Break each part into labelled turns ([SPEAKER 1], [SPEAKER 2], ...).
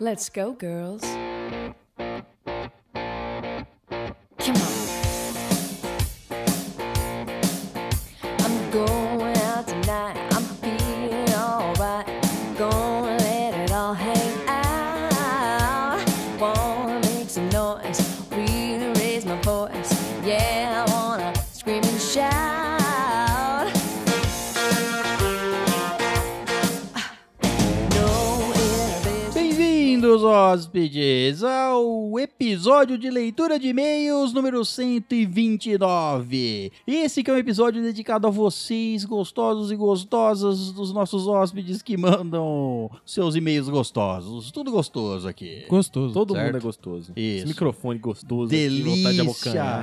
[SPEAKER 1] Let's go, girls. Come on. I'm going out tonight. I'm feeling alright. Gonna let it all hang out. Wanna make some noise. Really raise my voice. Yeah, I wanna scream and Ah. shout. No inhibition.
[SPEAKER 2] Bem-vindos, hóspedes, ao episódio de leitura de e-mails número 129. Esse que é um episódio dedicado a vocês, gostosos e gostosas dos nossos hóspedes que mandam seus e-mails gostosos. Tudo gostoso aqui.
[SPEAKER 3] Gostoso.
[SPEAKER 4] Todo
[SPEAKER 2] Certo.
[SPEAKER 4] mundo é gostoso.
[SPEAKER 2] Isso.
[SPEAKER 4] Esse microfone gostoso. aqui, vontade de
[SPEAKER 2] Delícia!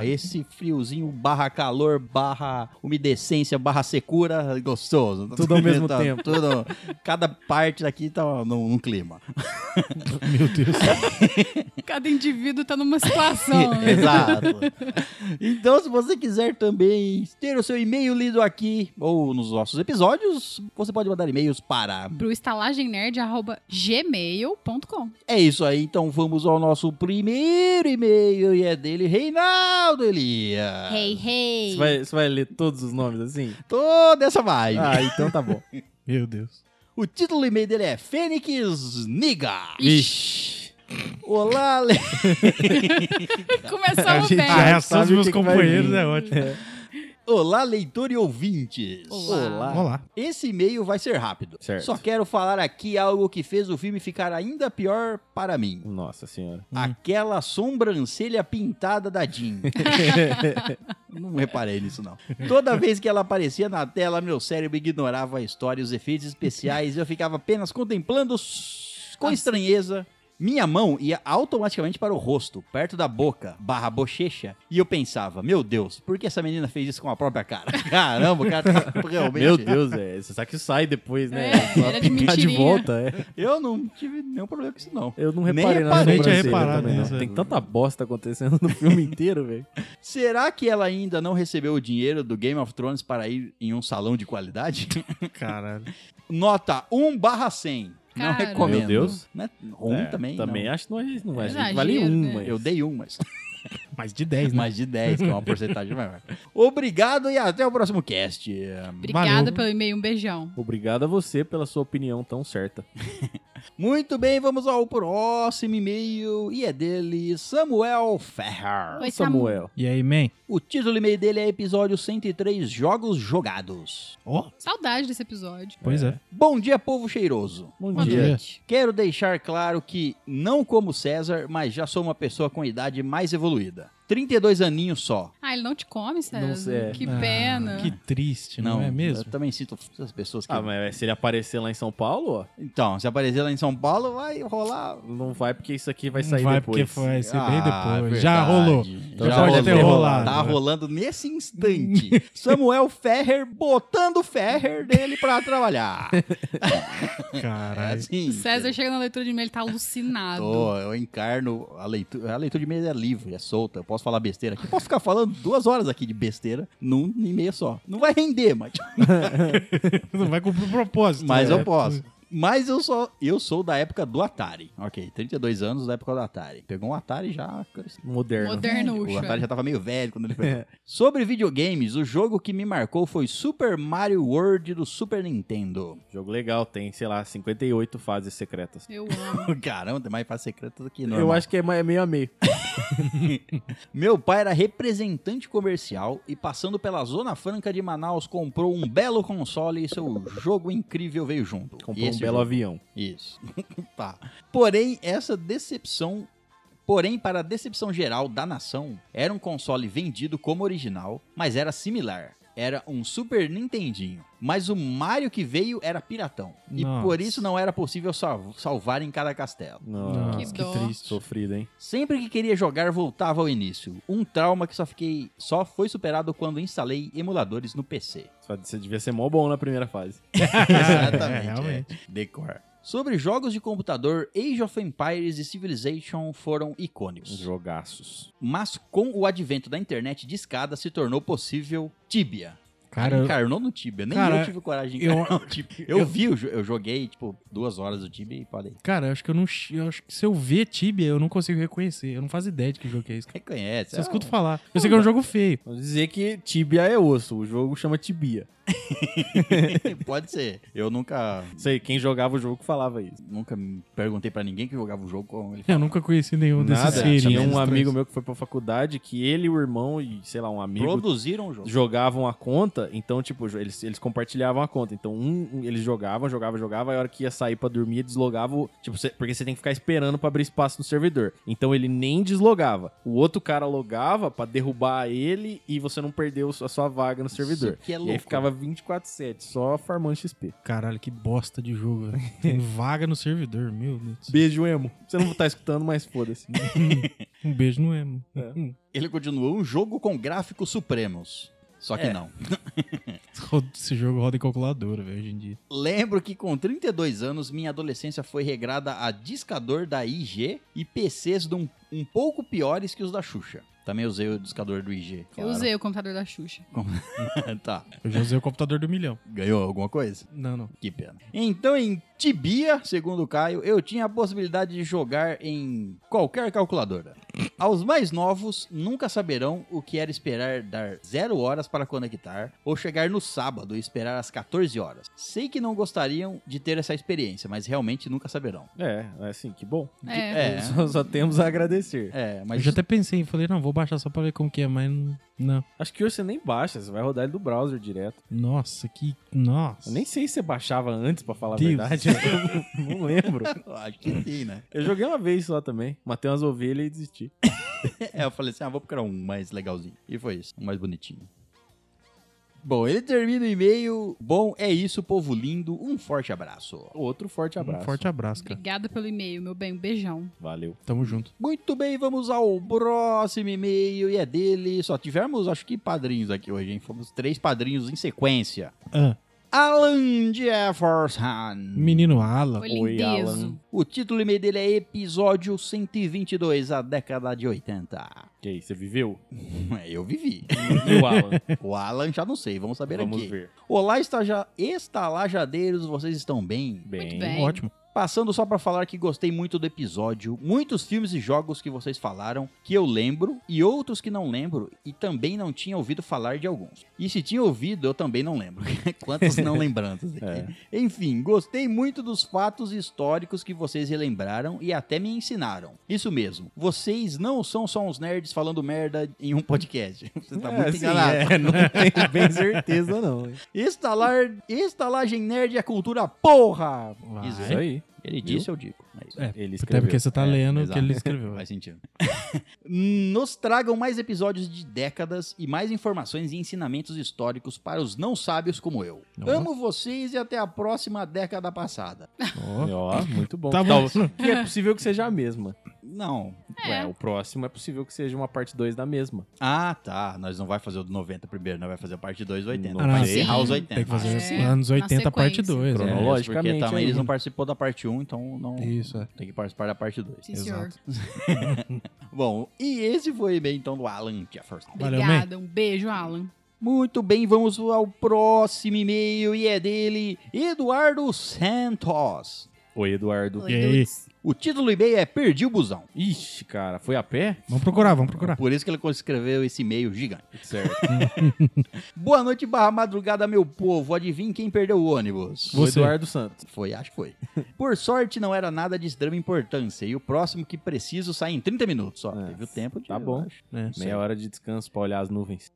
[SPEAKER 4] abocanhar.
[SPEAKER 2] Esse friozinho barra calor, barra umidescência, barra secura, gostoso.
[SPEAKER 3] Tudo ao mesmo
[SPEAKER 2] Tá-
[SPEAKER 3] tempo.
[SPEAKER 2] tudo- cada parte aqui tá num, num clima.
[SPEAKER 3] Meu Deus.
[SPEAKER 5] Cada indivíduo tá numa situação.
[SPEAKER 2] É.
[SPEAKER 5] né?
[SPEAKER 2] Exato. Então, se você quiser também ter o seu e-mail lido aqui ou nos nossos episódios, você pode mandar e-mails para.
[SPEAKER 5] Pro estalagemnerd.gmail.com.
[SPEAKER 2] É isso aí, então vamos ao nosso primeiro e-mail e é dele, Reinaldo Elias.
[SPEAKER 5] Hey, hey!
[SPEAKER 4] Você vai, você vai ler todos os nomes assim?
[SPEAKER 2] Toda essa vibe.
[SPEAKER 4] Ah, então tá bom.
[SPEAKER 3] Meu Deus.
[SPEAKER 2] O título do e-mail dele é Fênix Niga.
[SPEAKER 4] Ixi.
[SPEAKER 2] Olá, Le...
[SPEAKER 5] Começamos
[SPEAKER 4] gente-
[SPEAKER 5] bem.
[SPEAKER 3] A
[SPEAKER 4] Já
[SPEAKER 3] reação é
[SPEAKER 4] É. Ah, sabe
[SPEAKER 3] dos
[SPEAKER 4] o
[SPEAKER 3] meus
[SPEAKER 4] que que vai
[SPEAKER 3] companheiros
[SPEAKER 4] vir.
[SPEAKER 3] é ótima.
[SPEAKER 2] Olá, leitor e ouvintes.
[SPEAKER 5] Olá.
[SPEAKER 3] Vamos lá.
[SPEAKER 2] Esse e-mail vai ser rápido.
[SPEAKER 4] Certo.
[SPEAKER 2] Só quero falar aqui algo que fez o filme ficar ainda pior para mim.
[SPEAKER 4] Nossa senhora.
[SPEAKER 2] Aquela sobrancelha pintada da Jean. não reparei nisso, não. Toda vez que ela aparecia na tela, meu cérebro ignorava a história e os efeitos especiais. Eu ficava apenas contemplando s- com estranheza. Minha mão ia automaticamente para o rosto, perto da boca, barra bochecha. E eu pensava, meu Deus, por que essa menina fez isso com a própria cara? Caramba, o cara tá realmente...
[SPEAKER 4] Meu Deus, é. Você sabe que sai depois, né?
[SPEAKER 5] É,
[SPEAKER 4] Só
[SPEAKER 5] era de
[SPEAKER 4] picar de
[SPEAKER 5] mentirinha.
[SPEAKER 4] volta, é.
[SPEAKER 2] Eu não tive nenhum problema com isso, não.
[SPEAKER 4] Eu não
[SPEAKER 2] Nem
[SPEAKER 4] reparei na
[SPEAKER 2] reparei.
[SPEAKER 3] Nem tinha
[SPEAKER 4] sobrancelha
[SPEAKER 3] reparado
[SPEAKER 4] também, né? não.
[SPEAKER 3] nisso,
[SPEAKER 4] Tem
[SPEAKER 3] é.
[SPEAKER 4] tanta bosta acontecendo no filme inteiro, velho.
[SPEAKER 2] Será que ela ainda não recebeu o dinheiro do Game of Thrones para ir em um salão de qualidade?
[SPEAKER 3] Caralho.
[SPEAKER 2] Nota 1 barra 100. Não
[SPEAKER 5] Cara.
[SPEAKER 2] recomendo.
[SPEAKER 4] Meu Deus.
[SPEAKER 2] Né? Um
[SPEAKER 4] É,
[SPEAKER 2] também.
[SPEAKER 4] Também
[SPEAKER 2] não.
[SPEAKER 4] acho que nós não acho que
[SPEAKER 5] Exagero,
[SPEAKER 4] vale um,
[SPEAKER 5] né?
[SPEAKER 4] mas...
[SPEAKER 2] Eu dei um, mas
[SPEAKER 3] Mais de 10, né?
[SPEAKER 2] mais de 10, que é uma porcentagem maior. Obrigado e até o próximo cast.
[SPEAKER 5] Obrigada
[SPEAKER 3] Valeu.
[SPEAKER 5] pelo e-mail, um beijão.
[SPEAKER 4] Obrigado a você pela sua opinião tão certa.
[SPEAKER 2] Muito bem, vamos ao próximo e-mail e é dele, Samuel Ferrer.
[SPEAKER 5] Oi, Samu.
[SPEAKER 4] Samuel.
[SPEAKER 3] E aí, man?
[SPEAKER 2] O título do e-mail dele é episódio 103, Jogos Jogados.
[SPEAKER 3] Ó,
[SPEAKER 5] Saudade desse episódio.
[SPEAKER 3] pois é.
[SPEAKER 2] Bom dia, povo cheiroso.
[SPEAKER 4] Bom
[SPEAKER 5] Boa
[SPEAKER 4] dia.
[SPEAKER 5] noite.
[SPEAKER 2] Quero deixar claro que não como César, mas já sou uma pessoa com idade mais evoluída. 32 aninhos só.
[SPEAKER 5] Ah, ele não te come, César?
[SPEAKER 4] Não sei.
[SPEAKER 5] Que
[SPEAKER 3] Ah,
[SPEAKER 4] É, né?
[SPEAKER 5] pena.
[SPEAKER 3] Que triste, não, é
[SPEAKER 2] Eu
[SPEAKER 3] mesmo?
[SPEAKER 2] também sinto as pessoas que.
[SPEAKER 4] Ah, mas se ele aparecer lá em São Paulo, ó,
[SPEAKER 2] Então, se aparecer lá em São Paulo, vai rolar.
[SPEAKER 4] não vai porque isso aqui vai sair
[SPEAKER 3] Não vai
[SPEAKER 4] depois.
[SPEAKER 3] porque vai ser bem
[SPEAKER 2] Ah, verdade.
[SPEAKER 3] depois.
[SPEAKER 2] Então
[SPEAKER 3] Já rolou.
[SPEAKER 2] Já
[SPEAKER 4] Já pode ter
[SPEAKER 2] rolou.
[SPEAKER 3] rolado. né?
[SPEAKER 2] Tá rolando nesse instante. Samuel Ferrer botando o Ferrer dele pra trabalhar. É
[SPEAKER 3] Caralho.
[SPEAKER 2] assim.
[SPEAKER 5] César chega na leitura de e-mail, ele tá alucinado.
[SPEAKER 2] Tô, eu encarno a leitura. A leitura de e-mail é livre, é solta. Eu posso falar besteira aqui. Eu posso ficar falando duas horas aqui de besteira num e-mail só. Não vai render, mas.
[SPEAKER 3] Não vai cumprir o propósito.
[SPEAKER 2] Mas
[SPEAKER 4] É.
[SPEAKER 3] né?
[SPEAKER 2] eu posso. Mas eu sou, eu sou da época do Atari. Ok, 32 anos da época do Atari. Pegou um Atari já.
[SPEAKER 4] Moderno.
[SPEAKER 5] Moderno,
[SPEAKER 2] O Atari já tava meio velho quando ele pegou.
[SPEAKER 4] É.
[SPEAKER 2] Sobre videogames, o jogo que me marcou foi Super Mario World do Super Nintendo.
[SPEAKER 4] Jogo legal, tem, sei lá, 58 fases secretas.
[SPEAKER 5] Eu amo.
[SPEAKER 2] Caramba, tem mais fase secreta do que
[SPEAKER 4] Eu
[SPEAKER 2] normal.
[SPEAKER 4] acho que é mais- é meio a meio.
[SPEAKER 2] Meu pai era representante comercial e passando pela Zona Franca de Manaus comprou um belo console e seu jogo incrível veio junto.
[SPEAKER 4] Comprou
[SPEAKER 2] E
[SPEAKER 4] um
[SPEAKER 2] esse
[SPEAKER 4] belo
[SPEAKER 2] jogo-
[SPEAKER 4] avião.
[SPEAKER 2] Isso. tá. Porém, essa decepção. Porém, para a decepção geral da nação, era um console vendido como original, mas era similar. Era um Super Nintendinho. Mas o Mario que veio era piratão. E
[SPEAKER 3] Nossa.
[SPEAKER 2] por isso não era possível sal- salvar em cada castelo.
[SPEAKER 4] Nossa,
[SPEAKER 3] Nossa,
[SPEAKER 5] Que
[SPEAKER 3] que,
[SPEAKER 5] dó.
[SPEAKER 3] triste.
[SPEAKER 4] sofrido, hein?
[SPEAKER 2] Sempre que queria jogar, voltava ao início. Um trauma que só fiquei. só foi superado quando instalei emuladores no PC.
[SPEAKER 4] Só- Você devia ser mó bom na primeira fase.
[SPEAKER 3] É, realmente.
[SPEAKER 2] é. Decor. Sobre jogos de computador, Age of Empires e Civilization foram icônicos.
[SPEAKER 4] Jogaços.
[SPEAKER 2] Mas com o advento da internet discada se tornou possível Tibia.
[SPEAKER 3] Cara, eu-
[SPEAKER 2] encarnou no Tibia. Nem
[SPEAKER 3] Cara,
[SPEAKER 2] eu tive coragem de
[SPEAKER 3] eu-
[SPEAKER 2] encarnar no Tibia. Eu, vi, o jo- eu joguei, tipo, duas horas do Tibia e falei,
[SPEAKER 3] cara, eu acho que eu não. chi- Eu acho que se eu ver Tibia, eu não consigo reconhecer. Eu não faço ideia de que jogo que é esse. cara.
[SPEAKER 2] reconhece.
[SPEAKER 3] Só
[SPEAKER 2] é
[SPEAKER 3] escuto
[SPEAKER 2] um-
[SPEAKER 3] falar. Eu sei que é um jogo feio.
[SPEAKER 4] Vamos dizer que Tibia é osso, o jogo chama Tibia.
[SPEAKER 2] Pode ser. Eu nunca,
[SPEAKER 4] Não sei, quem jogava o jogo falava isso.
[SPEAKER 2] nunca me perguntei pra ninguém que jogava o jogo com ele.
[SPEAKER 3] Eu nunca conheci nenhum desses né?
[SPEAKER 4] Nada,
[SPEAKER 3] seres.
[SPEAKER 4] tinha um
[SPEAKER 3] estranhos.
[SPEAKER 4] amigo meu que foi pra faculdade que ele, o irmão e, sei lá, um amigo
[SPEAKER 2] Produziram o jogo.
[SPEAKER 4] jogavam a conta, então, tipo, jo- eles, eles compartilhavam a conta. Então, um, um- eles jogavam, jogavam, jogavam, aí a hora que ia sair pra dormir, deslogava, o- tipo, cê- porque você tem que ficar esperando pra abrir espaço no servidor. Então, ele nem deslogava. O outro cara logava pra derrubar ele e você não perdeu su- a sua vaga no servidor.
[SPEAKER 2] que é
[SPEAKER 4] E aí
[SPEAKER 2] louco.
[SPEAKER 4] ficava 24/7, só farmando XP.
[SPEAKER 3] Caralho, que bosta de jogo. velho. Tem vaga no servidor, meu Deus. do céu.
[SPEAKER 4] Beijo, emo. Você não tá escutando, mas foda-se.
[SPEAKER 3] Um beijo no emo.
[SPEAKER 2] Ele continuou um jogo com gráficos supremos. Só que não.
[SPEAKER 3] Esse jogo roda em calculadora, velho, hoje em dia.
[SPEAKER 2] Lembro que com 32 anos, minha adolescência foi regrada a discador da IG e PCs de um, um pouco piores que os da Xuxa. Também usei o discador do IG.
[SPEAKER 5] Eu usei o computador da Xuxa.
[SPEAKER 2] tá.
[SPEAKER 3] Eu já usei o computador do milhão.
[SPEAKER 2] Ganhou alguma coisa?
[SPEAKER 3] Não, não.
[SPEAKER 2] Que pena. Então, em Tibia, segundo o Caio, eu tinha a possibilidade de jogar em qualquer calculadora. Aos mais novos, nunca saberão o que era esperar dar zero horas para conectar ou chegar no sábado e esperar às 14 horas. Sei que não gostariam de ter essa experiência, mas realmente nunca saberão.
[SPEAKER 4] É, é assim, que bom.
[SPEAKER 5] É.
[SPEAKER 2] É,
[SPEAKER 4] Só, só temos a agradecer.
[SPEAKER 2] é,
[SPEAKER 3] Eu
[SPEAKER 2] mas
[SPEAKER 3] já até pensei, falei, não, vou baixar só pra ver como que é, mas não- não.
[SPEAKER 4] Acho que hoje você nem baixa, você vai rodar ele do browser direto.
[SPEAKER 3] Nossa, que. Nossa.
[SPEAKER 4] Eu nem sei se você baixava antes, pra falar
[SPEAKER 3] Deus.
[SPEAKER 4] a verdade. Eu não, não lembro.
[SPEAKER 2] acho que sim, né?
[SPEAKER 4] Eu joguei uma vez só também. Matei umas ovelhas e desisti.
[SPEAKER 2] É, eu falei assim, ah, vou procurar um mais legalzinho. E foi isso, um mais bonitinho. Bom, ele termina o e-mail. Bom, é isso, povo lindo. Um forte abraço.
[SPEAKER 4] Outro forte abraço.
[SPEAKER 3] Um forte abraço, cara.
[SPEAKER 5] Obrigada pelo e-mail, meu bem. Um beijão.
[SPEAKER 4] Valeu.
[SPEAKER 3] Tamo junto.
[SPEAKER 2] Muito bem, vamos ao próximo e-mail e é dele. Só tivemos, acho que, padrinhos aqui hoje, hein? Fomos três padrinhos em sequência.
[SPEAKER 3] Ah,
[SPEAKER 2] Alan Jefferson.
[SPEAKER 3] menino Alan.
[SPEAKER 5] Foi
[SPEAKER 4] Oi,
[SPEAKER 5] lindeso.
[SPEAKER 2] O título do e-mail dele é Episódio 122, a década de 80.
[SPEAKER 4] E aí, você viveu?
[SPEAKER 2] É, Eu vivi.
[SPEAKER 4] E o Alan?
[SPEAKER 2] o Alan já não sei, vamos saber
[SPEAKER 4] Vamos
[SPEAKER 2] aqui.
[SPEAKER 4] ver.
[SPEAKER 2] Olá, estaja... estalajadeiros, vocês estão bem?
[SPEAKER 4] Bem.
[SPEAKER 5] Muito bem.
[SPEAKER 3] Ótimo.
[SPEAKER 2] Passando só pra falar que gostei muito do episódio, muitos filmes e jogos que vocês falaram que eu lembro e outros que não lembro e também não tinha ouvido falar de alguns. E se tinha ouvido, eu também não lembro. Quantas não lembranças aqui.
[SPEAKER 4] É.
[SPEAKER 2] Enfim, gostei muito dos fatos históricos que vocês relembraram e até me ensinaram. Isso mesmo, vocês não são só uns nerds falando merda em um podcast. Você tá
[SPEAKER 4] É,
[SPEAKER 2] muito
[SPEAKER 4] assim,
[SPEAKER 2] enganado.
[SPEAKER 4] é, não tenho bem certeza, não. hein?
[SPEAKER 2] Instalar, estalagem nerd é cultura porra!
[SPEAKER 3] Vai.
[SPEAKER 2] Diz
[SPEAKER 4] Isso
[SPEAKER 2] ele.
[SPEAKER 4] aí.
[SPEAKER 2] Ele
[SPEAKER 4] Viu?
[SPEAKER 2] disse, eu digo. É isso.
[SPEAKER 3] É,
[SPEAKER 4] Ele
[SPEAKER 3] até
[SPEAKER 4] escreveu.
[SPEAKER 3] porque você tá
[SPEAKER 2] É,
[SPEAKER 3] lendo o que
[SPEAKER 2] exato.
[SPEAKER 3] ele escreveu. né? é.
[SPEAKER 2] Faz sentido. Nos tragam mais episódios de décadas e mais informações e ensinamentos históricos para os não sábios como eu.
[SPEAKER 3] Nossa.
[SPEAKER 2] Amo vocês e até a próxima década passada.
[SPEAKER 3] Ó,
[SPEAKER 4] Ó, muito bom.
[SPEAKER 3] Tá bom.
[SPEAKER 4] Tal- Que é possível que seja a mesma.
[SPEAKER 2] Não.
[SPEAKER 5] É.
[SPEAKER 4] Ué, o próximo é possível que seja uma parte 2 da mesma.
[SPEAKER 2] Ah, tá. Nós não vai fazer o do 90 primeiro, nós vai fazer a parte 2 do 80.
[SPEAKER 4] Não
[SPEAKER 2] vai
[SPEAKER 3] sei.
[SPEAKER 2] encerrar os
[SPEAKER 5] Sim,
[SPEAKER 2] 80.
[SPEAKER 3] Ah, tem que fazer
[SPEAKER 5] É,
[SPEAKER 3] os anos
[SPEAKER 5] na
[SPEAKER 3] 80, parte
[SPEAKER 5] sequência.
[SPEAKER 3] 2.
[SPEAKER 2] É,
[SPEAKER 4] Cronologia. Logicamente,
[SPEAKER 2] Porque também
[SPEAKER 4] aí.
[SPEAKER 2] eles não participou da parte 1, então não
[SPEAKER 3] Isso, é.
[SPEAKER 2] tem que participar da parte 2.
[SPEAKER 5] Sim, senhor.
[SPEAKER 3] Exato.
[SPEAKER 2] Bom, e esse foi bem então do Alan Jefferson.
[SPEAKER 3] Valeu,
[SPEAKER 5] Obrigada. Um beijo, Alan.
[SPEAKER 2] Muito bem, vamos ao próximo e-mail e é dele, Eduardo Santos.
[SPEAKER 4] Oi, Eduardo.
[SPEAKER 5] Oi,
[SPEAKER 3] E aí?
[SPEAKER 5] Dudes.
[SPEAKER 2] O título do e-mail é Perdi o Busão.
[SPEAKER 4] Ixi, cara, foi a pé?
[SPEAKER 3] Vamos procurar, vamos procurar.
[SPEAKER 2] Por isso que ele escreveu esse e-mail gigante.
[SPEAKER 4] Certo.
[SPEAKER 2] Boa noite, barra madrugada, meu povo. Adivinha quem perdeu o ônibus?
[SPEAKER 4] O
[SPEAKER 3] Você.
[SPEAKER 4] Eduardo Santos.
[SPEAKER 2] Foi, acho que foi. Por sorte, não era nada de extrema importância. E o próximo que preciso sai em 30 minutos. Ó,
[SPEAKER 4] É,
[SPEAKER 2] teve o tempo de.
[SPEAKER 4] tá bom.
[SPEAKER 2] eu acho.
[SPEAKER 3] É,
[SPEAKER 4] Meia hora de descanso pra olhar as nuvens.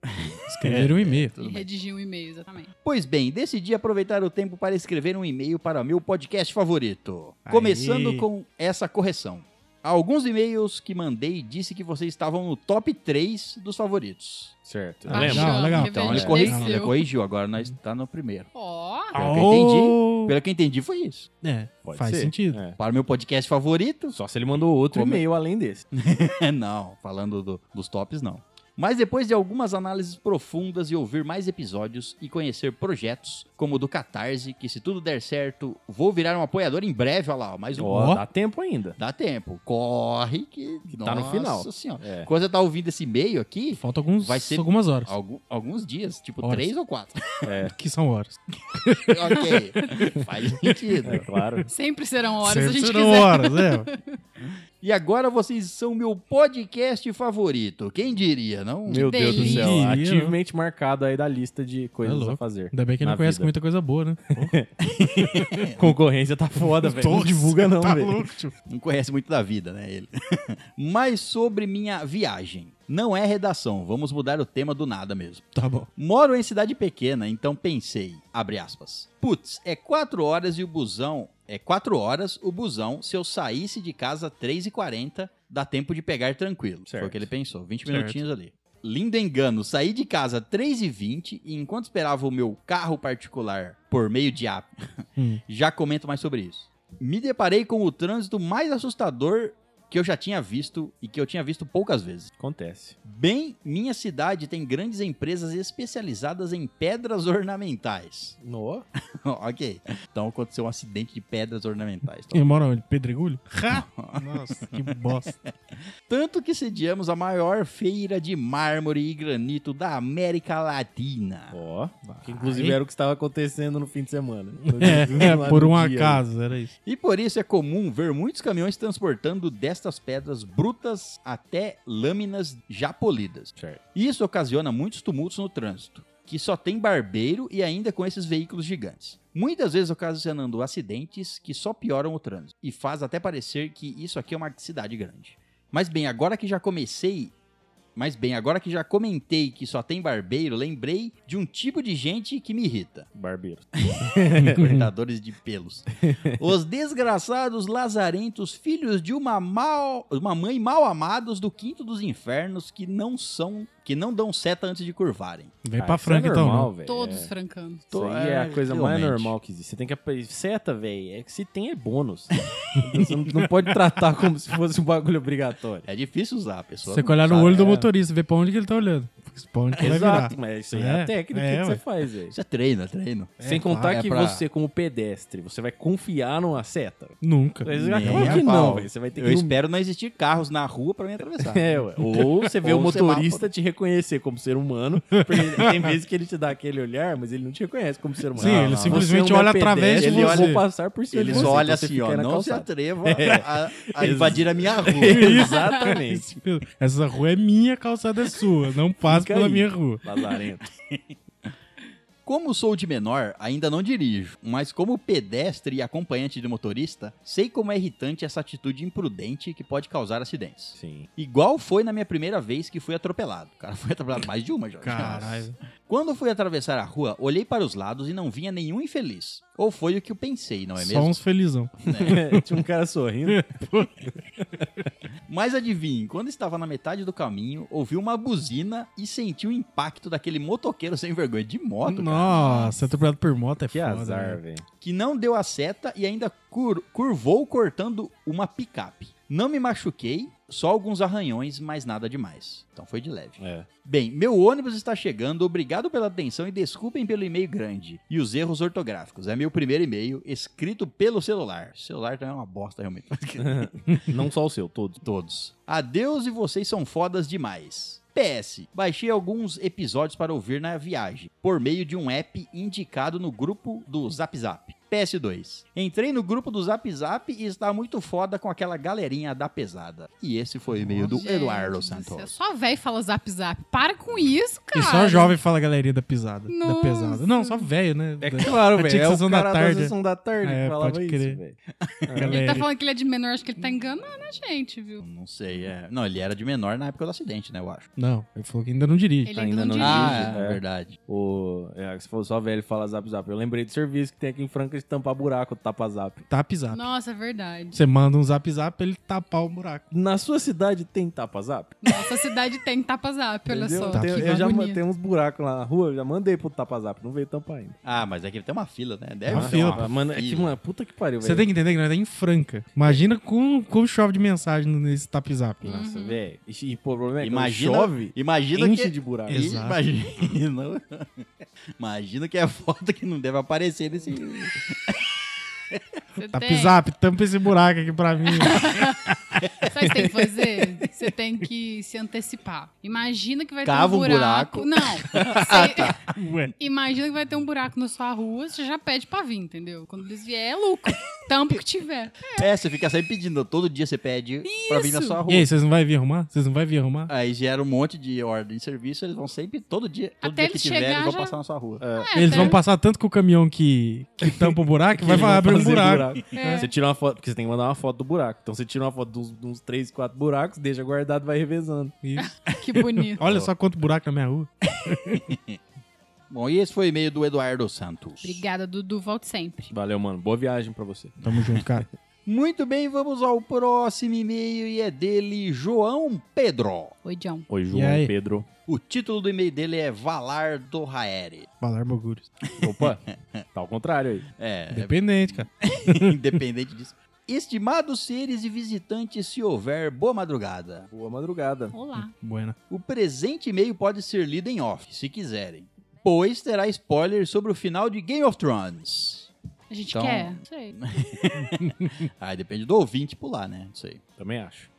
[SPEAKER 3] escreveram um
[SPEAKER 2] É.
[SPEAKER 3] e-mail.
[SPEAKER 5] E redigir um e-mail, exatamente.
[SPEAKER 2] Pois bem, decidi aproveitar o tempo para escrever um e-mail para meu podcast favorito. Começando
[SPEAKER 3] Aí.
[SPEAKER 2] com essa correção. Alguns e-mails que mandei disse que vocês estavam no top 3 dos favoritos.
[SPEAKER 4] Certo.
[SPEAKER 3] Ah,
[SPEAKER 4] Lembra?
[SPEAKER 3] legal, legal.
[SPEAKER 5] porque
[SPEAKER 3] Então,
[SPEAKER 5] a
[SPEAKER 2] Ele,
[SPEAKER 5] gente
[SPEAKER 3] corri-
[SPEAKER 2] corrigiu,
[SPEAKER 5] desceu.
[SPEAKER 2] ele corrigiu, agora nós tá no primeiro.
[SPEAKER 5] Ó,
[SPEAKER 2] Pelo que eu
[SPEAKER 3] Aô!
[SPEAKER 2] entendi, pelo que eu entendi foi isso.
[SPEAKER 3] É,
[SPEAKER 4] Pode
[SPEAKER 3] faz
[SPEAKER 4] ser.
[SPEAKER 3] sentido.
[SPEAKER 4] É.
[SPEAKER 2] Para o meu podcast favorito,
[SPEAKER 4] Só se ele mandou outro
[SPEAKER 2] Como-
[SPEAKER 4] e-mail além desse.
[SPEAKER 2] não, falando do- dos tops não. Mas depois de algumas análises profundas e ouvir mais episódios e conhecer projetos, como o do Catarse, que se tudo der certo, vou virar um apoiador em breve, olha lá, ó, mais um.
[SPEAKER 4] Ó,
[SPEAKER 3] Ó.
[SPEAKER 4] dá tempo ainda.
[SPEAKER 2] Dá tempo, corre que,
[SPEAKER 4] Que tá no final.
[SPEAKER 2] Nossa senhora.
[SPEAKER 4] É.
[SPEAKER 2] Quando você tá ouvindo esse e-mail aqui,
[SPEAKER 3] Falta alguns,
[SPEAKER 2] Vai ser-
[SPEAKER 3] algumas horas.
[SPEAKER 2] algu- alguns dias, tipo
[SPEAKER 3] Horas.
[SPEAKER 2] três ou quatro.
[SPEAKER 3] Que são horas.
[SPEAKER 2] ok, faz sentido.
[SPEAKER 4] É claro.
[SPEAKER 5] Sempre serão horas,
[SPEAKER 3] Sempre
[SPEAKER 5] se a gente
[SPEAKER 3] serão
[SPEAKER 5] quiser.
[SPEAKER 3] horas, é.
[SPEAKER 2] E agora vocês são meu podcast favorito. Quem diria, não?
[SPEAKER 4] Meu Deus do
[SPEAKER 5] delícia.
[SPEAKER 4] céu.
[SPEAKER 3] Queria,
[SPEAKER 4] Ativamente marcado aí da lista de coisas a
[SPEAKER 3] É louco.
[SPEAKER 4] fazer.
[SPEAKER 3] Ainda bem que ele
[SPEAKER 4] na
[SPEAKER 3] não conhece
[SPEAKER 4] vida. Tá
[SPEAKER 3] muita coisa boa, né?
[SPEAKER 4] Concorrência tá foda, velho. Não
[SPEAKER 3] Nossa,
[SPEAKER 4] divulga, não,
[SPEAKER 3] tá
[SPEAKER 4] velho.
[SPEAKER 3] louco, tio.
[SPEAKER 2] Não conhece muito da vida, né, ele? Mas sobre minha viagem. Não é redação, vamos mudar o tema do nada mesmo.
[SPEAKER 3] Tá bom.
[SPEAKER 2] Moro em cidade pequena, então pensei, abre aspas. Putz, é quatro horas e o busão... É quatro horas o busão se eu saísse de casa 3h40, dá tempo de pegar tranquilo. Foi o
[SPEAKER 4] Certo.
[SPEAKER 2] que ele pensou, 20
[SPEAKER 3] Certo.
[SPEAKER 2] minutinhos ali. Lindo engano, saí de casa 3h20 e enquanto esperava o meu carro particular por meio de app,
[SPEAKER 3] Hum.
[SPEAKER 2] já comento mais sobre isso. Me deparei com o trânsito mais assustador que eu já tinha visto e que eu tinha visto poucas vezes.
[SPEAKER 4] Acontece.
[SPEAKER 2] Bem, minha cidade tem grandes empresas especializadas em pedras ornamentais.
[SPEAKER 4] No?
[SPEAKER 2] ok. Então aconteceu um acidente de pedras ornamentais. Então,
[SPEAKER 3] Ele mora onde? Pedregulho? Nossa, que bosta.
[SPEAKER 2] Tanto que sediamos a maior feira de mármore e granito da América Latina.
[SPEAKER 4] Ó. Que inclusive era o que estava acontecendo no fim de semana.
[SPEAKER 3] É,
[SPEAKER 4] Lá
[SPEAKER 3] por
[SPEAKER 4] no dia.
[SPEAKER 3] um
[SPEAKER 4] né?
[SPEAKER 3] acaso, era isso.
[SPEAKER 2] E por isso é comum ver muitos caminhões transportando destas pedras brutas até lâminas já polidas.
[SPEAKER 4] Certo.
[SPEAKER 2] Isso ocasiona muitos tumultos no trânsito, que só tem barbeiro e ainda com esses veículos gigantes. Muitas vezes ocasionando acidentes que só pioram o trânsito e faz até parecer que isso aqui é uma cidade grande. Mas bem, agora que já comecei, mas bem, agora que já comentei que só tem barbeiro, lembrei de um tipo de gente que me irrita.
[SPEAKER 4] Barbeiro.
[SPEAKER 2] Cortadores de pelos. Os desgraçados lazarentos, filhos de uma, mal, uma mãe mal amados do quinto dos infernos que não são, que não dão seta antes de curvarem.
[SPEAKER 3] Vem
[SPEAKER 4] Ah,
[SPEAKER 3] pra
[SPEAKER 4] isso
[SPEAKER 3] Franca,
[SPEAKER 4] é
[SPEAKER 3] então.
[SPEAKER 4] normal,
[SPEAKER 3] não.
[SPEAKER 4] velho.
[SPEAKER 5] Todos
[SPEAKER 4] É.
[SPEAKER 5] francanos.
[SPEAKER 4] Isso aí é a coisa mais normal que existe. Você tem que. ap- Seta, velho, é que se tem é bônus. Você não, não pode tratar como se fosse um bagulho obrigatório.
[SPEAKER 2] É difícil usar, a pessoa.
[SPEAKER 3] Você
[SPEAKER 2] não
[SPEAKER 3] que olhar no
[SPEAKER 2] sabe.
[SPEAKER 3] olho do
[SPEAKER 4] é.
[SPEAKER 3] motorista, ver pra onde que ele tá olhando. Porque pra onde que ele vai virar.
[SPEAKER 4] Exato, mas isso aí é,
[SPEAKER 3] É,
[SPEAKER 4] a técnica
[SPEAKER 3] é,
[SPEAKER 4] que você
[SPEAKER 3] ué.
[SPEAKER 4] faz, velho.
[SPEAKER 2] Isso é treino, é treino.
[SPEAKER 4] Sem contar
[SPEAKER 2] claro, é
[SPEAKER 4] que
[SPEAKER 2] pra-
[SPEAKER 4] você, como pedestre, você vai confiar numa seta.
[SPEAKER 3] Nunca.
[SPEAKER 4] Mas é
[SPEAKER 2] Nem
[SPEAKER 4] claro que
[SPEAKER 2] a
[SPEAKER 4] não,
[SPEAKER 2] pau.
[SPEAKER 4] velho. Você vai ter
[SPEAKER 2] Eu
[SPEAKER 4] que. no-
[SPEAKER 2] espero não existir carros na rua pra me atravessar.
[SPEAKER 4] É, ué. Ou você vê
[SPEAKER 2] Tá. Ou
[SPEAKER 4] o
[SPEAKER 2] você mata-
[SPEAKER 4] motorista te reconhecer como ser humano. Porque tem vezes que ele te dá aquele olhar, mas ele não te reconhece como ser humano.
[SPEAKER 3] Sim, ele
[SPEAKER 4] Não,
[SPEAKER 3] simplesmente
[SPEAKER 4] você é um
[SPEAKER 3] olha através de
[SPEAKER 4] pedestre,
[SPEAKER 3] você.
[SPEAKER 4] Eu vou passar por cima de
[SPEAKER 2] Eles
[SPEAKER 4] você,
[SPEAKER 2] olham
[SPEAKER 4] então você
[SPEAKER 2] assim,
[SPEAKER 4] fica
[SPEAKER 2] ó,
[SPEAKER 4] aí na
[SPEAKER 2] não se
[SPEAKER 4] calçada.
[SPEAKER 2] atreva
[SPEAKER 4] É.
[SPEAKER 2] a, a invadir a minha rua.
[SPEAKER 4] Exatamente.
[SPEAKER 3] Esse filho- Essa rua é minha, a calçada é sua. Não passe
[SPEAKER 4] Fica
[SPEAKER 3] pela
[SPEAKER 4] aí.
[SPEAKER 3] minha rua.
[SPEAKER 4] Lazarento.
[SPEAKER 2] Como sou de menor, ainda não dirijo, mas como pedestre e acompanhante de motorista, sei como é irritante essa atitude imprudente que pode causar acidentes.
[SPEAKER 4] Sim.
[SPEAKER 2] Igual foi na minha primeira vez que fui atropelado. Cara, fui atropelado mais de uma já.
[SPEAKER 3] Caralho.
[SPEAKER 2] Quando fui atravessar a rua, olhei para os lados e não vinha nenhum infeliz. Ou foi o que eu pensei, não é
[SPEAKER 3] Só
[SPEAKER 2] mesmo?
[SPEAKER 3] uns felizão.
[SPEAKER 4] Tinha um cara sorrindo.
[SPEAKER 2] Mas adivinhe, quando estava na metade do caminho, ouvi uma buzina e senti o impacto daquele motoqueiro sem vergonha de moto, cara.
[SPEAKER 3] Nossa, atropelado por moto é
[SPEAKER 4] Que
[SPEAKER 3] foda.
[SPEAKER 4] azar,
[SPEAKER 3] velho.
[SPEAKER 4] velho.
[SPEAKER 2] que não deu a seta e ainda cur- curvou cortando uma picape. Não me machuquei, só alguns arranhões, mas nada demais. Então foi de leve.
[SPEAKER 4] É.
[SPEAKER 2] Bem, meu ônibus está chegando, obrigado pela atenção e desculpem pelo e-mail grande e os erros ortográficos. É meu primeiro e-mail, escrito pelo celular. Celular também é uma bosta, realmente.
[SPEAKER 4] Não só o seu, todos.
[SPEAKER 2] Todos. Adeus e vocês são fodas demais. PS, baixei alguns episódios para ouvir na viagem, por meio de um app indicado no grupo do Zap Zap. PS2. Entrei no grupo do Zap Zap e está muito foda com aquela galerinha da pesada. E esse foi o e-mail do
[SPEAKER 5] Gente
[SPEAKER 2] Eduardo
[SPEAKER 5] céu,
[SPEAKER 2] Santos.
[SPEAKER 5] Só velho fala zap zap. Para com isso, cara. tá
[SPEAKER 3] E só jovem fala galeria da pisada. Da
[SPEAKER 5] Nossa.
[SPEAKER 3] pesada. Não, só velho, né?
[SPEAKER 4] É
[SPEAKER 3] Da-
[SPEAKER 4] claro,
[SPEAKER 3] Tinha
[SPEAKER 4] velho.
[SPEAKER 3] que
[SPEAKER 4] É o
[SPEAKER 3] sessão da
[SPEAKER 4] cara
[SPEAKER 3] tarde.
[SPEAKER 4] da sessão da tarde
[SPEAKER 3] É,
[SPEAKER 4] que falava
[SPEAKER 3] pode
[SPEAKER 4] isso,
[SPEAKER 3] crer.
[SPEAKER 4] velho.
[SPEAKER 5] Ele
[SPEAKER 3] Galeria.
[SPEAKER 5] tá falando que ele é de menor, acho que ele tá enganando a gente, viu?
[SPEAKER 2] Não sei, é. Não, ele era de menor na época do acidente, né, eu acho.
[SPEAKER 3] Não, ele falou que tá ainda não dirige.
[SPEAKER 5] Ele
[SPEAKER 4] Ainda
[SPEAKER 5] ainda
[SPEAKER 4] não
[SPEAKER 5] não
[SPEAKER 4] dirige.
[SPEAKER 5] dirige.
[SPEAKER 2] Ah, é,
[SPEAKER 4] é.
[SPEAKER 2] verdade.
[SPEAKER 4] O... É, você falou só velho fala zap zap. Eu lembrei do serviço que tem aqui em Franca aquele tampar buraco do tapa zap.
[SPEAKER 3] Tap zap.
[SPEAKER 5] Nossa, é verdade.
[SPEAKER 3] tá Você manda um zap zap pra ele tapar o buraco.
[SPEAKER 4] Na sua cidade tem tapa zap?
[SPEAKER 5] Nossa cidade tem tapa zap, olha
[SPEAKER 4] Entendeu?
[SPEAKER 5] só.
[SPEAKER 3] Tá
[SPEAKER 4] Tem-
[SPEAKER 5] Que
[SPEAKER 4] eu já
[SPEAKER 5] agonia.
[SPEAKER 4] tenho uns buracos lá na rua, eu já mandei pro tapa zap, não veio tampar ainda.
[SPEAKER 2] Ah, mas aqui tem uma fila, né? Deve
[SPEAKER 3] Uma
[SPEAKER 2] ter
[SPEAKER 3] fila,
[SPEAKER 4] Ah, mano, é que, mano, puta que pariu,
[SPEAKER 3] um Você tem que entender que nós tá em Franca. Imagina como, como chove de mensagem nesse tap zap.
[SPEAKER 4] Nossa,
[SPEAKER 5] Uhum.
[SPEAKER 4] velho. E, e pô, o problema é que
[SPEAKER 2] Imagina,
[SPEAKER 4] quando chove,
[SPEAKER 2] imagina
[SPEAKER 4] enche
[SPEAKER 2] que...
[SPEAKER 4] de buraco.
[SPEAKER 3] Exato.
[SPEAKER 2] Imagina. Imagina que é foto que não deve aparecer nesse.
[SPEAKER 5] Você
[SPEAKER 3] Tap
[SPEAKER 5] tem.
[SPEAKER 3] zap, tampa esse buraco aqui pra mim.
[SPEAKER 5] Sabe o que você tem que fazer? Você tem que se antecipar. Imagina que vai
[SPEAKER 2] Cava
[SPEAKER 5] ter
[SPEAKER 2] um
[SPEAKER 5] um buraco.
[SPEAKER 2] buraco.
[SPEAKER 5] Não. Você-
[SPEAKER 3] Ué.
[SPEAKER 5] Imagina que vai ter um buraco na sua rua, você já pede pra vir, entendeu? Quando eles vier, é lucro. Tampa o que tiver.
[SPEAKER 2] É, você fica sempre pedindo. Todo dia você pede pra vir na sua rua.
[SPEAKER 3] E aí, vocês não vão vir arrumar? Vocês não vão vir arrumar?
[SPEAKER 2] Aí gera um monte de ordem de serviço, eles vão sempre, todo dia, todo
[SPEAKER 5] Até
[SPEAKER 2] dia que
[SPEAKER 5] eles
[SPEAKER 2] tiver,
[SPEAKER 5] chegar,
[SPEAKER 2] eles vão
[SPEAKER 5] já-
[SPEAKER 2] passar na sua rua.
[SPEAKER 5] É,
[SPEAKER 3] Eles
[SPEAKER 5] até-
[SPEAKER 3] vão passar tanto com o caminhão que, que tampa o buraco, vai
[SPEAKER 4] Eles vão
[SPEAKER 3] abrir um
[SPEAKER 4] fazer
[SPEAKER 3] buraco.
[SPEAKER 5] É.
[SPEAKER 4] Você tira uma foto, porque você tem que mandar uma foto do buraco. Então você tira uma foto dos, de uns 3, 4 buracos, deixa guardado, vai revezando.
[SPEAKER 3] Isso.
[SPEAKER 5] Que bonito.
[SPEAKER 3] Olha só quanto buraco na minha rua.
[SPEAKER 2] Bom, e esse foi o e-mail do Eduardo Santos.
[SPEAKER 5] Obrigada, Dudu. Volte sempre.
[SPEAKER 4] Valeu, mano. Boa viagem pra você.
[SPEAKER 3] Tamo junto, cara.
[SPEAKER 2] Muito bem, vamos ao próximo e-mail e é dele, João Pedro.
[SPEAKER 5] Oi, John.
[SPEAKER 4] Oi,
[SPEAKER 3] E aí?
[SPEAKER 4] João Pedro.
[SPEAKER 2] O título do e-mail dele é Valar do Raere.
[SPEAKER 3] Valar Mogures.
[SPEAKER 4] Opa, tá ao contrário aí.
[SPEAKER 2] É,
[SPEAKER 3] Independente, cara.
[SPEAKER 2] independente disso. Estimados seres e visitantes, se houver boa madrugada,
[SPEAKER 4] Boa madrugada.
[SPEAKER 5] Olá.
[SPEAKER 3] Buena.
[SPEAKER 2] o presente e-mail pode ser lido em off, se quiserem. Pois terá spoilers sobre o final de Game of Thrones.
[SPEAKER 5] A gente
[SPEAKER 2] Então-
[SPEAKER 5] quer? Não sei. Tá
[SPEAKER 2] Aí depende do ouvinte pular, né? Não sei.
[SPEAKER 4] Também acho.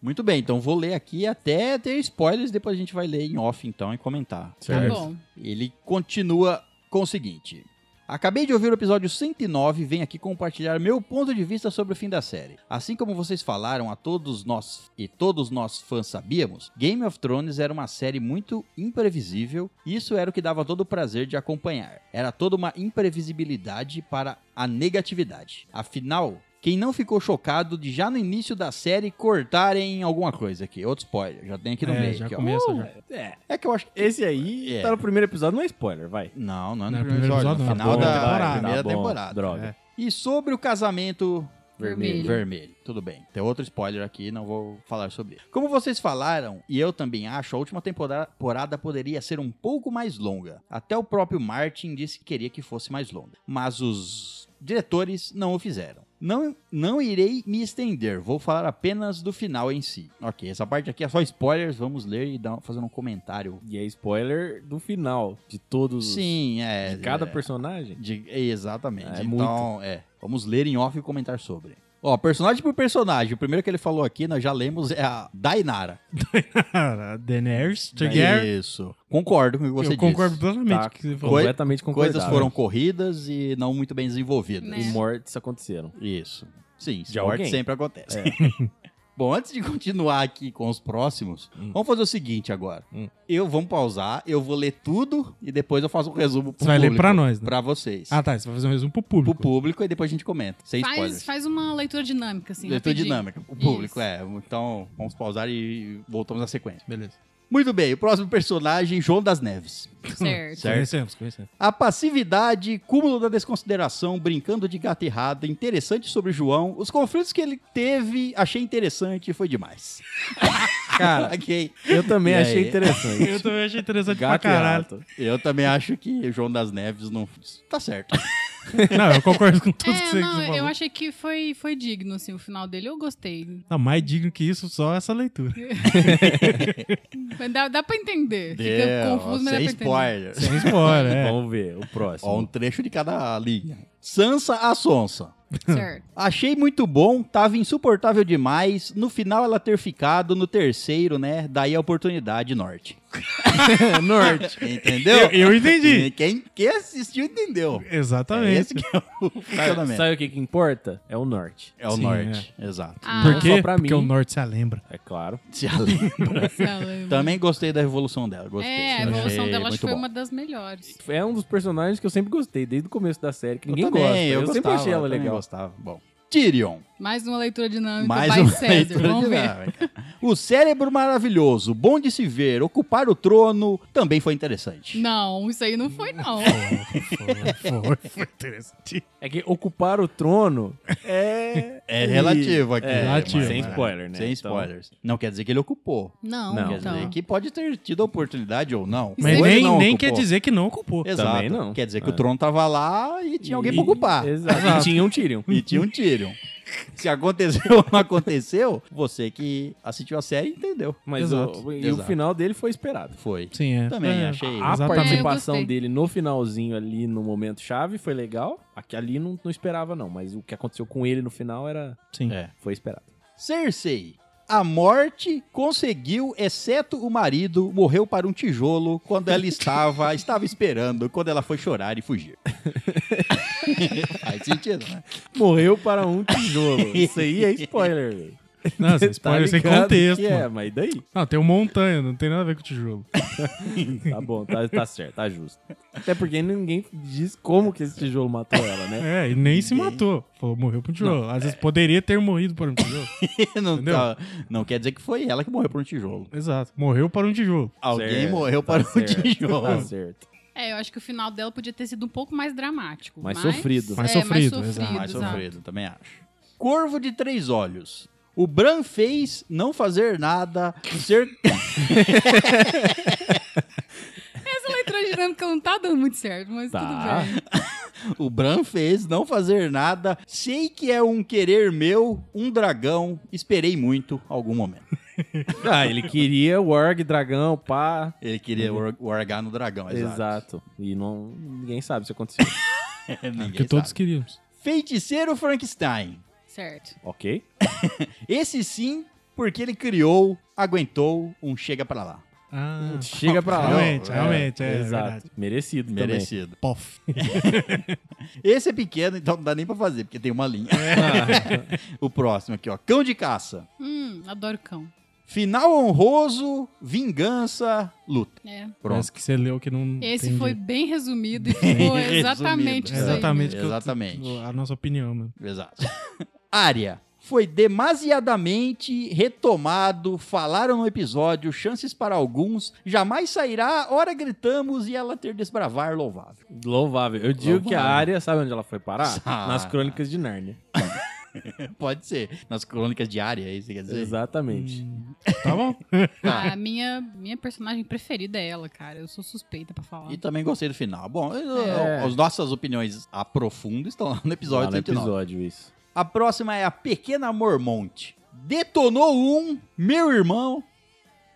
[SPEAKER 2] Muito bem, então vou ler aqui até ter spoilers, depois a gente vai ler em off então e comentar.
[SPEAKER 5] Tá bom.
[SPEAKER 2] Ele continua com o seguinte: Acabei de ouvir o episódio 109 e venho aqui compartilhar meu ponto de vista sobre o fim da série. Assim como vocês falaram a todos nós e todos nós fãs sabíamos, Game of Thrones era uma série muito imprevisível e isso era o que dava todo o prazer de acompanhar. Era toda uma imprevisibilidade para a negatividade. Afinal, quem não ficou chocado de já no início da série cortarem alguma coisa aqui? Outro spoiler, já tem aqui no
[SPEAKER 3] É,
[SPEAKER 2] meio.
[SPEAKER 3] já
[SPEAKER 2] aqui, ó.
[SPEAKER 3] começa já.
[SPEAKER 4] É.
[SPEAKER 2] É que eu acho que
[SPEAKER 4] Esse aí
[SPEAKER 2] É.
[SPEAKER 4] tá no primeiro episódio, não é spoiler, vai.
[SPEAKER 2] não, não é no
[SPEAKER 3] Não,
[SPEAKER 2] primeiro episódio, no
[SPEAKER 3] não.
[SPEAKER 2] final
[SPEAKER 3] Tá bom,
[SPEAKER 2] da
[SPEAKER 3] vai, tá
[SPEAKER 2] primeira
[SPEAKER 4] bom,
[SPEAKER 2] temporada.
[SPEAKER 4] Droga.
[SPEAKER 3] É.
[SPEAKER 2] E sobre o casamento
[SPEAKER 5] Vermelho.
[SPEAKER 2] vermelho. Tudo bem. Tem outro spoiler aqui, não vou falar sobre ele. Como vocês falaram, e eu também acho, a última temporada temporada poderia ser um pouco mais longa. Até o próprio Martin disse que queria que fosse mais longa. Mas os diretores não o fizeram. Não, não irei me estender, vou falar apenas do final em si. Ok, essa parte aqui é só spoilers, vamos ler e dar, fazer um comentário.
[SPEAKER 4] E é spoiler do final, de todos
[SPEAKER 2] Sim, é.
[SPEAKER 4] os... De cada
[SPEAKER 2] é,
[SPEAKER 4] personagem.
[SPEAKER 2] de- exatamente.
[SPEAKER 4] É
[SPEAKER 2] então, é. Vamos ler em off e comentar sobre. Ó, personagem por personagem. O primeiro que ele falou aqui, nós já lemos, é a Dainara.
[SPEAKER 3] Cara, Daenerys, Targaryen.
[SPEAKER 2] Isso. Concordo com o que você
[SPEAKER 3] Eu
[SPEAKER 2] disse.
[SPEAKER 3] concordo plenamente
[SPEAKER 4] Tá,
[SPEAKER 3] com o que você falou.
[SPEAKER 4] completamente concordado.
[SPEAKER 2] Coisas foram corridas e não muito bem desenvolvidas.
[SPEAKER 5] Né?
[SPEAKER 4] E mortes aconteceram.
[SPEAKER 2] Isso. Sim,
[SPEAKER 4] De
[SPEAKER 2] morte
[SPEAKER 4] alguém. É.
[SPEAKER 2] sempre acontece. Bom, antes de continuar aqui com os próximos, vamos fazer o seguinte agora.
[SPEAKER 4] Hum.
[SPEAKER 2] Eu vamos pausar, eu vou ler tudo e depois eu faço um resumo pro
[SPEAKER 3] Você vai ler
[SPEAKER 2] público,
[SPEAKER 3] pra nós, né?
[SPEAKER 2] Pra vocês.
[SPEAKER 3] Ah, tá. Você vai fazer um resumo pro
[SPEAKER 2] Pro
[SPEAKER 3] público.
[SPEAKER 2] público e depois a gente comenta. Sem
[SPEAKER 5] Faz,
[SPEAKER 2] spoilers.
[SPEAKER 5] faz uma leitura dinâmica, assim.
[SPEAKER 2] Leitura
[SPEAKER 5] rapidinho.
[SPEAKER 2] dinâmica. O público,
[SPEAKER 5] Isso.
[SPEAKER 2] é. Então, vamos pausar e voltamos à sequência.
[SPEAKER 3] Beleza.
[SPEAKER 2] Muito bem, o próximo personagem, João das Neves.
[SPEAKER 5] Certo.
[SPEAKER 2] Certo.
[SPEAKER 3] Conhecemos, conhecemos.
[SPEAKER 2] A passividade, cúmulo da desconsideração, brincando de gata errada, interessante sobre o João. Os conflitos que ele teve, achei interessante, foi demais.
[SPEAKER 4] Cara,
[SPEAKER 2] ok.
[SPEAKER 4] eu também
[SPEAKER 2] E
[SPEAKER 4] achei
[SPEAKER 2] aí?
[SPEAKER 4] interessante.
[SPEAKER 3] Eu também achei interessante
[SPEAKER 4] É Gato e
[SPEAKER 3] pra caralho.
[SPEAKER 4] rato.
[SPEAKER 2] Eu também acho que João das Neves não. Tá certo.
[SPEAKER 3] Não, eu concordo com tudo que
[SPEAKER 5] É,
[SPEAKER 3] você que
[SPEAKER 5] não,
[SPEAKER 3] você falou.
[SPEAKER 5] eu achei que foi, foi digno, assim, o final dele. Eu gostei.
[SPEAKER 3] Não, mais digno que isso, só essa leitura.
[SPEAKER 5] Mas Dá, dá pra entender.
[SPEAKER 2] Deu,
[SPEAKER 5] Fica confuso, mas dá
[SPEAKER 2] sem
[SPEAKER 5] pra entender.
[SPEAKER 2] spoiler.
[SPEAKER 3] Sem spoiler, é.
[SPEAKER 4] Então Vamos ver o
[SPEAKER 2] Ó, um
[SPEAKER 4] próximo.
[SPEAKER 2] trecho de cada linha. Sansa a Sonsa.
[SPEAKER 5] Certo.
[SPEAKER 2] Achei muito bom, tava insuportável demais. No final ela ter ficado no terceiro, né? Daí a oportunidade norte.
[SPEAKER 4] Norte.
[SPEAKER 2] Entendeu?
[SPEAKER 3] Eu, eu entendi.
[SPEAKER 2] Quem, quem assistiu entendeu. É esse
[SPEAKER 3] Exatamente.
[SPEAKER 2] que é o
[SPEAKER 4] Sabe,
[SPEAKER 2] funcionamento.
[SPEAKER 4] sabe o que, que importa? É o norte.
[SPEAKER 2] É o
[SPEAKER 3] Sim,
[SPEAKER 2] norte, exato.
[SPEAKER 5] Ah,
[SPEAKER 3] Por quê?
[SPEAKER 4] só pra
[SPEAKER 3] Porque
[SPEAKER 4] mim.
[SPEAKER 3] o norte se alembra.
[SPEAKER 4] É claro.
[SPEAKER 2] Se a lembra.
[SPEAKER 5] Marcelo,
[SPEAKER 2] Também gostei da evolução dela, gostei.
[SPEAKER 5] É, a evolução
[SPEAKER 2] Achei
[SPEAKER 5] dela acho
[SPEAKER 2] muito
[SPEAKER 5] que foi
[SPEAKER 2] bom.
[SPEAKER 5] uma das melhores.
[SPEAKER 4] É um dos personagens que eu sempre gostei, desde o começo da série, que ninguém
[SPEAKER 2] eu também,
[SPEAKER 4] gosta.
[SPEAKER 2] Eu,
[SPEAKER 4] Eu, sempre
[SPEAKER 2] gostava,
[SPEAKER 4] achei ela
[SPEAKER 2] eu também
[SPEAKER 4] legal.
[SPEAKER 2] gostava. Bom. Tyrion.
[SPEAKER 5] Mais uma leitura dinâmica
[SPEAKER 3] Então
[SPEAKER 2] mais
[SPEAKER 5] by
[SPEAKER 2] uma
[SPEAKER 5] César.
[SPEAKER 2] leitura
[SPEAKER 5] Vamos ver.
[SPEAKER 2] dinâmica. O cérebro maravilhoso, bom de se ver, ocupar o trono, também foi interessante.
[SPEAKER 5] Não, isso aí não foi, não.
[SPEAKER 3] Foi, foi, foi interessante.
[SPEAKER 4] É que ocupar o trono é.
[SPEAKER 2] É relativo aqui.
[SPEAKER 4] É,
[SPEAKER 3] relativo.
[SPEAKER 2] mas-
[SPEAKER 4] sem spoiler, né?
[SPEAKER 2] Sem
[SPEAKER 4] Então-
[SPEAKER 2] spoilers. Não quer dizer que ele ocupou.
[SPEAKER 5] Não,
[SPEAKER 4] Não.
[SPEAKER 2] Quer
[SPEAKER 5] então.
[SPEAKER 2] dizer que pode ter tido a oportunidade ou não.
[SPEAKER 3] Mas
[SPEAKER 2] Ou ele
[SPEAKER 3] nem,
[SPEAKER 2] não
[SPEAKER 3] nem
[SPEAKER 2] ocupou.
[SPEAKER 3] quer dizer que não ocupou.
[SPEAKER 2] Exato.
[SPEAKER 4] Também não.
[SPEAKER 2] Quer dizer que
[SPEAKER 4] É.
[SPEAKER 2] o trono tava lá e tinha alguém pra
[SPEAKER 4] E-
[SPEAKER 2] ocupar.
[SPEAKER 4] Exato. E tinha um Tyrion.
[SPEAKER 2] E tinha um Tyrion. Se aconteceu ou não aconteceu, você que assistiu a série entendeu.
[SPEAKER 4] Mas
[SPEAKER 3] Exato.
[SPEAKER 4] o, e o
[SPEAKER 2] Exato.
[SPEAKER 4] final dele foi esperado.
[SPEAKER 2] Foi.
[SPEAKER 3] Sim, é.
[SPEAKER 2] Também
[SPEAKER 3] É.
[SPEAKER 2] achei.
[SPEAKER 4] A
[SPEAKER 3] Exatamente.
[SPEAKER 5] É,
[SPEAKER 4] participação
[SPEAKER 5] eu gostei.
[SPEAKER 4] dele no finalzinho ali, no momento chave, foi legal. Aqui ali não, não esperava, não. Mas o que aconteceu com ele no final era.
[SPEAKER 3] Sim.
[SPEAKER 2] É.
[SPEAKER 4] Foi esperado.
[SPEAKER 2] Cersei. A morte conseguiu, exceto o marido, morreu para um tijolo quando ela estava, estava esperando, quando ela foi chorar e fugir. Faz sentido, né?
[SPEAKER 4] Morreu para um tijolo. Isso aí é spoiler, velho. Tá
[SPEAKER 3] Não, sem spoiler, sem contexto.
[SPEAKER 4] Que é,
[SPEAKER 3] mano.
[SPEAKER 4] mas e daí?
[SPEAKER 3] Não, tem um montanha, não tem nada a ver com o tijolo.
[SPEAKER 4] Tá bom, tá, tá certo, tá justo. Até porque ninguém diz como que esse tijolo matou ela, né?
[SPEAKER 3] É, e nem se matou. Falou, morreu pro tijolo. Às vezes poderia ter morrido por um tijolo.
[SPEAKER 2] Não,
[SPEAKER 3] Entendeu?
[SPEAKER 2] tá- não quer dizer que foi ela que morreu por um tijolo.
[SPEAKER 3] Exato. Morreu para um tijolo.
[SPEAKER 2] Alguém
[SPEAKER 4] Certo,
[SPEAKER 2] morreu
[SPEAKER 4] tá
[SPEAKER 2] para um
[SPEAKER 4] certo,
[SPEAKER 2] tijolo.
[SPEAKER 4] Tá certo.
[SPEAKER 5] É, eu acho que o final dela podia ter sido um pouco mais dramático.
[SPEAKER 4] Mais
[SPEAKER 5] mas-
[SPEAKER 4] sofrido.
[SPEAKER 3] Mais
[SPEAKER 5] é,
[SPEAKER 3] sofrido,
[SPEAKER 5] mais
[SPEAKER 3] exato.
[SPEAKER 5] sofrido,
[SPEAKER 2] Tá Mais
[SPEAKER 5] exato.
[SPEAKER 2] sofrido, também acho. Corvo de três olhos. O Bran fez não fazer nada, ser
[SPEAKER 5] Essa leitura dinâmica não tá dando muito certo, mas
[SPEAKER 4] Tá.
[SPEAKER 5] tudo bem.
[SPEAKER 2] O Bran fez não fazer nada. Sei que é um querer meu, um dragão. Esperei muito algum momento.
[SPEAKER 4] Ah, ele queria o Org, dragão, pá.
[SPEAKER 2] Ele queria or- orgar no dragão, exato.
[SPEAKER 4] Exato. E não, ninguém sabe se aconteceu.
[SPEAKER 2] Ninguém
[SPEAKER 3] Que todos
[SPEAKER 2] sabe.
[SPEAKER 3] queríamos.
[SPEAKER 2] Feiticeiro Frankenstein.
[SPEAKER 5] Certo.
[SPEAKER 4] ok?
[SPEAKER 2] Esse sim, porque ele criou, aguentou um chega pra lá.
[SPEAKER 3] Ah,
[SPEAKER 4] Chega pra lá.
[SPEAKER 3] Realmente,
[SPEAKER 2] Não, é,
[SPEAKER 3] realmente, é,
[SPEAKER 4] Exato.
[SPEAKER 3] verdade.
[SPEAKER 4] Merecido, também.
[SPEAKER 2] Merecido.
[SPEAKER 3] Pof.
[SPEAKER 2] Esse é pequeno, então não dá nem pra fazer, porque tem uma linha.
[SPEAKER 3] É.
[SPEAKER 2] o próximo aqui, ó. Cão de caça.
[SPEAKER 5] Hum, adoro cão.
[SPEAKER 2] Final honroso, vingança, luta.
[SPEAKER 5] É.
[SPEAKER 2] Pronto.
[SPEAKER 3] Parece que você leu que não.
[SPEAKER 5] Esse
[SPEAKER 3] entendi.
[SPEAKER 5] foi bem resumido e foi
[SPEAKER 2] resumido.
[SPEAKER 5] exatamente isso aí.
[SPEAKER 3] Exatamente. que eu-
[SPEAKER 2] Exatamente.
[SPEAKER 3] a nossa opinião, mano.
[SPEAKER 2] Exato. Área. Foi demasiadamente retomado, falaram no episódio, chances para alguns, jamais sairá, ora gritamos e ela ter desbravar louvável.
[SPEAKER 4] Louvável. Eu digo que a
[SPEAKER 2] Louvável.
[SPEAKER 4] área, sabe onde ela foi parar?
[SPEAKER 2] Sabe.
[SPEAKER 4] Nas crônicas de Nárnia.
[SPEAKER 2] Pode ser, nas crônicas de área, é isso quer dizer?
[SPEAKER 4] Exatamente.
[SPEAKER 2] Hum.
[SPEAKER 3] Tá bom?
[SPEAKER 5] A Ah, minha, minha personagem preferida é ela, cara. Eu sou suspeita pra falar.
[SPEAKER 2] E também gostei do final. Bom,
[SPEAKER 4] É.
[SPEAKER 2] as nossas opiniões a profundo estão lá no episódio
[SPEAKER 4] Lá no
[SPEAKER 2] 109.
[SPEAKER 4] episódio, isso.
[SPEAKER 2] A próxima é a Pequena Mormonte. Detonou um, meu irmão.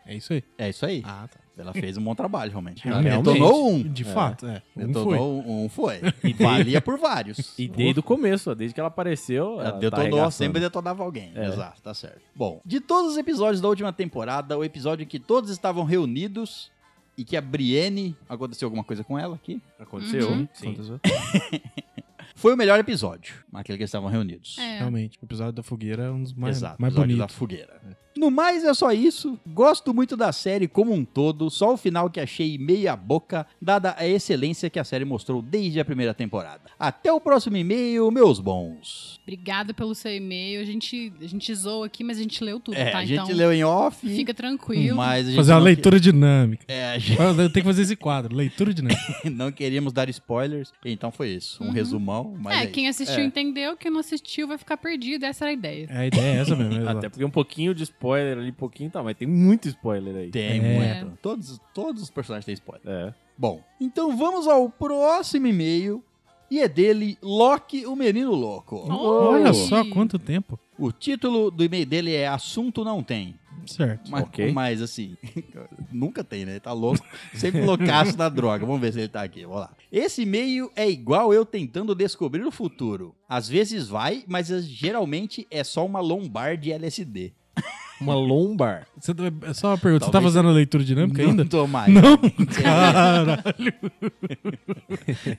[SPEAKER 3] É isso aí.
[SPEAKER 2] É isso aí.
[SPEAKER 3] Ah, tá.
[SPEAKER 2] Ela fez um bom trabalho, realmente.
[SPEAKER 4] Realmente.
[SPEAKER 2] Detonou um.
[SPEAKER 3] De fato, é. Um foi.
[SPEAKER 2] Detonou um foi. E valia por vários.
[SPEAKER 4] E desde o começo, ó, desde que ela apareceu,
[SPEAKER 2] Ela
[SPEAKER 4] ela
[SPEAKER 2] detonou,
[SPEAKER 4] tá
[SPEAKER 2] sempre detonava alguém. Exato, tá certo. Bom, de todos os episódios da última temporada, o episódio em que todos estavam reunidos e que a Brienne, aconteceu alguma coisa com ela aqui,
[SPEAKER 4] Aconteceu?
[SPEAKER 5] Uhum.
[SPEAKER 4] Sim.
[SPEAKER 2] foi o melhor episódio, aquele que estavam reunidos.
[SPEAKER 5] É.
[SPEAKER 3] Realmente. O episódio da fogueira é um dos mais,
[SPEAKER 2] Exato,
[SPEAKER 3] mais
[SPEAKER 2] episódio
[SPEAKER 3] bonitos.
[SPEAKER 2] da fogueira. No mais é só isso. Gosto muito da série como um todo, só o final que achei meia boca, dada a excelência que a série mostrou desde a primeira temporada. Até o próximo e-mail, meus bons.
[SPEAKER 5] Obrigada pelo seu e-mail. A gente, a gente zoa aqui, mas a gente leu tudo,
[SPEAKER 2] É,
[SPEAKER 5] tá?
[SPEAKER 2] a gente
[SPEAKER 5] então,
[SPEAKER 2] leu em off,
[SPEAKER 5] fica tranquilo.
[SPEAKER 2] mas a gente
[SPEAKER 3] Fazer uma
[SPEAKER 2] não
[SPEAKER 3] leitura dinâmica.
[SPEAKER 2] que- É, a gente
[SPEAKER 3] Eu tenho que fazer esse quadro, leitura dinâmica.
[SPEAKER 2] não queríamos dar spoilers, então foi isso. Um resumão, mas
[SPEAKER 5] é,
[SPEAKER 2] é
[SPEAKER 5] quem
[SPEAKER 2] isso.
[SPEAKER 5] assistiu entendeu, quem não assistiu vai ficar perdido. Essa era a ideia.
[SPEAKER 3] É, A ideia é essa mesmo. exato.
[SPEAKER 4] Até porque um pouquinho de spoiler ali, pouquinho tá, mas tem muito spoiler aí.
[SPEAKER 2] Tem
[SPEAKER 3] É.
[SPEAKER 2] muito. Todos, todos os personagens têm spoiler.
[SPEAKER 4] É.
[SPEAKER 2] Bom, então vamos ao próximo e-mail. E é dele, Loki, o Menino Louco.
[SPEAKER 3] Olha só quanto tempo.
[SPEAKER 2] O título do e-mail dele é Assunto Não Tem.
[SPEAKER 3] Certo.
[SPEAKER 2] Mas,
[SPEAKER 4] Ok.
[SPEAKER 2] mas, assim, nunca tem, né? Ele Tá louco. Sempre loucaço da droga. Vamos ver se ele tá aqui. Vamos lá. Esse e-mail é igual eu tentando descobrir o futuro. Às vezes vai, mas eh, geralmente é só uma lombar de LSD.
[SPEAKER 4] Uma lombar.
[SPEAKER 3] Você tá- é só uma pergunta. Você tá
[SPEAKER 2] Talvez-
[SPEAKER 3] fazendo a leitura dinâmica
[SPEAKER 2] Não
[SPEAKER 3] ainda?
[SPEAKER 2] tô mais.
[SPEAKER 3] Não, cara.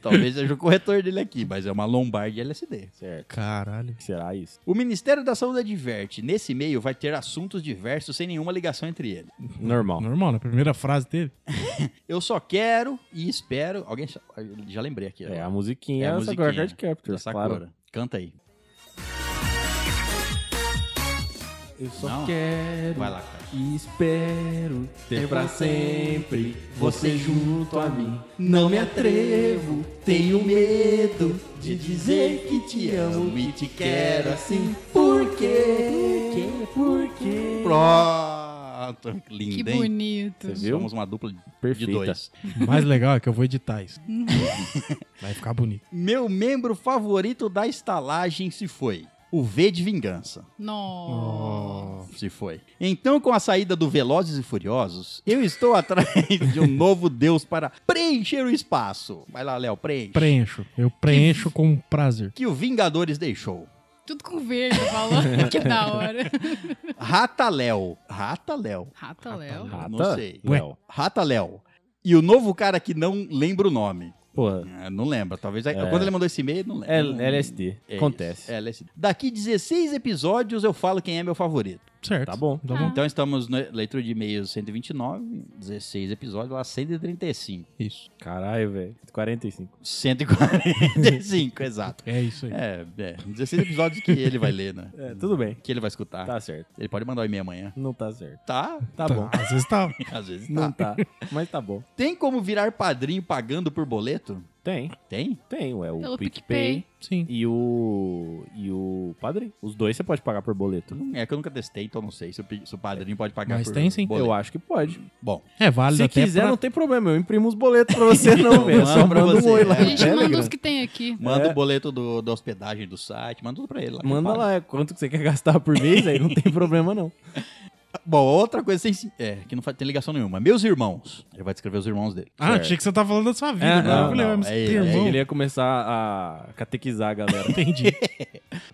[SPEAKER 2] Talvez seja o corretor dele aqui, mas é uma lombar de LSD.
[SPEAKER 4] Certo.
[SPEAKER 3] Caralho.
[SPEAKER 4] O que será isso?
[SPEAKER 2] O Ministério da Saúde adverte. Nesse e-mail vai ter assuntos diversos sem nenhuma ligação entre eles.
[SPEAKER 4] Normal.
[SPEAKER 3] Normal, na primeira frase teve.
[SPEAKER 2] Eu só quero e espero... Alguém... já- Já lembrei aqui. ó.
[SPEAKER 4] É a musiquinha,
[SPEAKER 2] É a
[SPEAKER 4] essa
[SPEAKER 2] musiquinha
[SPEAKER 4] agora é Card Captors,
[SPEAKER 2] Essa
[SPEAKER 4] claro.
[SPEAKER 2] Canta aí.
[SPEAKER 4] Eu só
[SPEAKER 2] Não.
[SPEAKER 4] quero
[SPEAKER 2] Vai lá, cara.
[SPEAKER 4] e espero ter pra sempre
[SPEAKER 2] você junto a mim. Não me atrevo, tenho medo de dizer que te amo e te quero assim. Por quê? Por quê? Por quê? Pronto. Lindo,
[SPEAKER 5] Que
[SPEAKER 2] hein?
[SPEAKER 5] bonito.
[SPEAKER 4] Você viu?
[SPEAKER 2] Somos uma dupla de
[SPEAKER 4] Perfeita.
[SPEAKER 2] dois.
[SPEAKER 3] O mais legal é que eu vou editar isso. Vai ficar bonito.
[SPEAKER 2] Meu membro favorito da estalagem se foi. O V de Vingança.
[SPEAKER 5] Nossa.
[SPEAKER 2] Se foi. Então, com a saída do Velozes e Furiosos, eu estou atrás de um novo deus para preencher o espaço. Vai lá, Léo, preenche.
[SPEAKER 3] Preencho. Eu preencho com um prazer.
[SPEAKER 2] que o Vingadores deixou.
[SPEAKER 5] Tudo com verde, falou. que da hora.
[SPEAKER 2] Rata Léo. Rata Léo.
[SPEAKER 5] Rata Léo.
[SPEAKER 4] Rata?
[SPEAKER 2] Não sei.
[SPEAKER 3] Ué.
[SPEAKER 4] Léo.
[SPEAKER 2] Rata Léo. E o novo cara que não lembra o nome.
[SPEAKER 4] Porra.
[SPEAKER 2] Ah, Não lembra, talvez. Quando ele mandou esse e-mail, não lembra.
[SPEAKER 4] É
[SPEAKER 2] Não- É
[SPEAKER 4] LSD.
[SPEAKER 2] isso,
[SPEAKER 4] Acontece.
[SPEAKER 2] é LSD. Daqui 16 episódios eu falo quem é meu favorito.
[SPEAKER 3] Certo.
[SPEAKER 4] Tá bom.
[SPEAKER 3] Tá bom.
[SPEAKER 2] Então estamos na leitura de e-mails 129, 16 episódios, lá
[SPEAKER 4] Ah.
[SPEAKER 2] 135.
[SPEAKER 3] Isso.
[SPEAKER 4] Caralho, velho. 45.
[SPEAKER 2] 145, exato.
[SPEAKER 3] É isso aí.
[SPEAKER 2] É, é, 16 episódios que ele vai ler, né?
[SPEAKER 4] É, tudo bem.
[SPEAKER 2] Que ele vai escutar.
[SPEAKER 4] Tá certo.
[SPEAKER 2] Ele pode mandar o e-mail amanhã.
[SPEAKER 4] Não tá certo.
[SPEAKER 2] Tá,
[SPEAKER 4] Tá, bom.
[SPEAKER 3] Às vezes tá.
[SPEAKER 2] às vezes
[SPEAKER 4] Não
[SPEAKER 2] tá.
[SPEAKER 4] tá. Mas tá bom.
[SPEAKER 2] Tem como virar padrinho pagando por boleto?
[SPEAKER 4] Tem.
[SPEAKER 2] Tem?
[SPEAKER 4] Tem, ué. O
[SPEAKER 5] Pelo
[SPEAKER 4] PicPay.
[SPEAKER 5] PicPay.
[SPEAKER 3] Sim.
[SPEAKER 4] E o. E o Padrim. Os dois você pode pagar por boleto.
[SPEAKER 2] Hum, É que eu nunca testei, então não sei se o, pe- se o padrinho pode pagar
[SPEAKER 3] Mas
[SPEAKER 2] por
[SPEAKER 3] tem sim.
[SPEAKER 2] boleto.
[SPEAKER 4] Eu acho que pode.
[SPEAKER 2] Bom,
[SPEAKER 3] É válido
[SPEAKER 4] Se
[SPEAKER 3] até
[SPEAKER 4] quiser,
[SPEAKER 3] pra-
[SPEAKER 4] não tem problema. Eu imprimo os boletos pra você, não, velho. Só
[SPEAKER 2] Manda pra
[SPEAKER 4] manda um
[SPEAKER 2] você,
[SPEAKER 4] oi lá.
[SPEAKER 5] A
[SPEAKER 2] é.
[SPEAKER 4] no
[SPEAKER 5] gente manda
[SPEAKER 4] Telegram.
[SPEAKER 5] os que tem aqui.
[SPEAKER 2] manda
[SPEAKER 4] É.
[SPEAKER 2] o boleto do, da hospedagem do site, manda tudo pra ele lá. que
[SPEAKER 4] Manda
[SPEAKER 2] ele paga.
[SPEAKER 4] lá, é quanto que você quer gastar por mês, aí não tem problema, não.
[SPEAKER 2] Bom, outra coisa sem, si- é, que não fa- tem ligação nenhuma. Meus irmãos. Ele vai descrever os irmãos dele.
[SPEAKER 3] Ah, achei que você tá falando da sua vida.
[SPEAKER 4] É,
[SPEAKER 3] agora
[SPEAKER 4] não,
[SPEAKER 3] eu falei,
[SPEAKER 2] não,
[SPEAKER 3] mas
[SPEAKER 2] é,
[SPEAKER 3] que
[SPEAKER 2] é,
[SPEAKER 3] irmão.
[SPEAKER 4] Ele ia começar a catequizar a galera.
[SPEAKER 3] Entendi.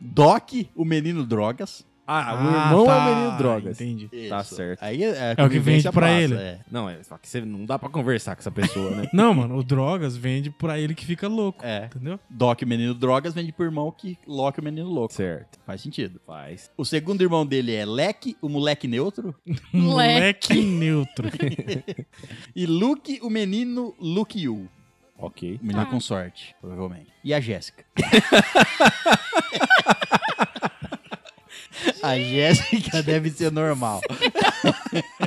[SPEAKER 2] Doc, o menino drogas.
[SPEAKER 4] Ah, o irmão é o menino drogas.
[SPEAKER 3] Entendi.
[SPEAKER 4] Tá
[SPEAKER 2] Isso.
[SPEAKER 4] certo.
[SPEAKER 2] Aí é,
[SPEAKER 3] É o que vende
[SPEAKER 2] convivência
[SPEAKER 3] pra
[SPEAKER 2] passa,
[SPEAKER 3] ele.
[SPEAKER 2] É.
[SPEAKER 4] Não, é só que você não dá pra conversar com essa pessoa, né?
[SPEAKER 3] Não, mano, o drogas vende pra ele que fica louco.
[SPEAKER 2] É.
[SPEAKER 3] Entendeu?
[SPEAKER 2] Doc, o menino drogas, vende pro irmão que Loki, o menino louco.
[SPEAKER 4] Tá certo.
[SPEAKER 2] Faz sentido.
[SPEAKER 4] Faz.
[SPEAKER 2] O segundo irmão dele é Leque, o moleque neutro.
[SPEAKER 5] Moleque.
[SPEAKER 4] É.
[SPEAKER 3] Moleque neutro.
[SPEAKER 2] E Luke, o menino Luke Yu.
[SPEAKER 4] Ok.
[SPEAKER 2] O menino com sorte, provavelmente. E a Jéssica. a Jéssica deve ser normal.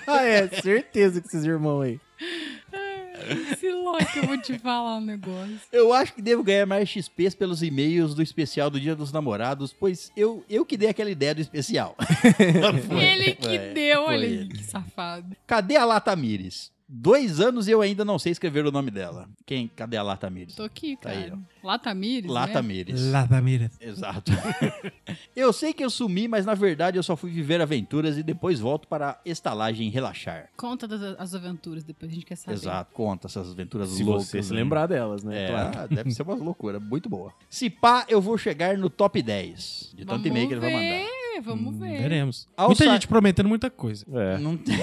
[SPEAKER 4] Ah, é, certeza que esses irmãos aí.
[SPEAKER 5] Esse Loki, eu vou te falar um negócio.
[SPEAKER 2] Eu acho que devo ganhar mais XP pelos e-mails do especial do Dia dos Namorados, pois eu, eu que dei aquela ideia do especial. Foi,
[SPEAKER 5] ele que
[SPEAKER 2] foi,
[SPEAKER 5] deu,
[SPEAKER 2] foi
[SPEAKER 5] olha aí,
[SPEAKER 2] ele.
[SPEAKER 5] que safado.
[SPEAKER 2] Cadê a Lata Mires? Dois anos e eu ainda não sei escrever o nome dela. Quem? Cadê a Lata Mires?
[SPEAKER 5] Tô aqui,
[SPEAKER 2] Tá aí,
[SPEAKER 5] cara. Lata Mires,
[SPEAKER 2] Lata
[SPEAKER 5] né?
[SPEAKER 2] Mires.
[SPEAKER 3] Ladamira.
[SPEAKER 2] Exato. eu sei que eu sumi, mas na verdade eu só fui viver aventuras e depois volto para a estalagem relaxar.
[SPEAKER 5] Conta das, as aventuras, depois a gente quer saber.
[SPEAKER 2] Exato, conta essas aventuras
[SPEAKER 4] Se
[SPEAKER 2] loucas.
[SPEAKER 4] você se
[SPEAKER 2] né?
[SPEAKER 4] lembrar delas, né?
[SPEAKER 2] É,
[SPEAKER 4] Claro.
[SPEAKER 2] ah, deve ser uma loucura, muito boa. Se pá, eu vou chegar no top 10 de tanto
[SPEAKER 5] Vamos
[SPEAKER 2] e-mail que ele vai mandar. Hum,
[SPEAKER 5] ver, vamos ver.
[SPEAKER 3] Veremos.
[SPEAKER 2] Ao
[SPEAKER 3] Muita
[SPEAKER 2] sa-
[SPEAKER 3] gente prometendo muita coisa.
[SPEAKER 4] É.
[SPEAKER 2] Não tem.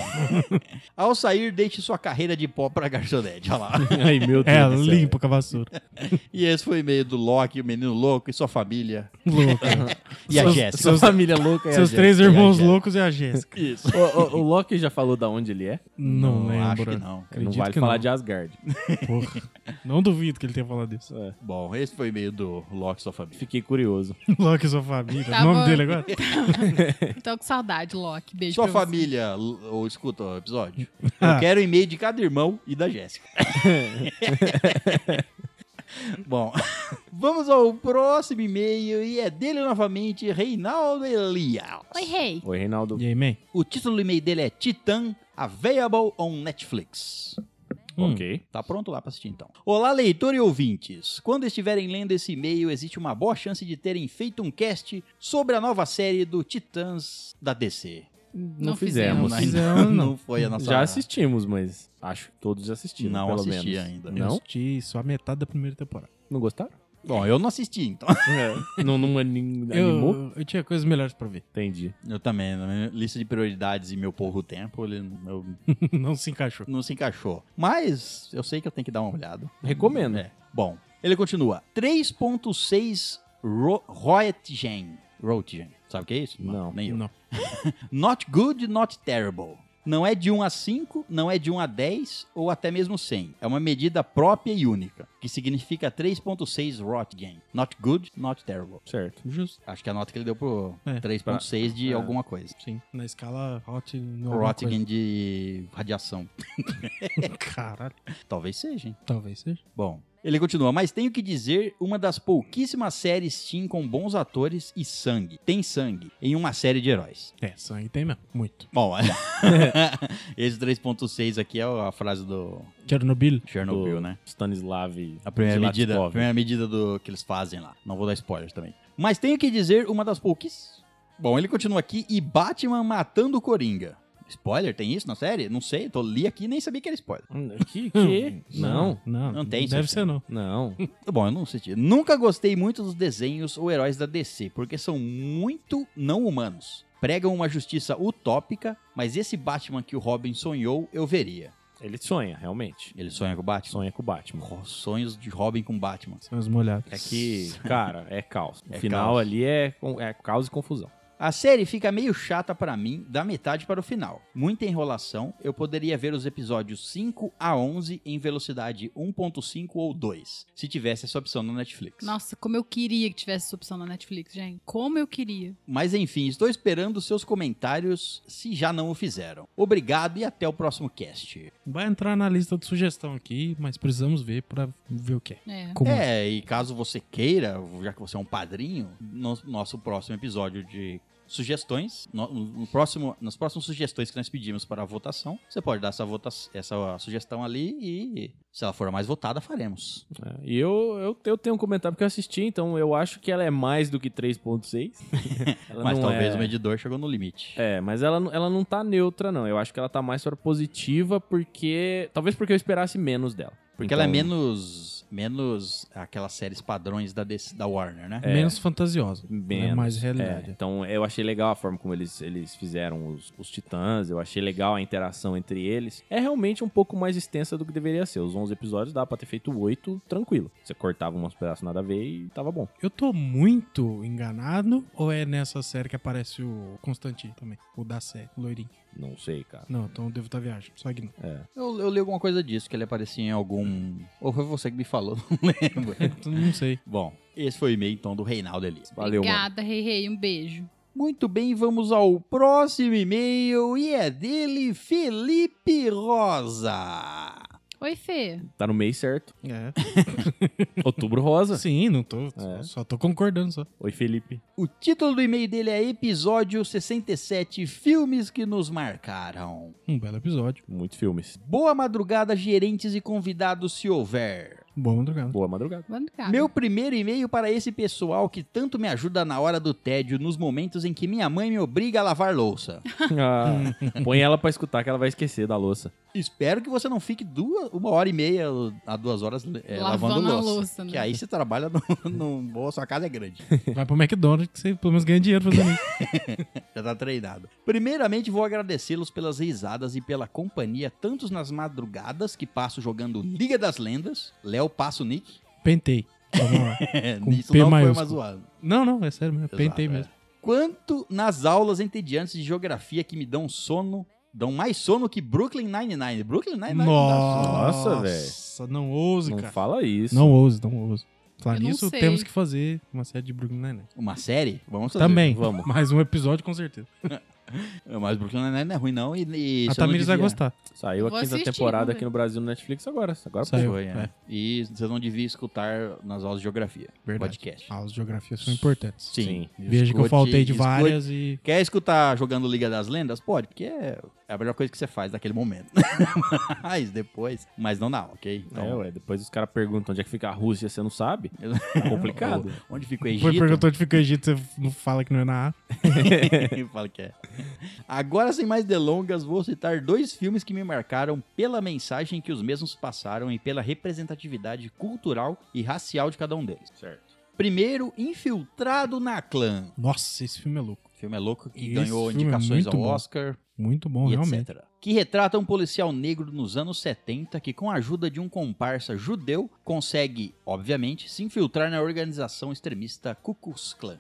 [SPEAKER 2] Ao sair, deixe sua carreira de pó pra garçonete. Olha lá.
[SPEAKER 4] Ai, meu Deus.
[SPEAKER 3] É,
[SPEAKER 4] do céu.
[SPEAKER 3] limpa com a vassoura.
[SPEAKER 2] E esse foi o e-mail do Loki, o menino louco e sua família.
[SPEAKER 3] Louco.
[SPEAKER 2] E a
[SPEAKER 4] Sua-
[SPEAKER 2] Jéssica.
[SPEAKER 4] Sua família louca é
[SPEAKER 3] Seus
[SPEAKER 4] a
[SPEAKER 3] três
[SPEAKER 2] e a
[SPEAKER 3] irmãos
[SPEAKER 2] Jéssica.
[SPEAKER 3] loucos e a Jéssica.
[SPEAKER 2] Isso.
[SPEAKER 4] Jéssica. O, o- o Loki já falou da onde ele é?
[SPEAKER 3] Não,
[SPEAKER 2] Não,
[SPEAKER 3] lembro.
[SPEAKER 2] acho que não. Não
[SPEAKER 3] Acredito
[SPEAKER 4] não vale
[SPEAKER 3] que
[SPEAKER 4] falar
[SPEAKER 3] não.
[SPEAKER 4] de Asgard.
[SPEAKER 3] Porra. Não duvido que ele tenha falado isso.
[SPEAKER 2] Bom, esse foi o e-mail do Loki e sua família.
[SPEAKER 4] Fiquei curioso.
[SPEAKER 3] Loki e sua família.
[SPEAKER 5] Tá
[SPEAKER 3] o nome
[SPEAKER 5] bom.
[SPEAKER 3] dele agora?
[SPEAKER 5] Tô com saudade, Loki. Beijo
[SPEAKER 2] Sua
[SPEAKER 5] pra você.
[SPEAKER 2] família, l- ou escuta o episódio.
[SPEAKER 3] Ah.
[SPEAKER 2] Eu quero o e-mail de cada irmão e da Jéssica. Bom, vamos ao próximo e-mail e é dele novamente, Reinaldo Elias.
[SPEAKER 5] Oi, rei.
[SPEAKER 4] Oi, Reinaldo.
[SPEAKER 3] E aí, man?
[SPEAKER 2] O título do e-mail dele é Titan Available on Netflix.
[SPEAKER 3] Hum.
[SPEAKER 4] Ok.
[SPEAKER 2] Tá pronto lá pra assistir então. Olá, leitor e ouvintes. Quando estiverem lendo esse e-mail, existe uma boa chance de terem feito um cast sobre a nova série do Titãs da DC.
[SPEAKER 4] Não, fizemos.
[SPEAKER 5] fizemos.
[SPEAKER 3] Não fizemos, não.
[SPEAKER 2] foi a nossa.
[SPEAKER 4] Já assistimos, mas acho que todos já assistiram.
[SPEAKER 2] Não
[SPEAKER 4] pelo
[SPEAKER 2] assisti
[SPEAKER 4] menos.
[SPEAKER 2] ainda.
[SPEAKER 3] Eu
[SPEAKER 4] Não?
[SPEAKER 3] assisti só a metade da primeira temporada.
[SPEAKER 4] Não gostaram?
[SPEAKER 2] Bom, eu não assisti, então.
[SPEAKER 4] não não anim- animou?
[SPEAKER 3] Eu, eu tinha coisas melhores pra ver.
[SPEAKER 4] Entendi.
[SPEAKER 2] Eu também. Na minha lista de prioridades e meu pouco tempo, ele meu,
[SPEAKER 3] não se encaixou.
[SPEAKER 2] não se encaixou. Mas eu sei que eu tenho que dar uma olhada.
[SPEAKER 4] Recomendo.
[SPEAKER 2] É. Bom, ele continua. 3.6 ro Roentgen. Roentgen. Sabe o que é isso?
[SPEAKER 4] Não.
[SPEAKER 2] Nem eu.
[SPEAKER 3] Não.
[SPEAKER 2] Not good, not terrible. Não é de 1 a 5, não é de 1 a 10 ou até mesmo 100. É uma medida própria e única, que significa 3.6 rot game. Not good, not terrible.
[SPEAKER 4] Certo.
[SPEAKER 3] Justo.
[SPEAKER 2] Acho que é a nota que ele deu pro
[SPEAKER 3] É.
[SPEAKER 2] 3.6 de
[SPEAKER 4] É.
[SPEAKER 2] alguma coisa.
[SPEAKER 3] Sim. Na escala hot. não, alguma
[SPEAKER 2] Rot game de radiação.
[SPEAKER 3] coisa. Caralho.
[SPEAKER 2] Talvez seja, hein?
[SPEAKER 3] Talvez seja.
[SPEAKER 2] Bom, ele continua, mas tenho que dizer uma das pouquíssimas séries Steam com bons atores e sangue. Tem sangue em uma série de heróis.
[SPEAKER 3] É, sangue tem mesmo. Muito.
[SPEAKER 2] Bom, esse 3.6 aqui é a frase do
[SPEAKER 3] Chernobyl.
[SPEAKER 2] Chernobyl, né?
[SPEAKER 4] Stanislav.
[SPEAKER 2] A primeira medida, a
[SPEAKER 4] Zlatkov.
[SPEAKER 2] primeira medida do que eles fazem lá. Não vou dar spoiler também. Mas tenho que dizer uma das poucas. Bom, ele continua aqui e Batman matando o Coringa. Spoiler? Tem isso na série? Não sei, tô li aqui e nem sabia que era spoiler.
[SPEAKER 4] Hum, Que? que? não.
[SPEAKER 3] Não.
[SPEAKER 2] Não tem,
[SPEAKER 3] Deve
[SPEAKER 2] sim.
[SPEAKER 3] ser, não.
[SPEAKER 4] Não.
[SPEAKER 2] Bom, eu não assisti. Nunca gostei muito dos desenhos ou heróis da DC, porque são muito não humanos. Pregam uma justiça utópica, mas esse Batman que o Robin sonhou, eu veria.
[SPEAKER 4] Ele sonha, realmente.
[SPEAKER 2] Ele sonha com o Batman?
[SPEAKER 4] Sonha com o Batman.
[SPEAKER 2] Ro- Sonhos de Robin com Batman.
[SPEAKER 3] São os molhados.
[SPEAKER 4] É que, cara, é caos. O
[SPEAKER 2] É
[SPEAKER 4] final
[SPEAKER 2] caos.
[SPEAKER 4] ali é, com- é caos e confusão.
[SPEAKER 2] A série fica meio chata pra mim, da metade para o final. Muita enrolação, eu poderia ver os episódios 5 a 11 em velocidade 1.5 ou 2, se tivesse essa opção no Netflix.
[SPEAKER 5] Nossa, como eu queria que tivesse essa opção na Netflix, gente. Como eu queria.
[SPEAKER 2] Mas enfim, estou esperando seus comentários se já não o fizeram. Obrigado e até o próximo cast.
[SPEAKER 3] Vai entrar na lista de sugestão aqui, mas precisamos ver pra ver o que é.
[SPEAKER 5] É.
[SPEAKER 3] Como
[SPEAKER 2] É, e caso você queira, já que você é um padrinho, no nosso próximo episódio de sugestões, no, no próximo, nas próximas sugestões que nós pedimos para a votação, você pode dar essa, vota, essa sugestão ali e se ela for a mais votada, faremos.
[SPEAKER 4] É, E eu, eu, eu tenho um comentário porque eu assisti, então eu acho que ela é mais do que 3.6. Ela
[SPEAKER 2] Mas
[SPEAKER 4] não
[SPEAKER 2] talvez
[SPEAKER 4] é...
[SPEAKER 2] o medidor chegou no limite.
[SPEAKER 4] É, mas ela, não- ela não tá neutra, não. Eu acho que ela tá mais para positiva porque. Talvez porque eu esperasse menos dela.
[SPEAKER 2] Porque ela é
[SPEAKER 4] Então,
[SPEAKER 2] menos, menos aquelas séries padrões da, DC da Warner, né?
[SPEAKER 3] é. menos fantasiosa.
[SPEAKER 4] Menos,
[SPEAKER 3] É mais
[SPEAKER 4] É,
[SPEAKER 3] realidade.
[SPEAKER 4] então eu achei legal a forma como eles, eles fizeram os, os titãs, eu achei legal a interação entre eles. É realmente um pouco mais extensa do que deveria ser. Os 11 episódios dá pra ter feito 8 tranquilo. Você cortava uns pedaços nada a ver e tava bom.
[SPEAKER 3] Eu tô muito enganado ou é nessa série que aparece o Constantino também? O da série, o loirinho.
[SPEAKER 4] Não sei, cara.
[SPEAKER 3] Não, então eu devo estar viajando. Só ignora.
[SPEAKER 2] Eu, eu li alguma coisa disso, que ele aparecia em algum. Ou foi você que me falou, não lembro.
[SPEAKER 3] Então, Não sei.
[SPEAKER 2] Bom, esse foi o e-mail então do Reinaldo Elias.
[SPEAKER 4] Valeu, mano.
[SPEAKER 5] Obrigada, Rei Rei. Um beijo.
[SPEAKER 2] Muito bem, vamos ao próximo e-mail e é dele Felipe Rosa.
[SPEAKER 5] Oi, Fê.
[SPEAKER 4] Tá no mês certo.
[SPEAKER 3] É.
[SPEAKER 4] Outubro rosa.
[SPEAKER 3] Sim, não tô.
[SPEAKER 4] É.
[SPEAKER 3] Só tô concordando só.
[SPEAKER 4] Oi, Felipe.
[SPEAKER 2] O título do e-mail dele é Episódio 67 Filmes que nos marcaram.
[SPEAKER 3] Um belo episódio.
[SPEAKER 4] Muitos filmes.
[SPEAKER 2] Boa madrugada, gerentes e convidados, se houver.
[SPEAKER 3] Boa madrugada.
[SPEAKER 4] Boa madrugada.
[SPEAKER 5] Vamos cá.
[SPEAKER 2] Meu primeiro e-mail para esse pessoal que tanto me ajuda na hora do tédio, nos momentos em que minha mãe me obriga a lavar louça.
[SPEAKER 4] Ah, põe ela pra escutar que ela vai esquecer da louça.
[SPEAKER 2] Espero que você não fique duas, uma hora e meia a duas horas eh, lavando,
[SPEAKER 5] Lavando a
[SPEAKER 2] louça.
[SPEAKER 5] louça, né?
[SPEAKER 2] Que aí você trabalha no, no boa, sua casa é grande.
[SPEAKER 3] Vai pro McDonald's que você pelo menos ganha dinheiro fazendo isso.
[SPEAKER 2] Já tá treinado. Primeiramente, vou agradecê-los pelas risadas e pela companhia, tantos nas madrugadas que passo jogando Liga das Lendas. Léo passa o Nick.
[SPEAKER 3] Pentei. Então, vamos lá. Com
[SPEAKER 2] Isso
[SPEAKER 3] P
[SPEAKER 2] não foi uma
[SPEAKER 3] maiúsculo.
[SPEAKER 2] zoada.
[SPEAKER 3] Não, não, é sério mesmo.
[SPEAKER 2] Exato,
[SPEAKER 3] Pentei
[SPEAKER 2] é.
[SPEAKER 3] mesmo.
[SPEAKER 2] Quanto nas aulas entediantes de geografia que me dão sono, dão mais sono que Brooklyn Nine-Nine. Brooklyn Nine-Nine não dá sono.
[SPEAKER 4] Nossa,
[SPEAKER 3] Nossa, não ouse,
[SPEAKER 4] Não
[SPEAKER 3] cara.
[SPEAKER 4] fala isso.
[SPEAKER 3] Não ouse, não ouse. Falar
[SPEAKER 5] Eu não
[SPEAKER 3] nisso,
[SPEAKER 5] sei.
[SPEAKER 3] temos que fazer uma série de Brooklyn Nine-Nine.
[SPEAKER 2] Uma série? Vamos fazer.
[SPEAKER 3] Também.
[SPEAKER 4] vamos.
[SPEAKER 3] Mais um episódio, com certeza.
[SPEAKER 2] Mas Brooklyn Nine-Nine não é ruim, não. E, e
[SPEAKER 3] a
[SPEAKER 2] você não
[SPEAKER 3] Tamires vai
[SPEAKER 2] devia-
[SPEAKER 3] gostar.
[SPEAKER 4] Saiu a
[SPEAKER 5] Vou
[SPEAKER 4] quinta
[SPEAKER 5] assistir,
[SPEAKER 4] temporada
[SPEAKER 5] vamos ver.
[SPEAKER 4] aqui no Brasil no Netflix agora. Agora
[SPEAKER 3] Saiu.
[SPEAKER 2] Foi, é. E você não devia escutar nas aulas de geografia.
[SPEAKER 3] Verdade.
[SPEAKER 2] Podcast.
[SPEAKER 3] Ah, as geografias são importantes.
[SPEAKER 4] Sim.
[SPEAKER 3] Veja que eu
[SPEAKER 2] Escute-
[SPEAKER 3] faltei de
[SPEAKER 2] escute-
[SPEAKER 3] várias e...
[SPEAKER 2] Quer escutar jogando Liga das Lendas? Pode, porque é é a melhor coisa que você faz naquele momento. mas depois. Mas não na, ok? Então,
[SPEAKER 4] É, ué, depois os caras perguntam onde é que fica a Rússia, você não sabe? É complicado.
[SPEAKER 2] Onde fica o
[SPEAKER 3] Foi
[SPEAKER 2] Egito?
[SPEAKER 3] perguntou onde fica o Egito, você não fala que não é na África.
[SPEAKER 2] Fala que é. Agora, sem mais delongas, vou citar dois filmes que me marcaram pela mensagem que os mesmos passaram e pela representatividade cultural e racial de cada um deles.
[SPEAKER 4] certo.
[SPEAKER 2] Primeiro, Infiltrado na Clã.
[SPEAKER 3] Nossa, esse filme é louco.
[SPEAKER 2] O filme é louco, que
[SPEAKER 3] Esse
[SPEAKER 2] ganhou
[SPEAKER 3] filme é
[SPEAKER 2] indicações
[SPEAKER 3] muito
[SPEAKER 2] ao
[SPEAKER 3] bom.
[SPEAKER 2] Oscar.
[SPEAKER 3] Muito bom,
[SPEAKER 2] e
[SPEAKER 3] realmente.
[SPEAKER 2] etc. Que retrata um policial negro nos anos 70 que, com a ajuda de um comparsa judeu, consegue, obviamente, se infiltrar na organização extremista Ku Klux Klan.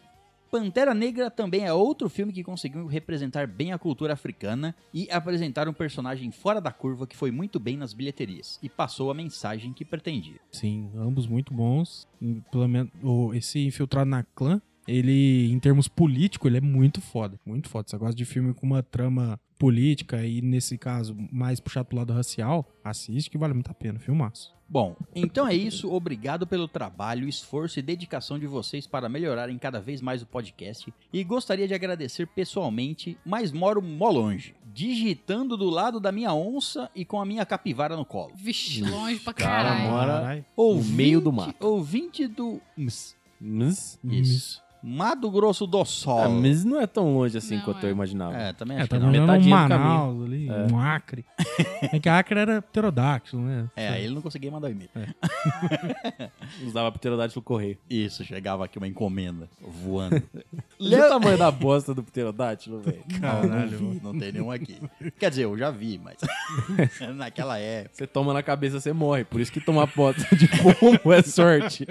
[SPEAKER 2] Pantera Negra também é outro filme que conseguiu representar bem a cultura africana e apresentar um personagem fora da curva que foi muito bem nas bilheterias e passou a mensagem que pretendia.
[SPEAKER 3] Sim, ambos muito bons. E, Pelo menos o- esse infiltrado na clã, ele, em termos políticos, ele é muito foda. Muito foda. Você gosta de filme com uma trama política e, nesse caso, mais puxado pro lado racial, assiste que vale muito a pena. Filmaço.
[SPEAKER 2] Bom, então é isso. Obrigado pelo trabalho, esforço e dedicação de vocês para melhorarem cada vez mais o podcast. E gostaria de agradecer pessoalmente, mas moro mó longe, digitando do lado da minha onça e com a minha capivara no colo.
[SPEAKER 5] Vixe, longe pra
[SPEAKER 4] Cara,
[SPEAKER 5] caralho.
[SPEAKER 4] mora-
[SPEAKER 3] Caralho.
[SPEAKER 4] No meio do mato.
[SPEAKER 2] Ouvinte do Ms,
[SPEAKER 4] Mas,
[SPEAKER 2] Isso. Mato Grosso do
[SPEAKER 4] ah,
[SPEAKER 2] Sol.
[SPEAKER 4] mas não é tão longe assim
[SPEAKER 5] Não,
[SPEAKER 4] quanto
[SPEAKER 5] é.
[SPEAKER 4] eu imaginava.
[SPEAKER 2] É, também
[SPEAKER 3] É,
[SPEAKER 2] acho
[SPEAKER 3] tá
[SPEAKER 2] que não.
[SPEAKER 3] vendo um
[SPEAKER 4] metadinha do
[SPEAKER 3] Manaus ali, um Acre. É que Acre era pterodáctilo, né?
[SPEAKER 2] É, aí ele não conseguia mandar o e-mail.
[SPEAKER 4] Usava pterodáctilo correio.
[SPEAKER 2] Isso, chegava aqui uma encomenda voando.
[SPEAKER 4] Olha o tamanho da bosta do pterodáctilo, velho.
[SPEAKER 3] Caralho.
[SPEAKER 2] Não, vi, não tem nenhum aqui. Quer dizer, eu já vi, mas naquela época.
[SPEAKER 4] Você toma na cabeça, você morre. Por isso que tomar bosta de pombo é sorte.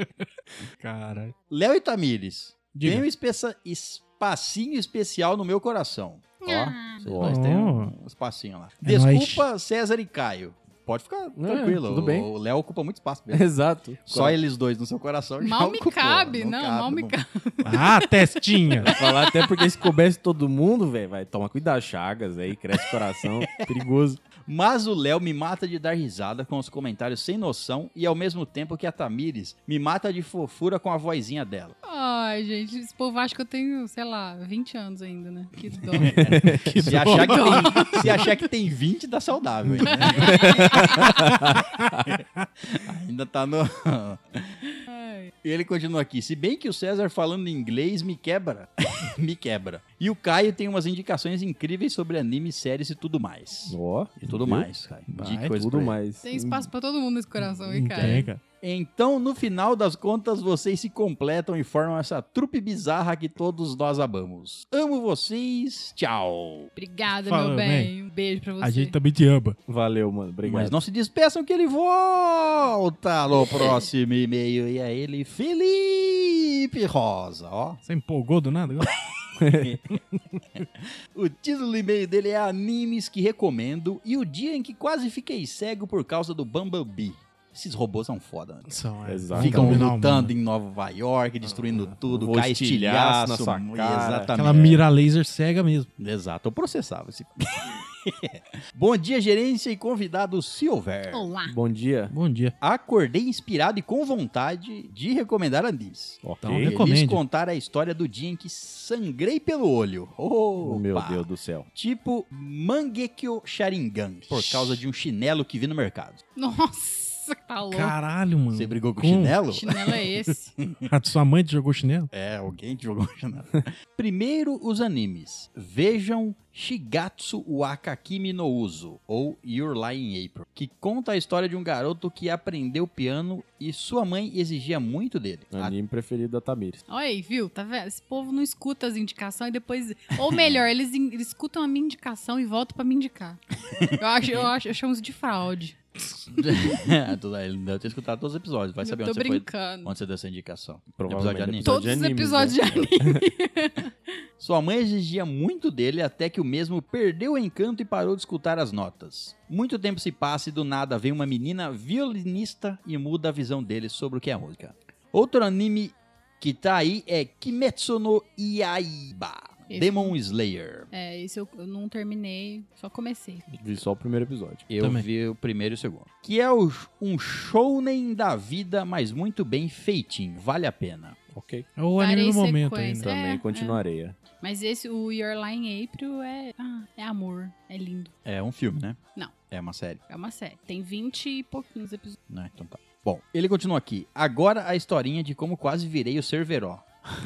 [SPEAKER 3] Caralho.
[SPEAKER 2] Léo Itamires,
[SPEAKER 3] Diga.
[SPEAKER 2] tem um espeça- espacinho especial no meu coração. Ó,
[SPEAKER 5] Ah.
[SPEAKER 2] vocês dois
[SPEAKER 3] Oh.
[SPEAKER 2] têm um espacinho lá.
[SPEAKER 3] É
[SPEAKER 2] Desculpa, César e Caio. Pode ficar tranquilo.
[SPEAKER 4] tudo
[SPEAKER 2] o-
[SPEAKER 4] bem.
[SPEAKER 2] O Léo ocupa muito espaço mesmo.
[SPEAKER 4] Exato.
[SPEAKER 2] Só eles dois no seu coração já
[SPEAKER 5] Mal me
[SPEAKER 2] ocupou,
[SPEAKER 5] cabe, não, mal me
[SPEAKER 2] não-
[SPEAKER 5] cabe.
[SPEAKER 3] Ah, testinha!
[SPEAKER 4] Falar até porque se coubesse todo mundo, velho, vai tomar cuidado, chagas aí, cresce o coração, perigoso.
[SPEAKER 2] Mas o Léo me mata de dar risada com os comentários sem noção e ao mesmo tempo que a Tamires me mata de fofura com a vozinha dela.
[SPEAKER 5] Ai, gente, esse povo acha que eu tenho, sei lá, 20 anos ainda, né? Que dó.
[SPEAKER 2] se, achar que tem, se achar que tem 20, dá saudável ainda. né? ainda tá no. E ele continua aqui. Se bem que o César falando em inglês me quebra. me quebra. E o Caio tem umas indicações incríveis sobre anime, séries e tudo mais.
[SPEAKER 4] Ó,
[SPEAKER 2] E tudo
[SPEAKER 4] viu?
[SPEAKER 2] mais, Caio.
[SPEAKER 4] Vai,
[SPEAKER 2] De coisa
[SPEAKER 4] tudo
[SPEAKER 2] pra ele.
[SPEAKER 4] mais.
[SPEAKER 5] Tem espaço pra todo mundo nesse coração, hein,
[SPEAKER 3] Não
[SPEAKER 5] cara?
[SPEAKER 3] tem, cara.
[SPEAKER 2] Então, no final das contas, vocês se completam e formam essa trupe bizarra que todos nós amamos. Amo vocês, tchau.
[SPEAKER 5] Obrigada,
[SPEAKER 3] Fala,
[SPEAKER 5] meu
[SPEAKER 3] mãe.
[SPEAKER 5] bem. Um beijo pra você.
[SPEAKER 3] A gente também te ama.
[SPEAKER 4] Valeu, mano. Obrigado.
[SPEAKER 2] Mas não se despeçam que ele volta no próximo e-mail. E é ele, Felipe Rosa, ó.
[SPEAKER 3] Você empolgou do nada? agora?
[SPEAKER 2] O título do e-mail dele é Animes que Recomendo e o dia em que quase fiquei cego por causa do Bumblebee. Esses robôs são foda, né?
[SPEAKER 3] São, é.
[SPEAKER 4] Exato.
[SPEAKER 3] Vamos
[SPEAKER 2] Ficam
[SPEAKER 3] combinar,
[SPEAKER 2] lutando
[SPEAKER 3] mano.
[SPEAKER 2] em Nova York, destruindo tudo,
[SPEAKER 4] então, Ah, vou
[SPEAKER 2] cai
[SPEAKER 4] estilhaço na
[SPEAKER 2] estilhaço.
[SPEAKER 4] sua cara.
[SPEAKER 2] Exatamente.
[SPEAKER 3] Aquela mira laser cega mesmo.
[SPEAKER 2] Exato, eu processava esse. Bom dia, gerência e convidado, se houver.
[SPEAKER 5] Olá.
[SPEAKER 4] Bom dia.
[SPEAKER 3] Bom dia.
[SPEAKER 2] Acordei inspirado e com vontade de recomendar Andis.
[SPEAKER 4] Ok.
[SPEAKER 3] Então,
[SPEAKER 2] Eles
[SPEAKER 3] recomende.
[SPEAKER 2] contar a história do dia em que sangrei pelo olho.
[SPEAKER 4] Oh,
[SPEAKER 2] Oh,
[SPEAKER 4] meu Deus do céu.
[SPEAKER 2] Tipo Mangekyo Sharingan, por causa de um chinelo que vi no mercado.
[SPEAKER 5] Nossa, tá louco.
[SPEAKER 3] Caralho, mano.
[SPEAKER 2] Você brigou com o
[SPEAKER 3] Hum, Com-
[SPEAKER 2] chinelo?
[SPEAKER 5] Que chinelo é esse?
[SPEAKER 3] A sua mãe te jogou chinelo?
[SPEAKER 2] É, alguém que jogou chinelo. Primeiro, os animes. Vejam Shigatsu Wakakimi no Uso, ou Your Lying April, que conta a história de um garoto que aprendeu piano e sua mãe exigia muito dele.
[SPEAKER 4] Anime preferido da Tamires.
[SPEAKER 5] Olha aí, viu? Tá vendo? Esse povo não escuta as indicações e depois. Ou melhor, eles, in- eles escutam a minha indicação e voltam pra me indicar. Eu acho, eu acho, eu chamo isso de fraude.
[SPEAKER 2] Ele deve ter escutado todos os episódios, vai
[SPEAKER 5] eu
[SPEAKER 2] saber
[SPEAKER 5] tô
[SPEAKER 2] onde você, foi,
[SPEAKER 5] brincando.
[SPEAKER 2] onde você deu essa indicação.
[SPEAKER 4] Provavelmente
[SPEAKER 2] Episódio de anime.
[SPEAKER 4] episódio
[SPEAKER 5] Todos
[SPEAKER 4] de
[SPEAKER 5] os
[SPEAKER 4] anime,
[SPEAKER 5] episódios de anime.
[SPEAKER 2] Sua mãe exigia muito dele até que o mesmo perdeu o encanto e parou de escutar as notas. Muito tempo se passa e do nada vem uma menina violinista e muda a visão dele sobre o que é música. Outro anime que tá aí é Kimetsu no Yaiba,
[SPEAKER 5] Esse-
[SPEAKER 2] Demon Slayer.
[SPEAKER 5] É, esse eu, eu não terminei, só comecei.
[SPEAKER 4] Vi só o primeiro episódio.
[SPEAKER 2] Eu
[SPEAKER 3] Também.
[SPEAKER 2] vi o primeiro e o segundo. Que é o- um shounen da vida, mas muito bem feitinho. Vale a pena.
[SPEAKER 4] Ok.
[SPEAKER 3] É o anime
[SPEAKER 5] Parei
[SPEAKER 3] do momento aí,
[SPEAKER 5] sequência.
[SPEAKER 3] né?
[SPEAKER 4] Também
[SPEAKER 5] É,
[SPEAKER 4] continuarei. é.
[SPEAKER 5] Mas esse, o Your Line April, é, ah, é amor, é lindo.
[SPEAKER 2] É um filme, né?
[SPEAKER 5] Não.
[SPEAKER 2] É uma série.
[SPEAKER 5] É uma série. Tem 20 e pouquinhos episódios.
[SPEAKER 2] né? Então tá. Bom, ele continua aqui. Agora a historinha de como quase virei o Cerveró.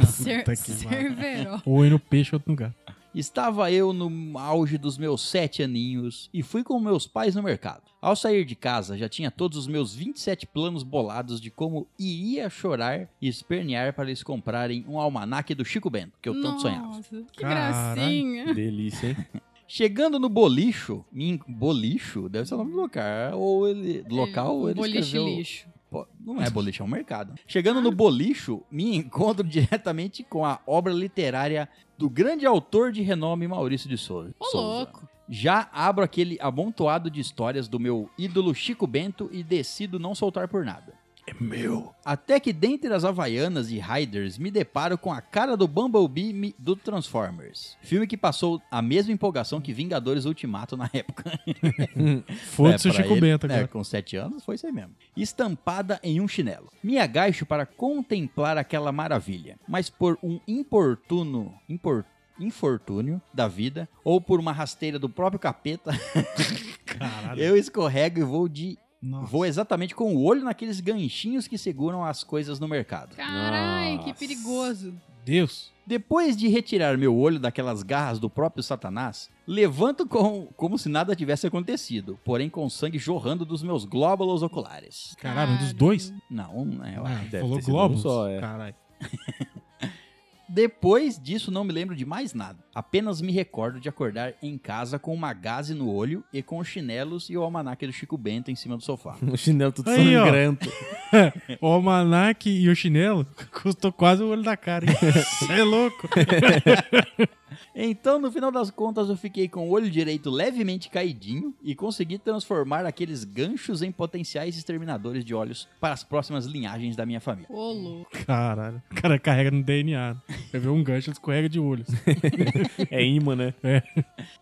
[SPEAKER 5] Ser,
[SPEAKER 3] Puta que
[SPEAKER 5] Cerveró.
[SPEAKER 3] Ou ir no peixe, outro lugar.
[SPEAKER 2] Estava eu no auge dos meus sete aninhos e fui com meus pais no mercado. Ao sair de casa, já tinha todos os meus 27 planos bolados de como iria chorar e espernear para eles comprarem um almanaque do Chico Bento, que eu tanto sonhava.
[SPEAKER 5] Nossa, que
[SPEAKER 3] Caralho.
[SPEAKER 5] gracinha.
[SPEAKER 4] Delícia, hein?
[SPEAKER 2] Chegando no bolicho, me en- bolicho deve ser o nome do local, ou ele, do local ou ele
[SPEAKER 5] Boliche
[SPEAKER 2] escreveu...
[SPEAKER 5] lixo.
[SPEAKER 2] Pô, não é boliche, é um mercado. Chegando no bolicho, me encontro diretamente com a obra literária do grande autor de renome Maurício de Souza.
[SPEAKER 5] Ô,
[SPEAKER 2] Souza.
[SPEAKER 5] louco.
[SPEAKER 2] Já abro aquele amontoado de histórias do meu ídolo Chico Bento e decido não soltar por nada. É meu. Até que dentre as Havaianas e Riders me deparo com a cara do Bumblebee me- do Transformers. Filme que passou a mesma empolgação que Vingadores Ultimato na época.
[SPEAKER 3] Foda-se
[SPEAKER 2] É,
[SPEAKER 3] o
[SPEAKER 2] pra
[SPEAKER 3] Chico
[SPEAKER 2] ele,
[SPEAKER 3] Bento
[SPEAKER 2] né,
[SPEAKER 3] agora.
[SPEAKER 2] com sete anos, foi isso aí mesmo. Estampada em um chinelo. Me agacho para contemplar aquela maravilha, mas por um importuno... impor- Infortúnio da vida, ou por uma rasteira do próprio capeta,
[SPEAKER 3] Caralho.
[SPEAKER 2] eu escorrego e vou de.
[SPEAKER 3] Nossa.
[SPEAKER 2] Vou exatamente com o olho naqueles ganchinhos que seguram as coisas no mercado.
[SPEAKER 5] Caralho, que
[SPEAKER 4] Nossa.
[SPEAKER 5] perigoso.
[SPEAKER 3] Deus.
[SPEAKER 2] Depois de retirar meu olho daquelas garras do próprio Satanás, levanto com, como se nada tivesse acontecido, porém com sangue jorrando dos meus glóbulos oculares.
[SPEAKER 3] Caralho, um dos dois?
[SPEAKER 2] Não, né? eu
[SPEAKER 3] Ah,
[SPEAKER 2] acho.
[SPEAKER 4] deve
[SPEAKER 3] falou
[SPEAKER 4] ter sido um
[SPEAKER 3] Globos?
[SPEAKER 4] só, é.
[SPEAKER 3] Caralho.
[SPEAKER 2] Depois disso, não me lembro de mais nada. Apenas me recordo de acordar em casa com uma gaze no olho e com os chinelos e o almanaque do Chico Bento em cima do sofá.
[SPEAKER 4] O chinelo tudo
[SPEAKER 3] Aí, ó.
[SPEAKER 4] sangrento.
[SPEAKER 3] O almanac e o chinelo custou quase o olho da cara. hein? Cê é louco.
[SPEAKER 2] Então, no final das contas, eu fiquei com o olho direito levemente caidinho e consegui transformar aqueles ganchos em potenciais exterminadores de olhos para as próximas linhagens da minha família.
[SPEAKER 5] Ô, louco.
[SPEAKER 3] Caralho. O cara carrega no DNA. né? Quer ver um gancho, ele escorrega de olhos.
[SPEAKER 4] É imã, né?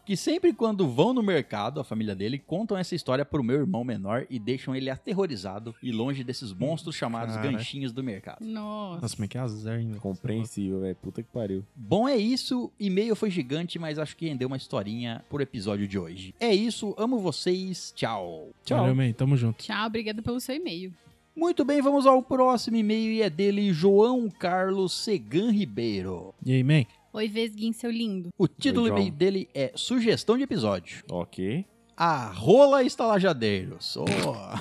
[SPEAKER 2] Que sempre quando vão no mercado, a família dele, contam essa história pro meu irmão menor e deixam ele aterrorizado e longe desses monstros chamados
[SPEAKER 3] Cara.
[SPEAKER 2] ganchinhos do mercado.
[SPEAKER 5] Nossa.
[SPEAKER 3] Nossa, como é que é azar, hein? velho?
[SPEAKER 4] Compreensível, velho. Puta que pariu.
[SPEAKER 2] Bom, é isso. E-mail foi gigante, mas acho que rendeu uma historinha por episódio de hoje. É isso, amo vocês, tchau.
[SPEAKER 3] Valeu, man. Tamo junto.
[SPEAKER 5] Tchau, obrigada pelo seu e-mail.
[SPEAKER 2] Muito bem, vamos ao próximo e-mail e é dele João Carlos Segan Ribeiro.
[SPEAKER 3] E aí, man?
[SPEAKER 5] Oi, Vesguin, seu lindo.
[SPEAKER 2] O título
[SPEAKER 4] Oi,
[SPEAKER 2] do
[SPEAKER 4] João.
[SPEAKER 2] e-mail dele é Sugestão de episódio.
[SPEAKER 4] Ok.
[SPEAKER 2] A rola estalajadeiros.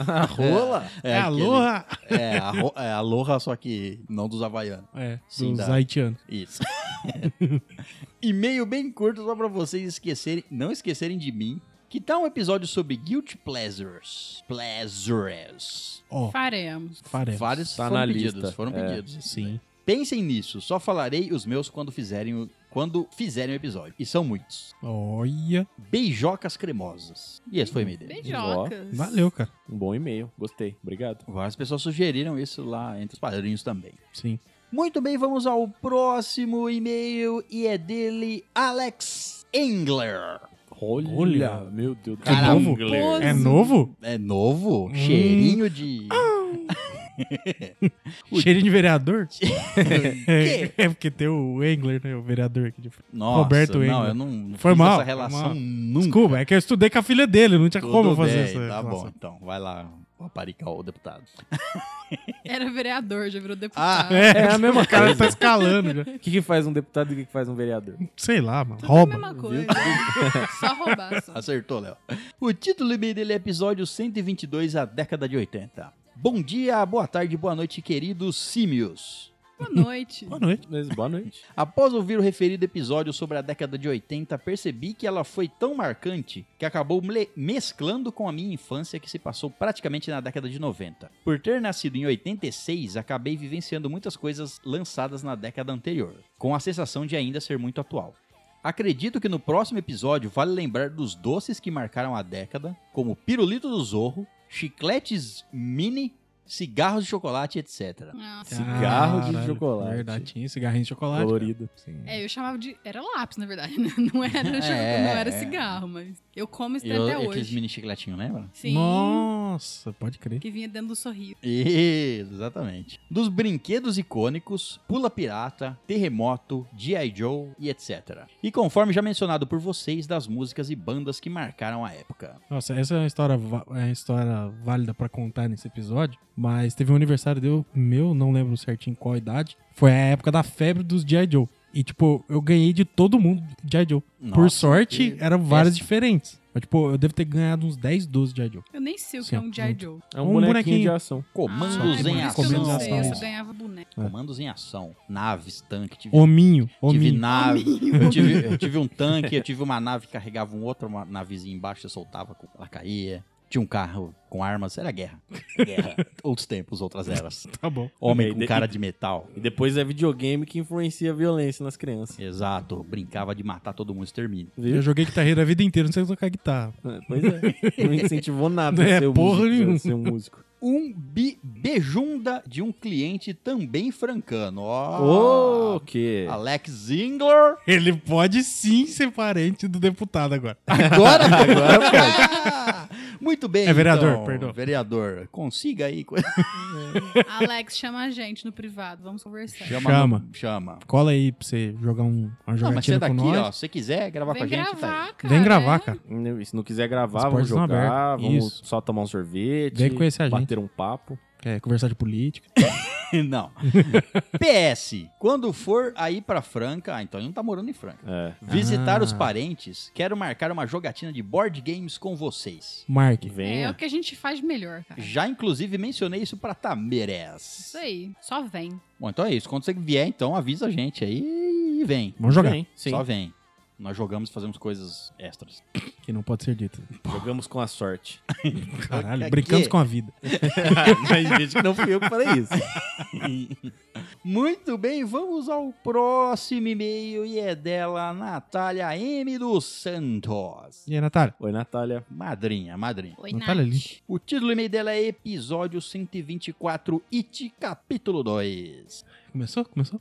[SPEAKER 2] a
[SPEAKER 4] rola?
[SPEAKER 2] É,
[SPEAKER 3] É,
[SPEAKER 2] aquele-
[SPEAKER 3] aloha!
[SPEAKER 2] é, a ro- é, a aloha, só que não dos havaianos.
[SPEAKER 3] É,
[SPEAKER 2] Sim,
[SPEAKER 3] dos
[SPEAKER 2] dá.
[SPEAKER 3] haitianos.
[SPEAKER 2] Isso. e-mail bem curto só pra vocês esquecerem, não esquecerem de mim. Que tal um episódio sobre Guilty Pleasures? Pleasures.
[SPEAKER 3] Ó,
[SPEAKER 5] Faremos.
[SPEAKER 3] faremos.
[SPEAKER 2] Vários
[SPEAKER 4] Tá
[SPEAKER 2] foram
[SPEAKER 4] na
[SPEAKER 2] pedidos,
[SPEAKER 4] lista.
[SPEAKER 2] foram
[SPEAKER 4] É.
[SPEAKER 2] pedidos.
[SPEAKER 3] Sim.
[SPEAKER 2] Pensem nisso, só falarei os meus quando fizerem o, quando fizerem o episódio. E são muitos.
[SPEAKER 3] Olha.
[SPEAKER 2] Beijocas cremosas. E esse foi o e-mail dele.
[SPEAKER 5] Beijocas.
[SPEAKER 3] Valeu, cara.
[SPEAKER 4] Um bom e-mail. Gostei. Obrigado.
[SPEAKER 2] Várias pessoas sugeriram isso lá entre os padrinhos também.
[SPEAKER 3] Sim.
[SPEAKER 2] Muito bem, vamos ao próximo e-mail e é dele Alex Engler.
[SPEAKER 4] Olha.
[SPEAKER 3] Olha.
[SPEAKER 4] Meu Deus do
[SPEAKER 2] Cara,
[SPEAKER 4] Caramba.
[SPEAKER 5] pô,
[SPEAKER 3] É novo?
[SPEAKER 2] É novo?
[SPEAKER 3] Hum. Ah,
[SPEAKER 2] Cheirinho de. O-
[SPEAKER 3] Cheirinho de vereador?
[SPEAKER 2] quê?
[SPEAKER 3] É, é porque tem o Engler, né? O vereador aqui de
[SPEAKER 2] Nossa,
[SPEAKER 3] Roberto
[SPEAKER 2] não,
[SPEAKER 3] Engler.
[SPEAKER 2] eu não
[SPEAKER 3] Foi
[SPEAKER 2] fiz
[SPEAKER 3] mal,
[SPEAKER 2] essa
[SPEAKER 3] foi
[SPEAKER 2] relação
[SPEAKER 3] mal.
[SPEAKER 2] nunca.
[SPEAKER 3] Desculpa, é que eu estudei com a filha dele, não tinha
[SPEAKER 2] Tudo
[SPEAKER 3] como eu fazer
[SPEAKER 2] bem,
[SPEAKER 3] isso.
[SPEAKER 2] Tá bom, então. Vai lá, paparicar o deputado.
[SPEAKER 5] Era vereador, já virou deputado.
[SPEAKER 3] É,
[SPEAKER 4] É a mesma
[SPEAKER 3] cara
[SPEAKER 4] coisa.
[SPEAKER 3] tá escalando já.
[SPEAKER 4] O que, que faz um deputado e o que, que faz um vereador?
[SPEAKER 3] Sei lá, mano.
[SPEAKER 5] Tudo
[SPEAKER 3] Rouba.
[SPEAKER 5] a mesma coisa. só roubar, só.
[SPEAKER 2] Acertou, Léo. O título do e-mail dele é episódio 122, a década de 80. Bom dia, boa tarde, boa noite, queridos símios.
[SPEAKER 5] Boa noite.
[SPEAKER 3] Boa noite.
[SPEAKER 4] Mas boa noite.
[SPEAKER 2] Após ouvir o referido episódio sobre a década de 80, percebi que ela foi tão marcante que acabou mle- mesclando com a minha infância que se passou praticamente na década de 90. Por ter nascido em 86, acabei vivenciando muitas coisas lançadas na década anterior, com a sensação de ainda ser muito atual. Acredito que no próximo episódio vale lembrar dos doces que marcaram a década, como pirulito do zorro, chicletes mini, cigarros de chocolate, etc.
[SPEAKER 5] Nossa.
[SPEAKER 4] Cigarro de
[SPEAKER 3] Caralho,
[SPEAKER 4] chocolate.
[SPEAKER 3] Verdade, tinha cigarrinho de chocolate.
[SPEAKER 4] Colorido.
[SPEAKER 5] É, eu chamava de. Era lápis, na verdade. né? Não era,
[SPEAKER 2] É,
[SPEAKER 5] não era
[SPEAKER 2] é.
[SPEAKER 5] cigarro, mas. Eu como isso
[SPEAKER 2] Eu, é
[SPEAKER 5] até
[SPEAKER 2] aqueles
[SPEAKER 5] hoje.
[SPEAKER 2] mini chicletinhos, lembra?
[SPEAKER 5] Sim.
[SPEAKER 3] Nossa, pode crer.
[SPEAKER 5] Que vinha dentro do sorriso.
[SPEAKER 2] Isso, exatamente. Dos brinquedos icônicos, Pula Pirata, Terremoto, G.I. Joe e etc. E conforme já mencionado por vocês, das músicas e bandas que marcaram a época.
[SPEAKER 3] Nossa, essa é uma história, va- é uma história válida pra contar nesse episódio, mas teve um aniversário deu meu, não lembro certinho qual idade. Foi a época da febre dos G.I. Joe. E, tipo, eu ganhei de todo mundo G.I. Joe. Por
[SPEAKER 2] Nossa,
[SPEAKER 3] sorte,
[SPEAKER 2] que
[SPEAKER 3] eram várias
[SPEAKER 2] festa.
[SPEAKER 3] diferentes. Mas, tipo, eu devo ter ganhado uns 10, 12 G.I. Joe.
[SPEAKER 5] Eu nem sei o que
[SPEAKER 3] Sim,
[SPEAKER 5] é um G.I.
[SPEAKER 3] muito.
[SPEAKER 5] Joe.
[SPEAKER 4] É um,
[SPEAKER 3] Um
[SPEAKER 4] bonequinho,
[SPEAKER 3] bonequinho.
[SPEAKER 4] de ação.
[SPEAKER 2] Comandos
[SPEAKER 5] ah, é por
[SPEAKER 2] em
[SPEAKER 5] isso que eu não sei, eu
[SPEAKER 2] ação. É.
[SPEAKER 5] só ganhava boneco.
[SPEAKER 2] Comandos em ação. Naves, tanque, tive,
[SPEAKER 3] Hominho,
[SPEAKER 2] tive
[SPEAKER 3] hominho.
[SPEAKER 2] nave, eu tive, eu tive um tanque, eu tive uma nave que carregava um outro, uma navezinha embaixo, eu soltava, ela caía. Tinha um carro com armas, era guerra. Guerra. Outros tempos, outras eras.
[SPEAKER 3] Tá bom.
[SPEAKER 2] Homem
[SPEAKER 4] Amei.
[SPEAKER 2] com cara de metal.
[SPEAKER 4] E depois é videogame que influencia a violência nas crianças.
[SPEAKER 2] Exato, brincava de matar todo mundo, extermínio.
[SPEAKER 4] Viu?
[SPEAKER 3] Eu joguei guitarreira a vida inteira, não sei tocar guitarra.
[SPEAKER 4] É, Pois é. Não incentivou nada
[SPEAKER 3] É,
[SPEAKER 4] a ser um
[SPEAKER 3] porra
[SPEAKER 4] músico,
[SPEAKER 3] nenhuma.
[SPEAKER 4] a ser um músico.
[SPEAKER 2] Um bi bejunda de um cliente também francano.
[SPEAKER 3] Ah.
[SPEAKER 4] Ô,
[SPEAKER 2] Ó,
[SPEAKER 4] o quê?
[SPEAKER 2] Alex Zingler.
[SPEAKER 3] Ele pode sim ser parente do deputado agora.
[SPEAKER 2] Agora, agora foi. Muito bem.
[SPEAKER 3] É vereador,
[SPEAKER 2] então,
[SPEAKER 3] perdão.
[SPEAKER 2] Vereador, consiga aí. co-
[SPEAKER 5] Alex, chama a gente no privado, vamos conversar.
[SPEAKER 3] Chama.
[SPEAKER 2] Chama.
[SPEAKER 3] Cola aí pra você jogar um, uma
[SPEAKER 2] Não, mas você
[SPEAKER 3] jogatina
[SPEAKER 2] é
[SPEAKER 3] com
[SPEAKER 2] daqui, ó.
[SPEAKER 3] nós.
[SPEAKER 2] Se você quiser gravar com
[SPEAKER 5] Vem
[SPEAKER 2] a gente, tá
[SPEAKER 5] gravar,
[SPEAKER 2] aí.
[SPEAKER 5] cara.
[SPEAKER 3] Vem gravar,
[SPEAKER 5] é.
[SPEAKER 3] cara.
[SPEAKER 4] Se não quiser gravar,
[SPEAKER 3] As
[SPEAKER 4] vamos
[SPEAKER 3] portas estão
[SPEAKER 4] jogar,
[SPEAKER 3] abertas,
[SPEAKER 4] vamos
[SPEAKER 3] isso.
[SPEAKER 4] só tomar um sorvete,
[SPEAKER 3] Vem conhecer a gente.
[SPEAKER 4] bater um papo.
[SPEAKER 3] É, conversar de política.
[SPEAKER 2] Não. PS, quando for aí pra Franca, ah, então ele não tá morando em Franca.
[SPEAKER 4] É.
[SPEAKER 2] Visitar
[SPEAKER 3] Ah.
[SPEAKER 2] os parentes, quero marcar uma jogatina de board games com vocês.
[SPEAKER 3] Mark,
[SPEAKER 5] É,
[SPEAKER 4] Venha.
[SPEAKER 5] o que a gente faz de melhor, cara.
[SPEAKER 2] Já inclusive mencionei isso pra Tameres.
[SPEAKER 5] Isso aí, só vem.
[SPEAKER 2] Bom, então é isso. Quando você vier, então avisa a gente aí e vem.
[SPEAKER 3] vamos jogar.
[SPEAKER 4] Vem, sim.
[SPEAKER 2] Só vem. Nós jogamos e fazemos coisas extras.
[SPEAKER 3] Que não pode ser dito.
[SPEAKER 4] Jogamos com a sorte.
[SPEAKER 3] Caralho,
[SPEAKER 2] Aqui.
[SPEAKER 3] brincamos com a vida.
[SPEAKER 4] Mas, gente, não fui eu que falei isso.
[SPEAKER 2] Muito bem, vamos ao próximo e-mail e é dela Natália M. dos Santos.
[SPEAKER 3] E aí, Natália?
[SPEAKER 4] Oi, Natália.
[SPEAKER 2] Madrinha, madrinha.
[SPEAKER 5] Oi,
[SPEAKER 3] Natália
[SPEAKER 5] Nath.
[SPEAKER 3] Lynch.
[SPEAKER 2] O título do e-mail dela é Episódio 124, IT Capítulo 2.
[SPEAKER 3] Começou? Começou?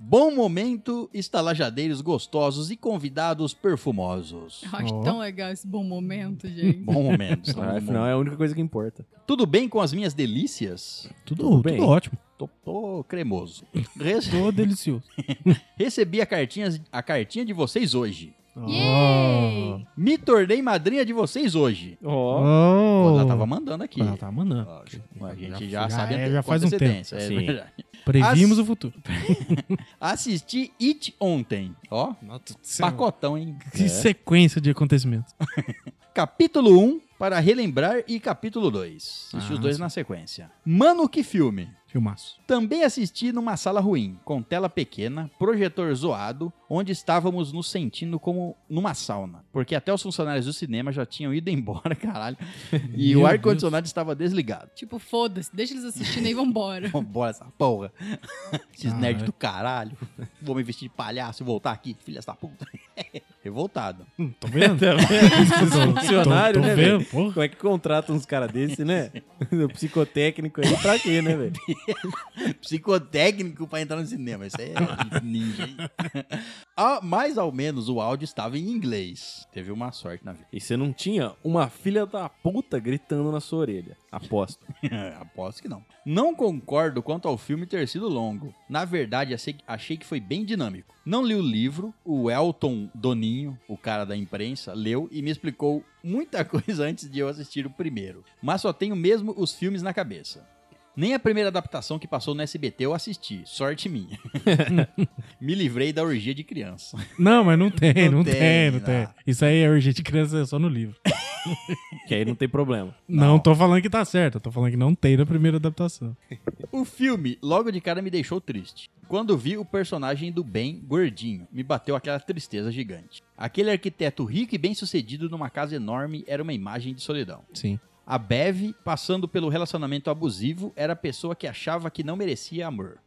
[SPEAKER 2] Bom momento, estalajadeiros gostosos e convidados perfumosos.
[SPEAKER 5] Eu acho
[SPEAKER 3] Ó.
[SPEAKER 5] tão legal esse bom momento, gente.
[SPEAKER 2] Bom momento.
[SPEAKER 3] Tá
[SPEAKER 2] estamos
[SPEAKER 4] Ah,
[SPEAKER 2] num bom
[SPEAKER 4] afinal, é a única coisa que importa.
[SPEAKER 2] Tudo bem com as minhas delícias?
[SPEAKER 3] Tudo,
[SPEAKER 4] Tudo
[SPEAKER 3] tudo,
[SPEAKER 4] bem.
[SPEAKER 3] ótimo.
[SPEAKER 2] Tô, tô cremoso. Re-
[SPEAKER 3] Tô delicioso.
[SPEAKER 2] Recebi a cartinha, a cartinha de vocês hoje.
[SPEAKER 3] Oh.
[SPEAKER 5] Yay!
[SPEAKER 2] Me tornei madrinha de vocês hoje.
[SPEAKER 4] Ó.
[SPEAKER 3] Oh.
[SPEAKER 2] Ela tava mandando aqui.
[SPEAKER 3] Ela tava mandando.
[SPEAKER 2] Ó, A gente já,
[SPEAKER 3] já
[SPEAKER 2] sabe
[SPEAKER 3] é,
[SPEAKER 2] ante-
[SPEAKER 3] já
[SPEAKER 2] com
[SPEAKER 3] faz um
[SPEAKER 2] antecedência, é
[SPEAKER 4] tempo. Sim.
[SPEAKER 2] verdade.
[SPEAKER 3] Previmos o futuro.
[SPEAKER 2] Assisti It ontem. Ó, pacotão, hein?
[SPEAKER 3] Que sequência de acontecimentos.
[SPEAKER 2] Capítulo 1 para relembrar e capítulo 2. Assisti
[SPEAKER 3] Ah,
[SPEAKER 2] os dois
[SPEAKER 3] sim.
[SPEAKER 2] na sequência. Mano, que filme!
[SPEAKER 3] Filmaço.
[SPEAKER 2] Também assisti numa sala ruim, com tela pequena, projetor zoado, onde estávamos nos sentindo como numa sauna. Porque até os funcionários do cinema já tinham ido embora, caralho. E
[SPEAKER 3] Meu
[SPEAKER 2] o ar-condicionado estava desligado.
[SPEAKER 5] Tipo, foda-se, deixa eles assistindo e vambora.
[SPEAKER 2] Vambora essa porra. Esses
[SPEAKER 3] Caralho.
[SPEAKER 2] nerds do caralho. Vou me vestir de palhaço e voltar aqui, filha da puta. Revoltado.
[SPEAKER 3] Hum, Tô vendo?
[SPEAKER 4] Esses Tá funcionários,
[SPEAKER 3] tô
[SPEAKER 4] né,
[SPEAKER 3] vendo,
[SPEAKER 4] velho?
[SPEAKER 3] porra.
[SPEAKER 4] Como é que contratam uns caras desse, né? O psicotécnico aí, pra quê, né, velho?
[SPEAKER 2] Psicotécnico pra entrar no cinema. Isso aí é ninja, hein? ah, mas ao menos o áudio estava em inglês. Teve uma sorte na vida.
[SPEAKER 4] E você não tinha uma filha da puta gritando na sua orelha. Aposto.
[SPEAKER 2] Aposto que não. Não concordo quanto ao filme ter sido longo. Na verdade, achei, achei que foi bem dinâmico. Não li o livro, o Elton Doninho, o cara da imprensa, leu e me explicou muita coisa antes de eu assistir o primeiro. Mas só tenho mesmo os filmes na cabeça. Nem a primeira adaptação que passou no SBT eu assisti, sorte minha. me livrei da orgia de criança.
[SPEAKER 3] Não, mas não tem,
[SPEAKER 2] Não
[SPEAKER 3] não,
[SPEAKER 2] tem,
[SPEAKER 3] tem, não
[SPEAKER 2] não.
[SPEAKER 3] tem. Isso aí é urgente criança, é só no livro.
[SPEAKER 4] Que aí não tem problema.
[SPEAKER 3] Não. tô falando que tá certo, eu tô falando que não tem na primeira adaptação.
[SPEAKER 2] O Um filme, logo de cara, me deixou triste. Quando vi o personagem do Ben gordinho, me bateu aquela tristeza gigante. Aquele arquiteto rico e bem-sucedido numa casa enorme era uma imagem de solidão.
[SPEAKER 3] Sim.
[SPEAKER 2] A Bev, passando pelo relacionamento abusivo, era a pessoa que achava que não merecia amor.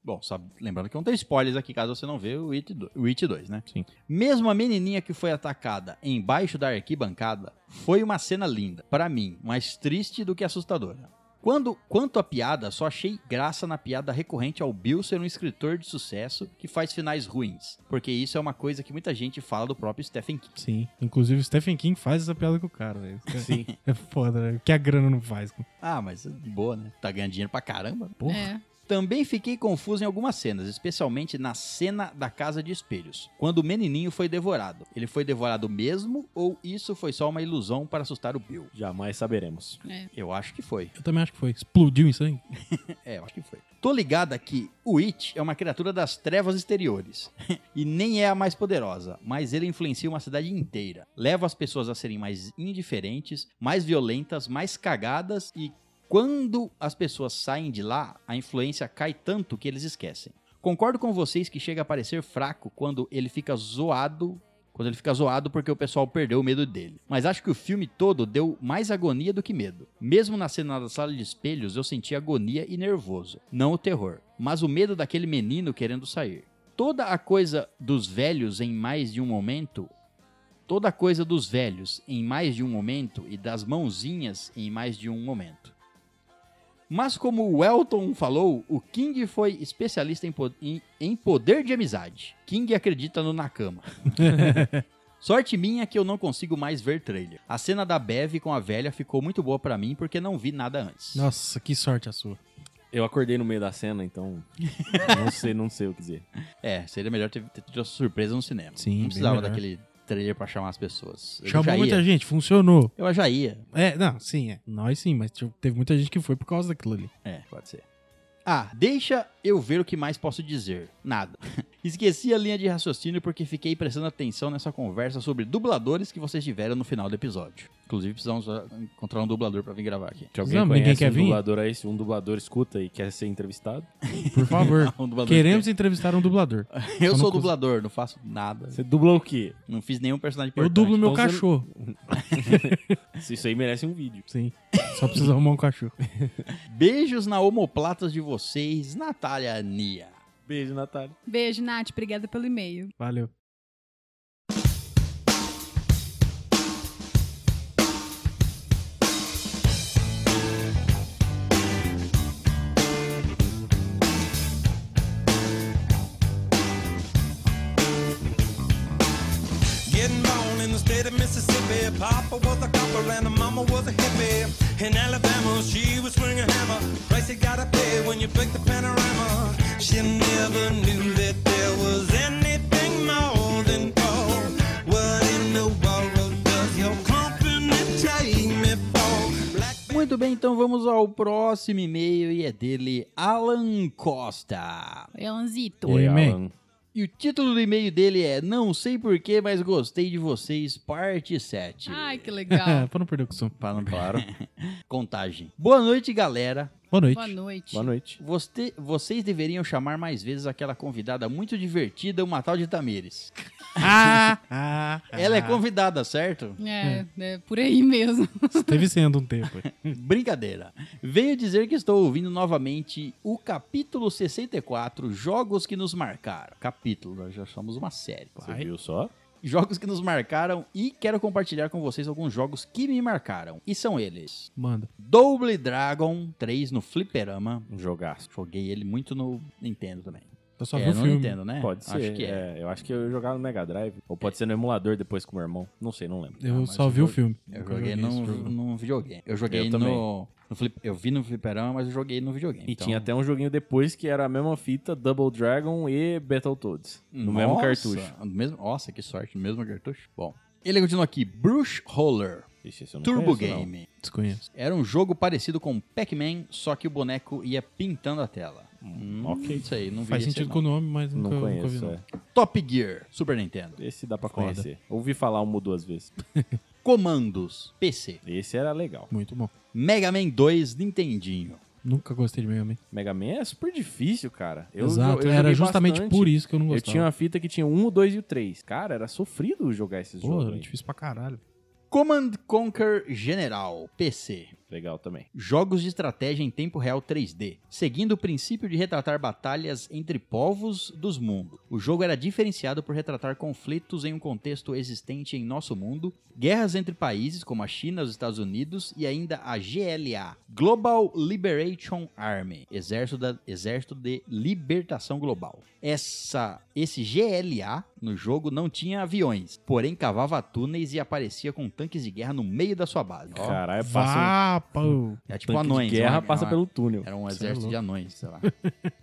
[SPEAKER 2] Bom, sabe, lembrando que não tem spoilers aqui, caso você não vê o It, do, o It 2, né?
[SPEAKER 3] Sim.
[SPEAKER 2] Mesmo a menininha que foi atacada embaixo da arquibancada, foi uma cena linda, pra mim, mais triste do que assustadora. Quando, quanto à piada, só achei graça na piada recorrente ao Bill ser um escritor de sucesso que faz finais ruins, porque isso é uma coisa que muita gente fala do próprio Stephen King.
[SPEAKER 3] Sim. Inclusive, o Stephen King faz essa piada com o cara, velho.
[SPEAKER 4] Sim.
[SPEAKER 3] É foda, né? O que a grana não faz.
[SPEAKER 2] Ah, mas de boa, né? Tá ganhando dinheiro pra caramba.
[SPEAKER 3] Porra.
[SPEAKER 5] É.
[SPEAKER 2] Também fiquei confuso em algumas cenas, especialmente na cena da casa de espelhos, quando o menininho foi devorado. Ele foi devorado mesmo ou isso foi só uma ilusão para assustar o Bill?
[SPEAKER 4] Jamais saberemos.
[SPEAKER 2] Eu acho que foi.
[SPEAKER 3] Eu também acho que foi. Explodiu em sangue.
[SPEAKER 2] É, eu acho que foi. Tô ligada que o It é uma criatura das trevas exteriores. e nem é a mais poderosa, mas ele influencia uma cidade inteira. Leva as pessoas a serem mais indiferentes, mais violentas, mais cagadas e quando as pessoas saem de lá, a influência cai tanto que eles esquecem. Concordo com vocês que chega a parecer fraco quando ele fica zoado quando ele fica zoado porque o pessoal perdeu o medo dele. Mas acho que o filme todo deu mais agonia do que medo. Mesmo na cena da sala de espelhos, eu senti agonia e nervoso, não o terror, mas o medo daquele menino querendo sair. Toda a coisa dos velhos em mais de um momento toda coisa dos velhos em mais de um momento e das mãozinhas em mais de um momento. Mas como o Elton falou, o King foi especialista em, po- em- em poder de amizade. King acredita no Nakama. Sorte minha que eu não consigo mais ver trailer. A cena da Bev com a velha ficou muito boa pra mim porque não vi nada antes.
[SPEAKER 3] Nossa, que sorte a sua.
[SPEAKER 4] Eu acordei no meio da cena, então. não sei, não sei o que dizer.
[SPEAKER 2] É, seria melhor ter, ter tido a surpresa no cinema.
[SPEAKER 3] Sim,
[SPEAKER 2] não
[SPEAKER 3] bem
[SPEAKER 2] precisava
[SPEAKER 3] melhor.
[SPEAKER 2] daquele trailer pra chamar as pessoas. Eu
[SPEAKER 3] Chamou
[SPEAKER 2] já
[SPEAKER 3] muita
[SPEAKER 2] ia.
[SPEAKER 3] gente, funcionou.
[SPEAKER 2] Eu já ia.
[SPEAKER 3] É, não, sim, é. Nós sim, mas tipo, teve muita gente que foi por causa daquilo ali.
[SPEAKER 2] É, pode ser. Ah, deixa eu ver o que mais posso dizer. Nada. Esqueci a linha de raciocínio porque fiquei prestando atenção nessa conversa sobre dubladores que vocês tiveram no final do episódio. Inclusive, precisamos ah, encontrar um dublador pra vir gravar aqui.
[SPEAKER 4] Se alguém
[SPEAKER 3] Não, ninguém
[SPEAKER 4] conhece
[SPEAKER 3] quer
[SPEAKER 4] um
[SPEAKER 3] vir?
[SPEAKER 4] dublador aí, se um dublador escuta e quer ser entrevistado,
[SPEAKER 3] Por favor.
[SPEAKER 2] Um dublador
[SPEAKER 3] Queremos entrevistar um dublador.
[SPEAKER 2] que tem- Eu
[SPEAKER 3] só
[SPEAKER 2] sou
[SPEAKER 3] não cons-
[SPEAKER 2] dublador, não faço nada.
[SPEAKER 4] você dublou o quê?
[SPEAKER 2] Não fiz nenhum personagem
[SPEAKER 3] Eu
[SPEAKER 2] importante.
[SPEAKER 3] dublo meu
[SPEAKER 4] então você-
[SPEAKER 3] cachorro.
[SPEAKER 4] Se Isso aí merece um vídeo.
[SPEAKER 3] Sim. Só preciso arrumar um cachorro.
[SPEAKER 2] Beijos na homoplatas de vocês, Natália Nia.
[SPEAKER 4] Beijo, Natália.
[SPEAKER 5] Beijo, Nath. Obrigada pelo e-mail.
[SPEAKER 3] Valeu.
[SPEAKER 6] Getting born in the state of Mississippi. Papa was a copper and mama was a hippie. In Alabama, she was swinging a hammer. Price you gotta pay when you break the panorama. She never knew that there was anything more than gold. What in the world does your company take me for? Black
[SPEAKER 2] Muito bem, então vamos ao próximo e-mail e é dele, Alan Costa.
[SPEAKER 5] Oi, Alanzito.
[SPEAKER 3] Oi, man. É,
[SPEAKER 4] Alan.
[SPEAKER 2] E o título do e-mail dele é Não sei porquê, mas gostei de vocês, parte 7.
[SPEAKER 5] Ai, que
[SPEAKER 3] É,
[SPEAKER 5] legal.
[SPEAKER 3] pra não perder o som.
[SPEAKER 2] Para não claro. Contagem. Boa noite, galera.
[SPEAKER 3] Boa noite.
[SPEAKER 5] Boa noite.
[SPEAKER 4] Boa noite.
[SPEAKER 2] Você- vocês deveriam chamar mais vezes aquela convidada muito divertida, uma tal de Tamires.
[SPEAKER 3] Ah, ah,
[SPEAKER 2] Ela é
[SPEAKER 3] ah.
[SPEAKER 2] convidada, certo?
[SPEAKER 5] É, é por aí mesmo.
[SPEAKER 3] Teve sendo um tempo.
[SPEAKER 2] Brincadeira. Veio dizer que estou ouvindo novamente o capítulo 64, Jogos que nos marcaram. Capítulo, nós já somos uma série.
[SPEAKER 4] Você viu só?
[SPEAKER 2] Jogos que nos marcaram e quero compartilhar com vocês alguns jogos que me marcaram. E são eles:
[SPEAKER 3] Manda.
[SPEAKER 2] Double Dragon 3 no Fliperama.
[SPEAKER 4] Um jogaço.
[SPEAKER 2] Joguei ele muito no Nintendo também.
[SPEAKER 3] Eu só
[SPEAKER 2] é,
[SPEAKER 3] vi o
[SPEAKER 2] no
[SPEAKER 3] filme.
[SPEAKER 2] Nintendo, né?
[SPEAKER 4] Pode ser.
[SPEAKER 2] Acho que é.
[SPEAKER 4] Eu acho que eu jogava no Mega Drive. Ou pode ser no emulador depois com o meu irmão. Não sei, não lembro. Ah,
[SPEAKER 3] Eu
[SPEAKER 2] Ah, mas
[SPEAKER 3] só
[SPEAKER 2] eu
[SPEAKER 3] vi o
[SPEAKER 2] joguei-
[SPEAKER 3] filme.
[SPEAKER 2] Eu
[SPEAKER 3] Nunca
[SPEAKER 2] joguei
[SPEAKER 3] esse
[SPEAKER 2] no,
[SPEAKER 3] jogo.
[SPEAKER 2] no videogame. Eu joguei
[SPEAKER 4] Eu também.
[SPEAKER 2] no. no flip, eu vi no Fliperama, mas eu joguei no videogame.
[SPEAKER 4] E
[SPEAKER 2] então-
[SPEAKER 4] tinha até um joguinho depois que era a mesma fita, Double Dragon e Battletoads. No mesmo
[SPEAKER 2] Nossa,
[SPEAKER 4] cartucho.
[SPEAKER 2] No mesmo, nossa, que sorte, no mesmo cartucho. Bom. Ele continua aqui: Bruce Roller
[SPEAKER 4] Ixi, esse eu não
[SPEAKER 2] Turbo
[SPEAKER 4] conheço, não.
[SPEAKER 2] Game.
[SPEAKER 3] Desconheço.
[SPEAKER 2] Era um jogo parecido com Pac-Man, só que o boneco ia pintando a tela. Hum,
[SPEAKER 4] ok.
[SPEAKER 2] Isso aí, não
[SPEAKER 3] Faz
[SPEAKER 2] vi esse
[SPEAKER 3] sentido
[SPEAKER 2] não.
[SPEAKER 3] com o nome, mas
[SPEAKER 4] Não
[SPEAKER 3] nunca, nunca vi.
[SPEAKER 4] conheço,
[SPEAKER 3] não.
[SPEAKER 4] é.
[SPEAKER 2] Top Gear, Super Nintendo.
[SPEAKER 4] Esse dá pra
[SPEAKER 3] Foda.
[SPEAKER 4] conhecer. Ouvi falar uma ou duas vezes.
[SPEAKER 2] Comandos, PC.
[SPEAKER 4] Esse era legal.
[SPEAKER 3] Muito bom.
[SPEAKER 2] Mega Man 2, Nintendinho.
[SPEAKER 3] Nunca gostei de Mega Man.
[SPEAKER 4] Mega Man é super difícil, cara. Eu,
[SPEAKER 3] Exato,
[SPEAKER 4] eu- eu
[SPEAKER 3] era
[SPEAKER 4] joguei
[SPEAKER 3] justamente
[SPEAKER 4] bastante.
[SPEAKER 3] por isso que eu não
[SPEAKER 4] Eu
[SPEAKER 3] gostava.
[SPEAKER 4] tinha uma fita que tinha um, o dois e o três. Cara, era sofrido jogar esses
[SPEAKER 3] Pô,
[SPEAKER 4] jogos.
[SPEAKER 3] era
[SPEAKER 4] aí.
[SPEAKER 3] difícil pra caralho.
[SPEAKER 2] Command Conquer General, PC.
[SPEAKER 4] Legal também.
[SPEAKER 2] Jogos de estratégia em tempo real 3D, seguindo o princípio de retratar batalhas entre povos dos mundos. O jogo era diferenciado por retratar conflitos em um contexto existente em nosso mundo, guerras entre países como a China, os Estados Unidos e ainda a GLA, Global Liberation Army, Exército, da- Exército de Libertação Global. Essa, esse GLA no jogo não tinha aviões, porém cavava túneis e aparecia com tanques de guerra no meio da sua base. Ó,
[SPEAKER 4] Caralho, passa
[SPEAKER 3] Vá, pô.
[SPEAKER 2] é
[SPEAKER 4] um
[SPEAKER 2] tipo
[SPEAKER 4] tanque
[SPEAKER 2] anões.
[SPEAKER 4] de guerra,
[SPEAKER 2] é uma-
[SPEAKER 4] passa
[SPEAKER 2] é uma-
[SPEAKER 4] pelo túnel.
[SPEAKER 2] era um
[SPEAKER 3] Cê é
[SPEAKER 2] exército
[SPEAKER 3] louco.
[SPEAKER 2] de anões, sei lá.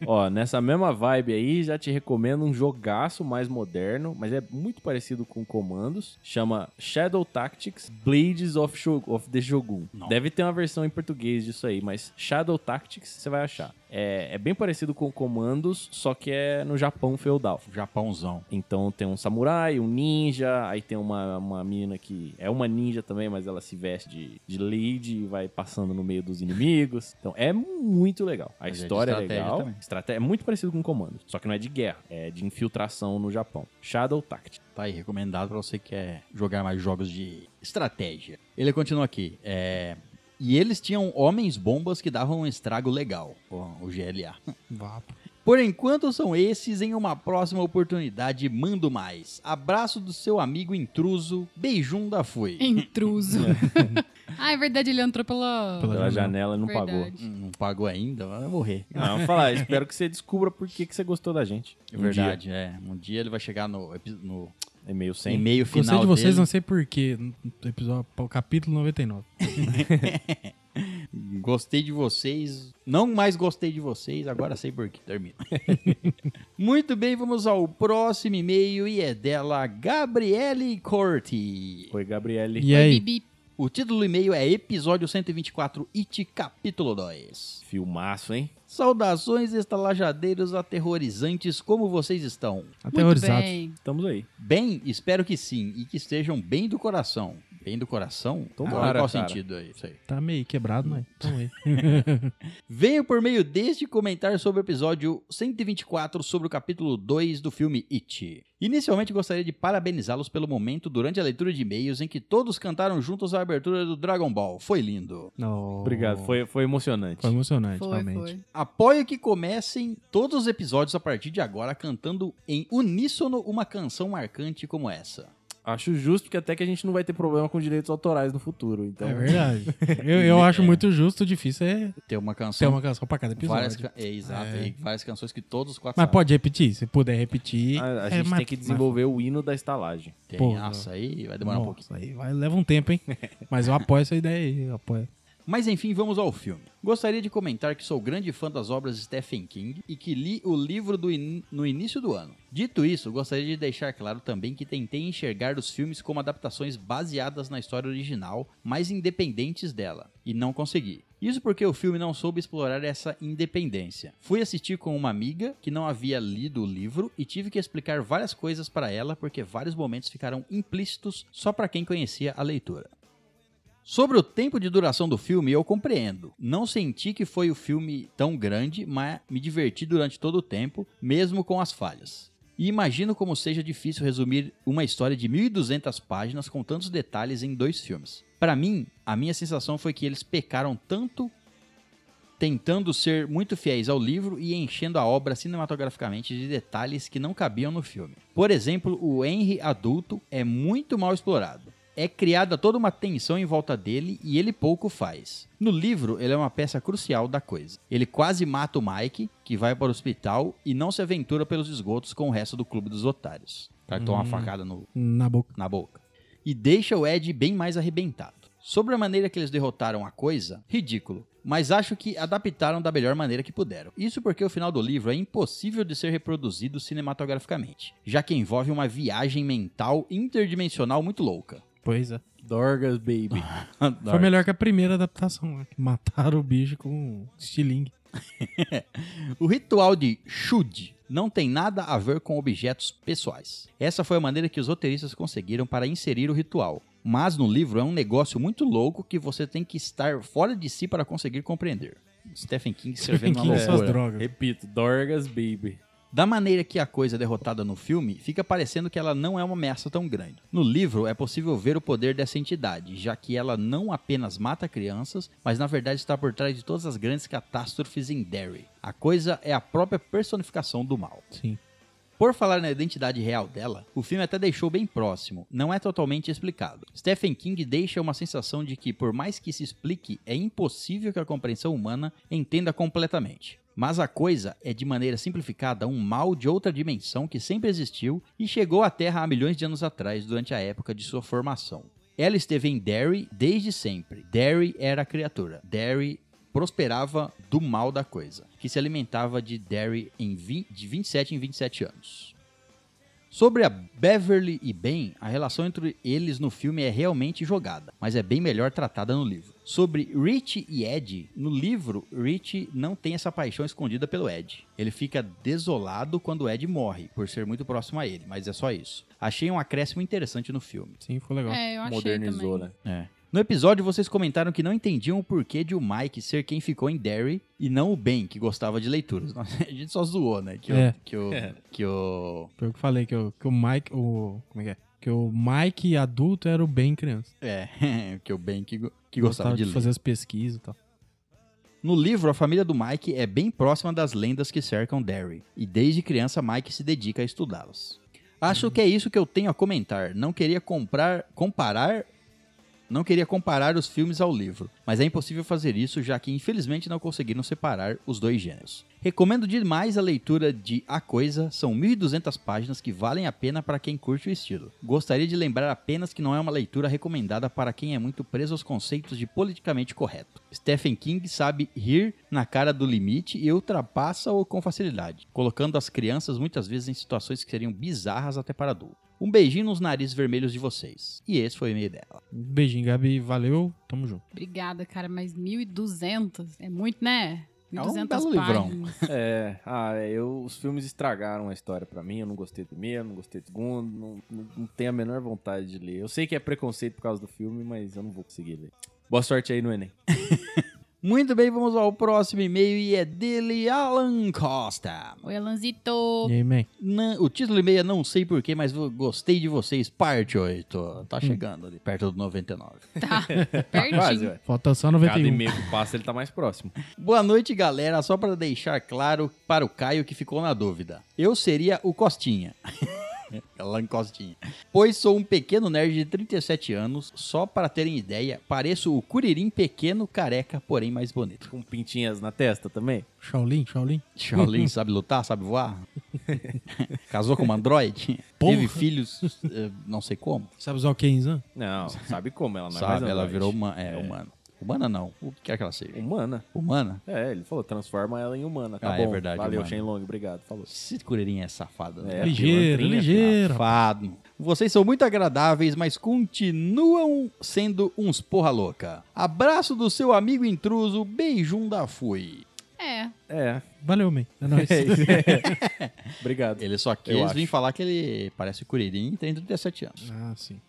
[SPEAKER 4] Ó, nessa mesma vibe aí, já te recomendo um jogaço mais moderno, mas é muito parecido com comandos. Chama Shadow Tactics Blades of, Shog- of the Shogun.
[SPEAKER 2] Não.
[SPEAKER 4] Deve ter uma versão em português disso aí, mas Shadow Tactics você vai achar. É, é bem parecido com Comandos, só que é no Japão feudal.
[SPEAKER 2] Japãozão.
[SPEAKER 4] Então tem um samurai, um ninja, aí tem uma, uma menina que é uma ninja também, mas ela se veste de, de lady e vai passando no meio dos inimigos. Então é muito legal. A
[SPEAKER 2] Mas é de
[SPEAKER 4] história é,
[SPEAKER 2] estratégia
[SPEAKER 4] legal.
[SPEAKER 2] também.
[SPEAKER 4] Estratégia, é muito parecido com Comando, só que não é de guerra, é de infiltração no Japão. Shadow Tactics.
[SPEAKER 2] Tá aí, recomendado pra você que quer jogar mais jogos de estratégia. Ele continua aqui. é, E eles tinham homens bombas que davam um estrago legal, o o GLA.
[SPEAKER 3] Vapo.
[SPEAKER 2] Por enquanto são esses, em uma próxima oportunidade mando mais. Abraço do seu amigo intruso, beijum da Fui.
[SPEAKER 5] Intruso. ah, é verdade, ele entrou pela.
[SPEAKER 3] Pela-
[SPEAKER 2] é
[SPEAKER 4] Pela janela e não pagou.
[SPEAKER 5] Verdade.
[SPEAKER 2] Hum, Não pagou ainda, mas vai morrer.
[SPEAKER 4] Não, vou falar, espero que você descubra por que, que você gostou da gente.
[SPEAKER 2] É verdade, é. Um dia ele vai chegar no, epi- no
[SPEAKER 4] Um dia. E-mail sem.
[SPEAKER 2] e-mail
[SPEAKER 3] Gostei
[SPEAKER 2] final
[SPEAKER 3] de vocês, não
[SPEAKER 2] dele.
[SPEAKER 3] sei porquê. Episódio, capítulo 99.
[SPEAKER 2] Gostei de vocês. Não mais gostei de vocês, agora sei por que. Termina. Muito bem, vamos ao próximo e-mail e é dela Gabriele Corti.
[SPEAKER 4] Oi, Gabriele.
[SPEAKER 3] E aí?
[SPEAKER 5] Bibi.
[SPEAKER 2] O título do e-mail é Episódio 124, It Capítulo 2.
[SPEAKER 4] Filmaço, hein?
[SPEAKER 2] Saudações, estalajadeiros aterrorizantes, como vocês estão?
[SPEAKER 5] Muito
[SPEAKER 3] Aterrorizados.
[SPEAKER 5] bem.
[SPEAKER 4] Estamos aí.
[SPEAKER 2] Bem, espero que sim, e que estejam bem do coração. Bem do coração?
[SPEAKER 4] Tomara,
[SPEAKER 2] qual
[SPEAKER 4] cara.
[SPEAKER 2] sentido aí? Isso aí.
[SPEAKER 3] Tá meio quebrado, mas tamo aí.
[SPEAKER 2] Venho por meio deste comentar sobre o episódio 124 sobre o capítulo 2 do filme It. Inicialmente gostaria de parabenizá-los pelo momento durante a leitura de e-mails em que todos cantaram juntos a abertura do Dragon Ball. Foi lindo.
[SPEAKER 3] Não.
[SPEAKER 2] Oh.
[SPEAKER 4] Obrigado, foi, foi emocionante.
[SPEAKER 3] Foi emocionante,
[SPEAKER 5] Foi,
[SPEAKER 3] realmente.
[SPEAKER 5] foi.
[SPEAKER 2] Apoio que comecem todos os episódios a partir de agora cantando em uníssono uma canção marcante como essa.
[SPEAKER 4] Acho justo, porque até que a gente não vai ter problema com direitos autorais no futuro. Então,
[SPEAKER 3] É verdade. Eu, eu acho muito justo, difícil é
[SPEAKER 2] Ter uma
[SPEAKER 3] ter
[SPEAKER 2] canção
[SPEAKER 3] uma canção pra cada um episódio.
[SPEAKER 2] Várias, ca- é, exato,
[SPEAKER 3] É.
[SPEAKER 2] e várias canções que todos os quatro
[SPEAKER 3] Mas
[SPEAKER 2] sabem.
[SPEAKER 3] pode repetir, se puder repetir.
[SPEAKER 4] Ah, a, a
[SPEAKER 3] é,
[SPEAKER 4] gente
[SPEAKER 3] mas-
[SPEAKER 4] tem que desenvolver o hino da estalagem.
[SPEAKER 2] Tem,
[SPEAKER 3] Pô,
[SPEAKER 2] nossa, aí vai demorar um pouquinho.
[SPEAKER 3] Nossa, aí vai, leva um tempo, hein? Mas eu apoio essa ideia aí, eu apoio.
[SPEAKER 2] Mas enfim, vamos ao filme. Gostaria de comentar que sou grande fã das obras de Stephen King e que li o livro do in- no início do ano. Dito isso, gostaria de deixar claro também que tentei enxergar os filmes como adaptações baseadas na história original, mas independentes dela, e não consegui. Isso porque o filme não soube explorar essa independência. Fui assistir com uma amiga que não havia lido o livro e tive que explicar várias coisas para ela porque vários momentos ficaram implícitos só para quem conhecia a leitura. Sobre o tempo de duração do filme, eu compreendo. Não senti que foi o filme tão grande, mas me diverti durante todo o tempo, mesmo com as falhas. E imagino como seja difícil resumir uma história de 1.200 páginas com tantos detalhes em dois filmes. Para mim, a minha sensação foi que eles pecaram tanto tentando ser muito fiéis ao livro e enchendo a obra cinematograficamente de detalhes que não cabiam no filme. Por exemplo, o Henry adulto é muito mal explorado. É criada toda uma tensão em volta dele e ele pouco faz. No livro, ele é uma peça crucial da coisa. Ele quase mata o Mike, que vai para o hospital e não se aventura pelos esgotos com o resto do clube dos otários. O cara toma uma facada no,
[SPEAKER 3] Na boca.
[SPEAKER 2] na boca. E deixa o Ed bem mais arrebentado. Sobre a maneira que eles derrotaram a coisa, ridículo. Mas acho que adaptaram da melhor maneira que puderam. Isso porque o final do livro é impossível de ser reproduzido cinematograficamente, já que envolve uma viagem mental interdimensional muito louca.
[SPEAKER 3] Pois é.
[SPEAKER 4] Dorgas, baby.
[SPEAKER 3] Foi melhor que a primeira adaptação, né? Que Mataram o bicho com estilingue.
[SPEAKER 2] O ritual de Shud não tem nada a ver com objetos pessoais. Essa foi a maneira que os roteiristas conseguiram para inserir o ritual. Mas no livro é um negócio muito louco que você tem que estar fora de si para conseguir compreender. Stephen King escrevendo uma
[SPEAKER 3] King e suas
[SPEAKER 2] loucura.
[SPEAKER 3] drogas.
[SPEAKER 4] Repito, Dorgas, baby.
[SPEAKER 2] Da maneira que a coisa é derrotada no filme, fica parecendo que ela não é uma ameaça tão grande. No livro, é possível ver o poder dessa entidade, já que ela não apenas mata crianças, mas na verdade está por trás de todas as grandes catástrofes em Derry. A coisa é a própria personificação do mal.
[SPEAKER 3] Sim.
[SPEAKER 2] Por falar na identidade real dela, o filme até deixou bem próximo, não é totalmente explicado. Stephen King deixa uma sensação de que, por mais que se explique, é impossível que a compreensão humana entenda completamente. Mas a coisa é, de maneira simplificada, um mal de outra dimensão que sempre existiu e chegou à Terra há milhões de anos atrás, durante a época de sua formação. Ela esteve em Derry desde sempre. Derry era a criatura. Derry prosperava do mal da coisa, que se alimentava de Derry em vi- de 27 em 27 anos. Sobre a Beverly e Ben, a relação entre eles no filme é realmente jogada, mas é bem melhor tratada no livro. Sobre Rich e Ed, no livro, Rich não tem essa paixão escondida pelo Ed. Ele fica desolado quando Ed morre, por ser muito próximo a ele, mas é só isso. Achei um acréscimo interessante no filme.
[SPEAKER 3] Sim, foi legal.
[SPEAKER 5] É, eu achei
[SPEAKER 4] Modernizou,
[SPEAKER 5] também.
[SPEAKER 4] né?
[SPEAKER 2] No episódio, vocês comentaram que não entendiam o porquê de o Mike ser quem ficou em Derry e não o Ben, que gostava de leituras. Nossa, a gente só zoou, né? Que o.
[SPEAKER 3] É.
[SPEAKER 2] Que o, que o
[SPEAKER 3] Foi o que eu falei, que o, que o Mike. O, como é que é? Que o Mike adulto era o bem criança.
[SPEAKER 2] é, que o Ben que, go- que gostava, de, ler.
[SPEAKER 3] fazer as pesquisas e tal.
[SPEAKER 2] No livro, a família do Mike é bem próxima das lendas que cercam Derry, e desde criança Mike se dedica a estudá-las. Acho que é isso que eu tenho a comentar. Não queria comprar, comparar, não queria comparar os filmes ao livro, mas é impossível fazer isso já que infelizmente não conseguiram separar os dois gêneros. Recomendo demais a leitura de A Coisa, são 1200 páginas que valem a pena para quem curte o estilo. Gostaria de lembrar apenas que não é uma leitura recomendada para quem é muito preso aos conceitos de politicamente correto. Stephen King sabe rir na cara do limite e ultrapassa-o com facilidade, colocando as crianças muitas vezes em situações que seriam bizarras até para adulto. Um beijinho nos narizes vermelhos de vocês. E esse foi o e-mail dela.
[SPEAKER 3] Beijinho, Gabi. Valeu. Tamo
[SPEAKER 4] né?
[SPEAKER 3] junto.
[SPEAKER 5] Obrigada, cara, mas 1.200 é muito, né?
[SPEAKER 2] É um
[SPEAKER 5] 1.200
[SPEAKER 2] belo livrão.
[SPEAKER 5] páginas.
[SPEAKER 4] É, ah, é, eu, os filmes estragaram a história pra mim. Eu não gostei do primeiro, não gostei do segundo, não, não, não tenho a menor vontade de ler. Eu sei que é preconceito por causa do filme, mas eu não vou conseguir ler. Boa sorte aí no Enem.
[SPEAKER 2] Muito bem, vamos ao próximo e-mail e é dele, Alan Costa.
[SPEAKER 5] Oi, Alanzito.
[SPEAKER 3] E aí, man?
[SPEAKER 2] Não- o título do e-mail é não sei porquê, mas vou- gostei de vocês, parte 8. Tá chegando ali, perto do 99.
[SPEAKER 4] Quase,
[SPEAKER 5] Tá Pertinho.
[SPEAKER 4] velho.
[SPEAKER 3] Falta só
[SPEAKER 4] Cada
[SPEAKER 3] 91.
[SPEAKER 4] e-mail que passa, ele tá mais próximo.
[SPEAKER 2] Boa noite, galera. Só pra deixar claro para o Caio que ficou na dúvida. Eu seria o Costinha. Alan Costinha. Pois sou um pequeno nerd de 37 anos, só para terem ideia, pareço o Curirim pequeno, careca, porém mais bonito.
[SPEAKER 4] Com pintinhas na testa também.
[SPEAKER 3] Shaolin, Shaolin.
[SPEAKER 2] Shaolin sabe lutar, sabe voar? Casou com um androide? Teve filhos, eh, não sei como.
[SPEAKER 3] Sabe usar o Kenzan?
[SPEAKER 4] Não, sabe como ela não é mais
[SPEAKER 2] sabe, ela
[SPEAKER 4] androide.
[SPEAKER 2] virou uma, é, humana. Humana não, o que quer que ela seja.
[SPEAKER 4] humana.
[SPEAKER 2] Humana?
[SPEAKER 4] É, ele falou, transforma ela em humana. Tá
[SPEAKER 2] Ah, é
[SPEAKER 4] bom.
[SPEAKER 2] verdade,
[SPEAKER 4] Valeu,
[SPEAKER 2] humana.
[SPEAKER 4] Shenlong, obrigado. Falou.
[SPEAKER 2] Esse Curirim é safado, né?
[SPEAKER 4] É,
[SPEAKER 3] ligeiro,
[SPEAKER 4] pilantrinha,
[SPEAKER 3] ligeiro.
[SPEAKER 2] Safado. Vocês são muito agradáveis, mas continuam sendo uns porra louca. Abraço do seu amigo intruso, Beijunda Fui.
[SPEAKER 5] É,
[SPEAKER 4] É,
[SPEAKER 3] Valeu, man. É nóis.
[SPEAKER 4] é isso. obrigado.
[SPEAKER 2] Ele só
[SPEAKER 4] Eu
[SPEAKER 2] quis
[SPEAKER 4] acho.
[SPEAKER 2] vir falar que ele parece o Curirim e tem 37 anos.
[SPEAKER 3] ah, sim.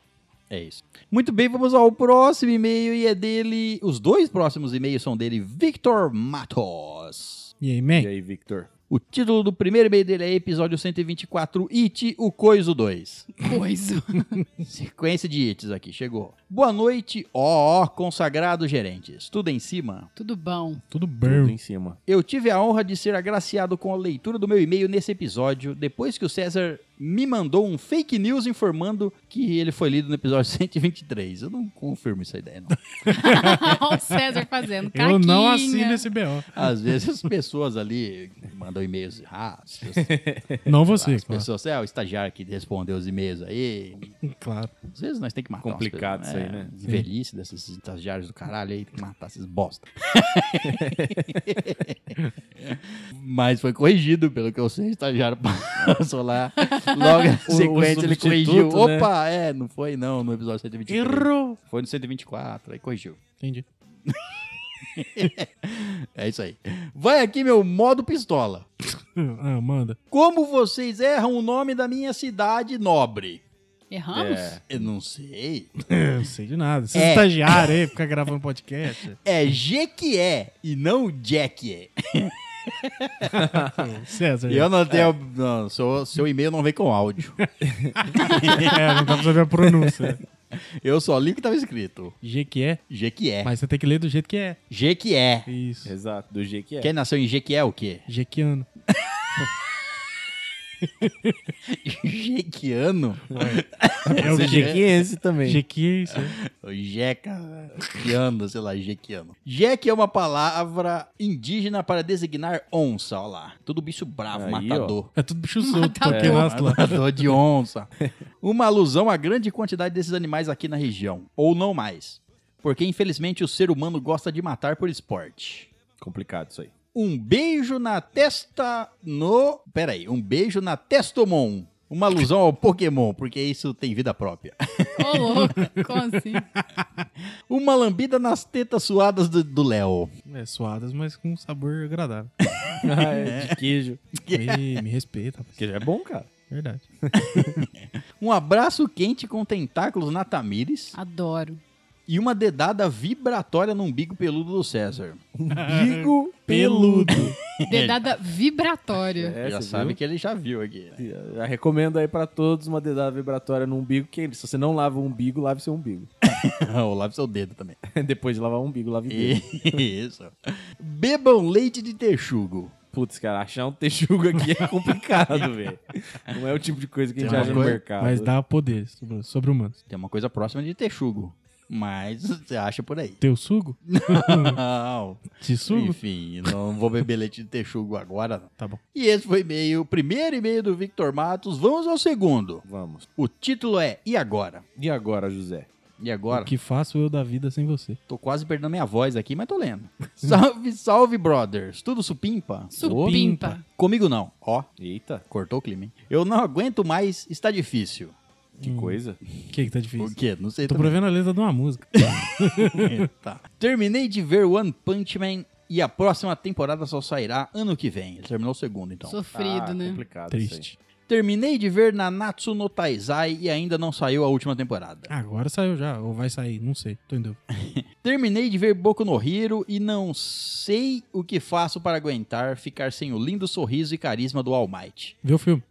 [SPEAKER 2] É isso. Muito bem, vamos ao próximo e-mail e é dele. Os dois próximos e-mails são dele, Victor Matos.
[SPEAKER 3] E aí,
[SPEAKER 4] E
[SPEAKER 3] man?
[SPEAKER 4] aí, Victor?
[SPEAKER 2] O título do primeiro e-mail dele é episódio 124, It, o Coiso 2.
[SPEAKER 5] pois.
[SPEAKER 2] Sequência de hits aqui, chegou. Boa noite, ó, ó, consagrado gerentes. Tudo em cima?
[SPEAKER 5] Tudo bom.
[SPEAKER 4] Tudo
[SPEAKER 3] Tudo bem.
[SPEAKER 4] em cima.
[SPEAKER 2] Eu tive a honra de ser agraciado com a leitura do meu e-mail nesse episódio, depois que o César me mandou um fake news informando que ele foi lido no episódio 123. Eu não confirmo essa ideia, não.
[SPEAKER 5] Olha o César fazendo
[SPEAKER 3] Eu não
[SPEAKER 5] caquinha.
[SPEAKER 3] assino esse BO.
[SPEAKER 2] Às vezes as pessoas ali mandam e-mails errados.
[SPEAKER 3] Não você,
[SPEAKER 2] as
[SPEAKER 3] claro.
[SPEAKER 2] pessoas, é o estagiário que respondeu os e-mails aí.
[SPEAKER 3] Claro.
[SPEAKER 2] Às vezes nós temos que matar. umas
[SPEAKER 4] Complicado
[SPEAKER 2] pessoas,
[SPEAKER 4] isso aí, né?
[SPEAKER 2] É, Velhice desses estagiários do caralho aí, tem que matar esses bosta. Mas foi corrigido, pelo que eu sei, o estagiário passou lá. Logo na
[SPEAKER 4] O- o
[SPEAKER 2] sequência ele corrigiu.
[SPEAKER 4] substituto, né?
[SPEAKER 2] Opa, é, não foi não no episódio 123.
[SPEAKER 3] Errou.
[SPEAKER 2] Foi no 124, aí corrigiu.
[SPEAKER 3] Entendi.
[SPEAKER 2] É isso aí. Vai aqui meu modo pistola.
[SPEAKER 3] Ah, manda.
[SPEAKER 2] Como vocês erram o nome da minha cidade nobre?
[SPEAKER 5] Erramos?
[SPEAKER 4] É.
[SPEAKER 2] Eu não sei.
[SPEAKER 3] Eu não sei de nada. Esses
[SPEAKER 2] É.
[SPEAKER 3] estagiários aí, ficar gravando podcast.
[SPEAKER 2] É Jequié e não Jequié.
[SPEAKER 3] César.
[SPEAKER 2] Eu não tenho. Não, seu, seu e-mail não vem com áudio.
[SPEAKER 3] É, não dá pra saber a pronúncia.
[SPEAKER 2] Eu só li o que estava escrito.
[SPEAKER 3] G que é,
[SPEAKER 2] Jequié.
[SPEAKER 3] mas você tem que ler do jeito que é.
[SPEAKER 2] Jequié.
[SPEAKER 3] Isso.
[SPEAKER 4] Exato, do jeito que é.
[SPEAKER 2] Quem nasceu em Jequié é o quê?
[SPEAKER 3] Jequiano.
[SPEAKER 2] Jequiano?
[SPEAKER 3] É o é, Jequiano.
[SPEAKER 4] jequiense também.
[SPEAKER 3] Jequi, isso. aí.
[SPEAKER 2] Ou Jeca. Jequiano, sei lá, Jequiano. Jeque é uma palavra indígena para designar onça. Olha lá. Todo bicho bravo,
[SPEAKER 4] Aí,
[SPEAKER 2] matador.
[SPEAKER 3] É tudo bicho solto,
[SPEAKER 5] Matador.
[SPEAKER 3] porque nossa lá.
[SPEAKER 2] Matador de onça. Uma alusão à grande quantidade desses animais aqui na região. Ou não mais. Porque, infelizmente, o ser humano gosta de matar por esporte.
[SPEAKER 4] Complicado isso aí.
[SPEAKER 2] Um beijo na testa no... Peraí. Um beijo na testomon. Uma alusão ao Pokémon, porque isso tem vida própria.
[SPEAKER 4] É.
[SPEAKER 5] Ô, louco, como assim?
[SPEAKER 2] Uma lambida nas tetas suadas do- do Léo.
[SPEAKER 3] É, suadas, mas com sabor agradável.
[SPEAKER 4] Ah, é, de queijo.
[SPEAKER 3] Me, me respeita, rapaz.
[SPEAKER 4] Queijo é bom, cara.
[SPEAKER 3] verdade.
[SPEAKER 2] Um abraço quente com tentáculos na Tamires.
[SPEAKER 5] Adoro.
[SPEAKER 2] E uma dedada vibratória no umbigo peludo do César.
[SPEAKER 4] Bigo peludo.
[SPEAKER 5] Dedada vibratória.
[SPEAKER 4] É,
[SPEAKER 2] já
[SPEAKER 4] você
[SPEAKER 2] sabe
[SPEAKER 4] viu?
[SPEAKER 2] que ele já viu aqui. né?
[SPEAKER 4] Eu recomendo aí pra todos uma dedada vibratória no umbigo. Que é se você não lava o umbigo, lave seu umbigo.
[SPEAKER 2] Ou lave seu dedo também.
[SPEAKER 4] Depois de lavar o umbigo, lave o dedo.
[SPEAKER 2] Isso. Bebam leite de texugo.
[SPEAKER 4] Putz, cara, achar um texugo aqui é complicado, velho. Não é o tipo de coisa que a gente
[SPEAKER 2] Tem uma
[SPEAKER 4] acha no
[SPEAKER 2] coisa-
[SPEAKER 4] mercado.
[SPEAKER 3] Mas dá poderes sobre, sobre humanos.
[SPEAKER 2] Tem uma coisa próxima de texugo. Mas você acha por aí.
[SPEAKER 3] Teu sugo? um
[SPEAKER 2] Não.
[SPEAKER 3] Te sugo?
[SPEAKER 2] Enfim, não vou beber leite de texugo agora. não.
[SPEAKER 3] Tá bom.
[SPEAKER 2] E esse foi e-mail, o primeiro e-mail do Victor Matos. Vamos ao segundo.
[SPEAKER 4] Vamos.
[SPEAKER 2] O título é E agora?
[SPEAKER 4] E agora, José?
[SPEAKER 2] E agora?
[SPEAKER 3] O que faço eu da vida sem você?
[SPEAKER 2] Tô quase perdendo a minha voz aqui, mas tô lendo. salve, salve, brothers. Tudo supimpa?
[SPEAKER 5] Supimpa.
[SPEAKER 2] Comigo não. Ó,
[SPEAKER 4] Eita,
[SPEAKER 2] cortou o clima, hein? Eu não aguento mais, está difícil.
[SPEAKER 4] que
[SPEAKER 2] Hum.
[SPEAKER 4] coisa.
[SPEAKER 3] O que que tá difícil?
[SPEAKER 2] Por quê? Não sei
[SPEAKER 3] Tô
[SPEAKER 2] também.
[SPEAKER 3] prevendo a letra de uma música.
[SPEAKER 2] Tá. Terminei de ver One Punch Man e a próxima temporada só sairá ano que vem. Ele terminou o segundo, então.
[SPEAKER 5] Sofrido,
[SPEAKER 4] Ah,
[SPEAKER 5] né?
[SPEAKER 4] complicado isso
[SPEAKER 3] Triste.
[SPEAKER 2] Terminei de ver Nanatsu no Taizai e ainda não saiu a última temporada.
[SPEAKER 3] Agora saiu já, ou vai sair, não sei. Tô em dúvida.
[SPEAKER 2] Terminei de ver Boku no Hiro e não sei o que faço para aguentar ficar sem o lindo sorriso e carisma do All Might. Ah,
[SPEAKER 3] Vê o filme.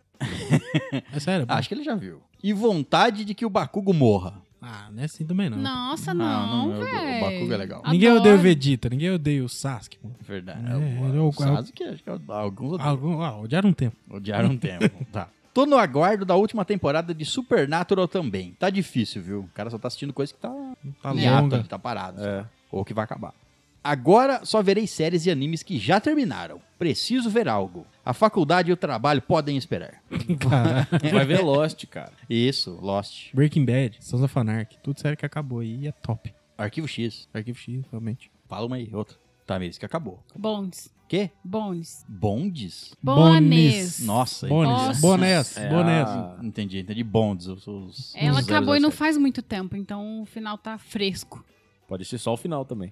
[SPEAKER 3] É sério. pô.
[SPEAKER 2] Acho que ele já viu. E vontade de que o Bakugo morra.
[SPEAKER 3] Ah, não é assim também não. Ah.
[SPEAKER 5] Nossa,
[SPEAKER 2] Não,
[SPEAKER 5] Ah, não,
[SPEAKER 2] não, eu- o
[SPEAKER 5] velho.
[SPEAKER 2] Bakuga é legal.
[SPEAKER 3] Ninguém odeia o
[SPEAKER 5] Adoro.
[SPEAKER 3] Vegeta, ninguém odeia o Sasuke, mano.
[SPEAKER 2] Verdade.
[SPEAKER 3] É,
[SPEAKER 2] o-
[SPEAKER 3] ele é
[SPEAKER 2] o
[SPEAKER 3] o-
[SPEAKER 2] Sasuke, acho que é o- alguns odeiam.
[SPEAKER 3] Algum, ah, odiaram um tempo.
[SPEAKER 2] odiaram um tempo. Tá. Tô no aguardo da última temporada de Supernatural também. Tá difícil, viu? O cara só tá assistindo coisa que tá
[SPEAKER 3] Tá
[SPEAKER 2] hiato,
[SPEAKER 3] longa.
[SPEAKER 2] que tá parado.
[SPEAKER 4] É.
[SPEAKER 2] Ou que vai acabar. Agora só verei séries e animes que já terminaram. Preciso ver algo. A faculdade e o trabalho podem esperar.
[SPEAKER 3] Caralho.
[SPEAKER 4] aí. Vai ver Lost, cara.
[SPEAKER 2] Isso, Lost.
[SPEAKER 3] Breaking Bad, Sons of Anarchy, tudo sério que acabou aí e é top.
[SPEAKER 2] Arquivo X.
[SPEAKER 3] Arquivo X, realmente.
[SPEAKER 2] Fala uma aí, outra. Tá mesmo, que acabou.
[SPEAKER 5] Bones.
[SPEAKER 2] Quê?
[SPEAKER 5] Bones.
[SPEAKER 2] Bondes?
[SPEAKER 5] Bones.
[SPEAKER 2] Nossa,
[SPEAKER 3] Bones,
[SPEAKER 5] Nossa.
[SPEAKER 3] bonés,
[SPEAKER 4] É
[SPEAKER 3] bonés.
[SPEAKER 4] a-
[SPEAKER 2] não entendi, entendi. Bondes. Os, os-
[SPEAKER 5] Ela
[SPEAKER 2] os
[SPEAKER 5] acabou e não
[SPEAKER 2] 007.
[SPEAKER 5] faz muito tempo, então o final tá fresco.
[SPEAKER 4] Pode ser só o final também.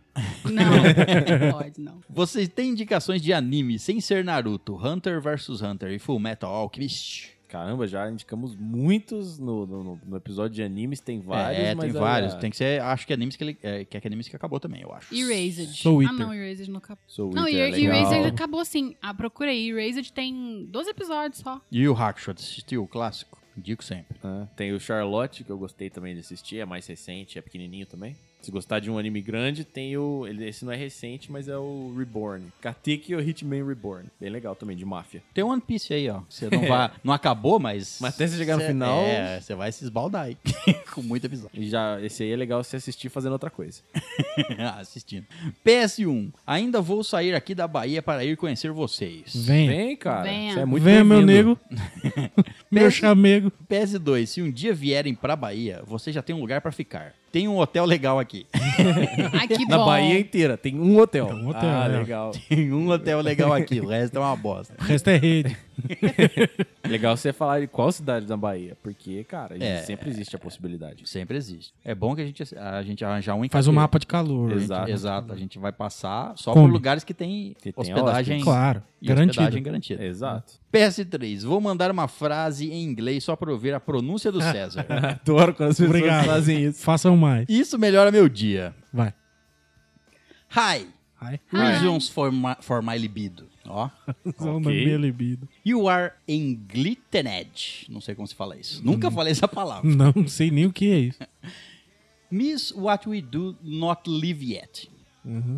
[SPEAKER 5] Não, não pode, não.
[SPEAKER 2] Vocês têm indicações de anime sem ser Naruto, Hunter vs Hunter e Full Metal Alchemist?
[SPEAKER 4] Caramba, já indicamos muitos no, no- no episódio de animes, tem vários.
[SPEAKER 2] é,
[SPEAKER 4] mas
[SPEAKER 2] tem
[SPEAKER 4] a-
[SPEAKER 2] vários. Tem que ser, acho que animes que, ele, é, que é que animes que acabou também, eu acho.
[SPEAKER 5] Erased.
[SPEAKER 3] Soul
[SPEAKER 5] ah,
[SPEAKER 3] Eater.
[SPEAKER 5] não, Erased não acabou.
[SPEAKER 4] Soul
[SPEAKER 5] Não,
[SPEAKER 4] Eater é
[SPEAKER 5] Erased
[SPEAKER 4] legal.
[SPEAKER 5] Erased acabou sim. Ah, procura aí. Erased tem 12 episódios só.
[SPEAKER 2] E o Hakusho, assistiu o clássico? Indico sempre.
[SPEAKER 4] Ah, Tem o Charlotte, que eu gostei também de assistir, é mais recente, é pequenininho também. Se gostar de um anime grande, tem o. ele- Esse não é recente, mas é o Reborn. Kateki ou Hitman Reborn. Bem legal também, de máfia.
[SPEAKER 2] Tem One Piece aí, ó. Você não vai, não acabou, mas
[SPEAKER 4] Mas até você chegar no
[SPEAKER 2] cê-
[SPEAKER 4] final-
[SPEAKER 2] é, você vai se esbaldar aí com muito episódio
[SPEAKER 4] E já, esse aí é legal se assistir fazendo outra coisa.
[SPEAKER 2] assistindo. PS1. Ainda vou sair aqui da Bahia para ir conhecer vocês.
[SPEAKER 3] Vem.
[SPEAKER 4] Vem, cara.
[SPEAKER 5] Venha.
[SPEAKER 4] Você é muito
[SPEAKER 3] Vem, meu
[SPEAKER 4] bem-vindo.
[SPEAKER 3] nego. meu chamego.
[SPEAKER 2] PS2, se um dia vierem pra Bahia, você já tem um lugar pra ficar. Tem um hotel legal aqui.
[SPEAKER 5] Ai, que
[SPEAKER 4] Na
[SPEAKER 5] bom.
[SPEAKER 4] Bahia inteira, tem um hotel.
[SPEAKER 3] Tem um hotel,
[SPEAKER 4] ah,
[SPEAKER 3] né?
[SPEAKER 4] legal.
[SPEAKER 2] Tem um hotel legal aqui, o resto é uma bosta.
[SPEAKER 3] O resto é rede.
[SPEAKER 4] legal você falar de qual cidade da Bahia, porque, cara,
[SPEAKER 2] É.
[SPEAKER 4] sempre existe a possibilidade.
[SPEAKER 2] Sempre existe. É bom que a gente, a gente arranjar um em
[SPEAKER 3] Faz
[SPEAKER 2] cada-
[SPEAKER 3] um mapa de né? calor.
[SPEAKER 2] A gente-
[SPEAKER 4] Exato.
[SPEAKER 2] Exato. A gente vai passar só
[SPEAKER 3] Come.
[SPEAKER 2] por lugares que tem
[SPEAKER 4] Que tem
[SPEAKER 2] hospedagem.
[SPEAKER 4] hóspedes.
[SPEAKER 3] Claro,
[SPEAKER 2] e hospedagem
[SPEAKER 3] garantido.
[SPEAKER 2] garantida.
[SPEAKER 4] Exato.
[SPEAKER 2] PS3, vou mandar uma frase em inglês só pra eu ver a pronúncia do César.
[SPEAKER 4] Adoro quando as pessoas
[SPEAKER 3] Obrigado.
[SPEAKER 4] fazem isso.
[SPEAKER 3] Façam mais.
[SPEAKER 2] Isso melhora meu dia.
[SPEAKER 3] Vai.
[SPEAKER 2] Hi,
[SPEAKER 3] Ai.
[SPEAKER 2] reasons for my, for my libido. Ó.
[SPEAKER 3] Zona minha libido.
[SPEAKER 2] You are englittered. Não sei como se fala isso.
[SPEAKER 3] Hum.
[SPEAKER 2] Nunca falei essa palavra.
[SPEAKER 3] Não sei nem o que é isso.
[SPEAKER 2] Miss what we do not live yet.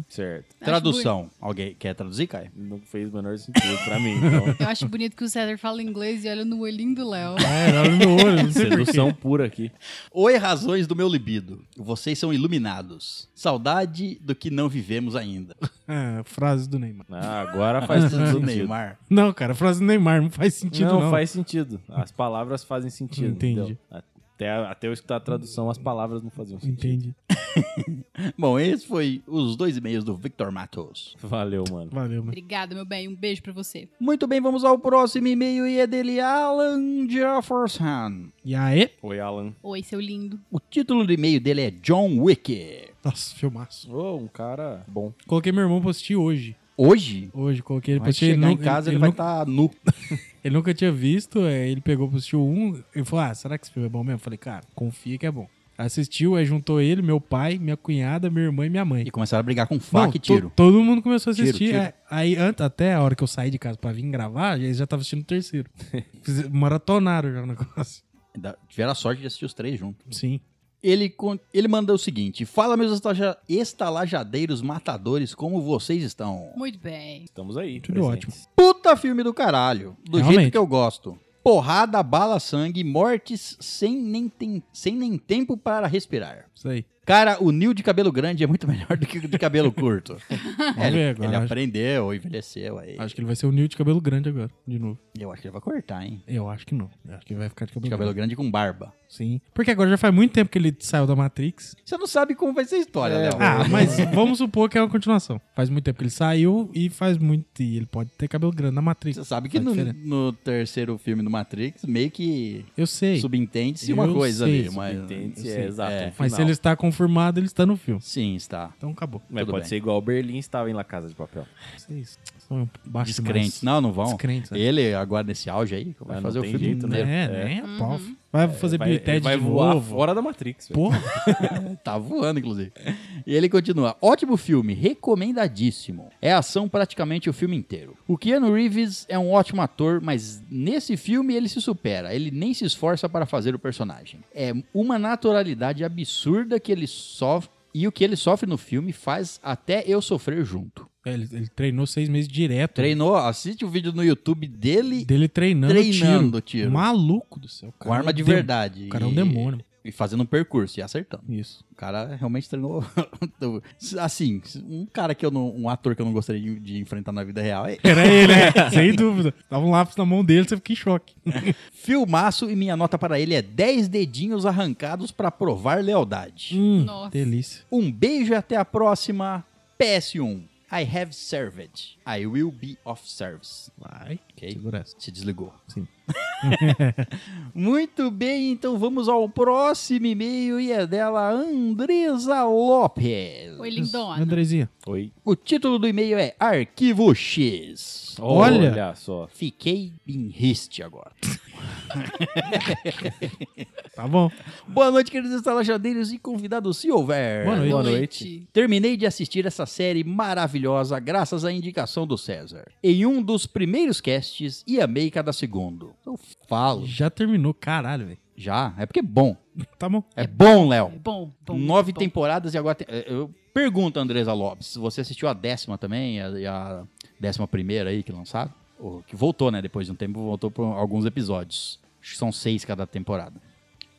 [SPEAKER 4] Certo.
[SPEAKER 5] Acho
[SPEAKER 2] Tradução. Alguém quer traduzir, Caio?
[SPEAKER 4] Não fez o menor sentido pra mim, então.
[SPEAKER 5] Eu acho bonito que o César fala inglês e olha no olhinho do Léo.
[SPEAKER 3] É, olha no meu olho, não sei por quê.
[SPEAKER 4] Sedução pura aqui.
[SPEAKER 2] Oi, razões do meu libido. Vocês são iluminados. Saudade do que não vivemos ainda.
[SPEAKER 3] Ah, frase do Neymar.
[SPEAKER 4] Ah, agora faz tudo
[SPEAKER 2] do
[SPEAKER 4] sentido.
[SPEAKER 2] Neymar.
[SPEAKER 3] Não, cara, frase do Neymar não faz sentido,
[SPEAKER 4] Não,
[SPEAKER 3] não.
[SPEAKER 4] faz sentido. As palavras fazem sentido.
[SPEAKER 3] Entendi.
[SPEAKER 4] entendeu? Ah, Até, até eu escutar a tradução, as palavras não faziam sentido.
[SPEAKER 3] Entendi.
[SPEAKER 2] Bom, esse foi os dois e-mails do Victor Matos.
[SPEAKER 4] Valeu, mano.
[SPEAKER 3] Valeu, mano.
[SPEAKER 5] Obrigada, meu bem. Um beijo pra você.
[SPEAKER 2] Muito bem, vamos ao próximo e-mail e é dele Alan Jefferson.
[SPEAKER 3] E aí?
[SPEAKER 4] Oi, Alan.
[SPEAKER 5] Oi, seu lindo.
[SPEAKER 2] O título do e-mail dele é John Wick.
[SPEAKER 3] Nossa, filmaço.
[SPEAKER 4] Ô, um cara bom.
[SPEAKER 3] Coloquei meu irmão pra assistir hoje.
[SPEAKER 2] Hoje?
[SPEAKER 3] Hoje, coloquei ele pra
[SPEAKER 2] Vai
[SPEAKER 3] assistir.
[SPEAKER 2] chegar
[SPEAKER 3] nu-
[SPEAKER 2] em casa, ele,
[SPEAKER 3] ele
[SPEAKER 2] vai
[SPEAKER 3] nunca,
[SPEAKER 2] estar nu.
[SPEAKER 3] ele nunca tinha visto, é, ele pegou pra assistir o um. Ele falou, ah, será que esse filme é bom mesmo? Eu falei, cara, confia que é bom. Assistiu, aí juntou ele, meu pai, minha cunhada, minha irmã e minha mãe.
[SPEAKER 2] E começaram a brigar com faca
[SPEAKER 3] Não,
[SPEAKER 2] e
[SPEAKER 3] to-
[SPEAKER 2] tiro.
[SPEAKER 3] Todo mundo começou a
[SPEAKER 2] Tiro,
[SPEAKER 3] assistir.
[SPEAKER 2] tiro.
[SPEAKER 3] é, aí, an- até a hora que eu saí de casa pra vir gravar, eles já estavam assistindo o terceiro. Fiz- Maratonaram já o negócio.
[SPEAKER 2] Ainda Tiveram a sorte de assistir os três juntos.
[SPEAKER 3] Sim.
[SPEAKER 2] Ele, con- ele mandou o seguinte: Fala, meus estalaja- estalajadeiros matadores, como vocês estão?
[SPEAKER 5] Muito bem.
[SPEAKER 4] Estamos aí.
[SPEAKER 3] Tudo ótimo.
[SPEAKER 2] Puta filme do caralho. Do jeito
[SPEAKER 3] Realmente.
[SPEAKER 2] que eu gosto. Porrada, bala, sangue, mortes sem nem, tem- sem nem tempo para respirar.
[SPEAKER 3] Isso aí.
[SPEAKER 2] Cara, o Nil de cabelo grande é muito melhor do que o de cabelo curto. É, ele,
[SPEAKER 3] ver agora,
[SPEAKER 2] ele
[SPEAKER 3] acho-
[SPEAKER 2] aprendeu, envelheceu aí.
[SPEAKER 3] Acho que ele vai ser o Nil de cabelo grande agora, de novo.
[SPEAKER 2] Eu acho que ele vai cortar, hein?
[SPEAKER 3] Eu acho que não. Eu acho que ele vai ficar de cabelo,
[SPEAKER 2] De cabelo grande
[SPEAKER 3] grande.
[SPEAKER 2] com barba.
[SPEAKER 3] Sim. Porque agora já faz muito tempo que ele saiu da Matrix.
[SPEAKER 2] Você não sabe como vai ser a história, né? Léo.
[SPEAKER 3] Ah, mas vamos supor que é uma continuação. Faz muito tempo que ele saiu e faz muito. E ele pode ter cabelo grande na Matrix.
[SPEAKER 2] Você sabe que né?
[SPEAKER 3] Faz
[SPEAKER 2] no,
[SPEAKER 3] diferença.
[SPEAKER 2] no terceiro filme do Matrix, meio que
[SPEAKER 3] Eu sei.
[SPEAKER 2] subentende-se uma
[SPEAKER 3] Eu
[SPEAKER 2] coisa
[SPEAKER 3] sei,
[SPEAKER 2] ali. Mas,
[SPEAKER 4] subentende-se,
[SPEAKER 2] Sim,
[SPEAKER 4] é, exato.
[SPEAKER 3] Mas se
[SPEAKER 4] Final.
[SPEAKER 3] ele está confirmado, ele está no filme.
[SPEAKER 2] Sim, está.
[SPEAKER 3] Então acabou.
[SPEAKER 4] Mas
[SPEAKER 2] Tudo
[SPEAKER 4] pode
[SPEAKER 2] bem.
[SPEAKER 4] ser igual o Berlim estava em La Casa de Papel.
[SPEAKER 3] Isso é isso. São baixos
[SPEAKER 2] Descrentes.
[SPEAKER 3] demais.
[SPEAKER 2] Não, não vão.
[SPEAKER 3] Descrentes, é.
[SPEAKER 2] Ele, agora nesse auge aí, vai
[SPEAKER 4] Ah, né? não
[SPEAKER 2] fazer o
[SPEAKER 4] tem
[SPEAKER 2] filme
[SPEAKER 4] jeito, né?
[SPEAKER 2] inteiro.
[SPEAKER 3] É, né? Pau. Vai fazer
[SPEAKER 4] Vai-
[SPEAKER 3] Bill e
[SPEAKER 4] ele
[SPEAKER 3] Ted
[SPEAKER 4] vai
[SPEAKER 3] de
[SPEAKER 4] voar
[SPEAKER 3] novo.
[SPEAKER 4] fora da Matrix. velho.
[SPEAKER 3] Porra.
[SPEAKER 2] Tá voando, inclusive. E ele continua. Ótimo filme, recomendadíssimo. É ação praticamente o filme inteiro. O Keanu Reeves é um ótimo ator, mas nesse filme ele se supera. Ele nem se esforça para fazer o personagem. É uma naturalidade absurda que ele sofre. E o que ele sofre no filme faz até eu sofrer junto.
[SPEAKER 3] É, Ele, ele treinou seis meses direto.
[SPEAKER 2] Treinou, assiste o vídeo no YouTube dele
[SPEAKER 3] Dele treinando
[SPEAKER 2] Treinando
[SPEAKER 3] tiro.
[SPEAKER 2] tiro.
[SPEAKER 3] Maluco do céu.
[SPEAKER 2] com arma de
[SPEAKER 3] verdade.
[SPEAKER 2] verdade.
[SPEAKER 3] um O cara é um
[SPEAKER 2] E-
[SPEAKER 3] demônio.
[SPEAKER 2] E fazendo um percurso e acertando.
[SPEAKER 3] Isso.
[SPEAKER 2] O cara realmente treinou. assim, um cara que eu não. Um ator que eu não gostaria de, de enfrentar na vida real. É
[SPEAKER 3] Era ele, né? Sem dúvida. Tava um lápis na mão dele, você fica em choque.
[SPEAKER 2] filmaço e minha nota para ele é 10 dedinhos arrancados pra provar lealdade.
[SPEAKER 3] Hum,
[SPEAKER 5] Nossa.
[SPEAKER 3] delícia.
[SPEAKER 2] Um beijo e até a próxima. PS1. I have served. I will be of service.
[SPEAKER 3] Vai.
[SPEAKER 2] Ok.
[SPEAKER 3] Segura essa.
[SPEAKER 2] Se desligou.
[SPEAKER 3] Sim.
[SPEAKER 2] Muito bem, então vamos ao próximo e-mail e é dela Andresa Lopes.
[SPEAKER 5] Oi, lindona.
[SPEAKER 3] Andrezinha.
[SPEAKER 4] Oi.
[SPEAKER 2] O título do e-mail é Arquivo X.
[SPEAKER 3] Olha.
[SPEAKER 4] só.
[SPEAKER 2] Fiquei em riste agora.
[SPEAKER 3] Tá bom.
[SPEAKER 2] Boa noite, queridos estalajadeiros e convidados, se houver.
[SPEAKER 3] Boa noite.
[SPEAKER 5] Boa
[SPEAKER 4] noite.
[SPEAKER 5] noite.
[SPEAKER 2] Terminei de assistir essa série maravilhosa graças à indicação do César. Em um dos primeiros casts e amei cada segundo. Eu falo.
[SPEAKER 3] Já terminou, caralho, velho.
[SPEAKER 2] Já? É porque é bom.
[SPEAKER 3] Tá bom.
[SPEAKER 2] É bom,
[SPEAKER 5] É
[SPEAKER 2] Léo.
[SPEAKER 5] bom, bom.
[SPEAKER 2] Nove
[SPEAKER 5] bom.
[SPEAKER 2] temporadas e agora tem... eh, Eu pergunto, Andresa Lopes, você assistiu a décima também? E a, e a décima primeira aí que lançaram? Ou que voltou, né? Depois de um tempo, voltou por alguns episódios. Acho que são seis cada temporada.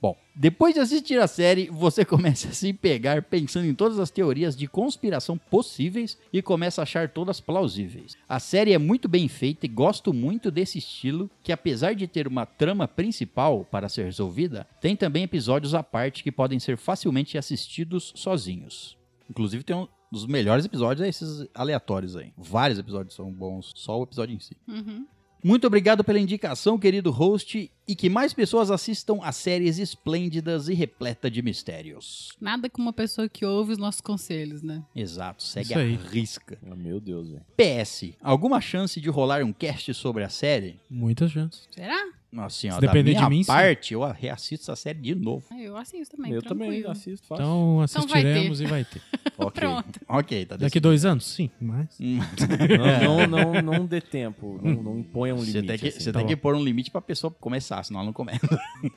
[SPEAKER 2] Bom, depois de assistir a série, você começa a se pegar pensando em todas as teorias de conspiração possíveis e começa a achar todas plausíveis. A série é muito bem feita e gosto muito desse estilo, que apesar de ter uma trama principal para ser resolvida, tem também episódios à parte que podem ser facilmente assistidos sozinhos. Inclusive tem um dos melhores episódios é esses aleatórios aí. Vários episódios são bons, só o episódio em si.
[SPEAKER 5] Uhum.
[SPEAKER 2] Muito obrigado pela indicação, querido host, e que mais pessoas assistam a séries esplêndidas e repleta de mistérios.
[SPEAKER 5] Nada com uma pessoa que ouve os nossos conselhos, né?
[SPEAKER 2] Exato, segue
[SPEAKER 3] Isso aí.
[SPEAKER 2] a risca.
[SPEAKER 4] Ah, meu Deus, velho.
[SPEAKER 2] PS, alguma chance de rolar um cast sobre a série?
[SPEAKER 3] Muitas chances.
[SPEAKER 5] Será?
[SPEAKER 2] Nossa senhora,
[SPEAKER 3] Se depender
[SPEAKER 2] da
[SPEAKER 3] de
[SPEAKER 2] minha
[SPEAKER 3] mim, sim.
[SPEAKER 2] parte, eu reassisto essa série de novo.
[SPEAKER 5] Ah, Eu assisto também,
[SPEAKER 4] eu também
[SPEAKER 5] tranquilo.
[SPEAKER 4] assisto, faço.
[SPEAKER 3] Então
[SPEAKER 5] Então vai ter.
[SPEAKER 3] assistiremos e vai ter.
[SPEAKER 2] Ok.
[SPEAKER 5] Pronto.
[SPEAKER 2] Ok, tá
[SPEAKER 3] Daqui
[SPEAKER 2] decidido.
[SPEAKER 3] dois anos? Sim, mas. Então,
[SPEAKER 4] Não, não, não, não dê tempo. Não, não imponha um limite.
[SPEAKER 2] Você tem, que,
[SPEAKER 4] assim.
[SPEAKER 2] você
[SPEAKER 3] Hum. tá
[SPEAKER 2] tem
[SPEAKER 3] bom.
[SPEAKER 2] que pôr um limite pra pessoa começar, senão ela não começa.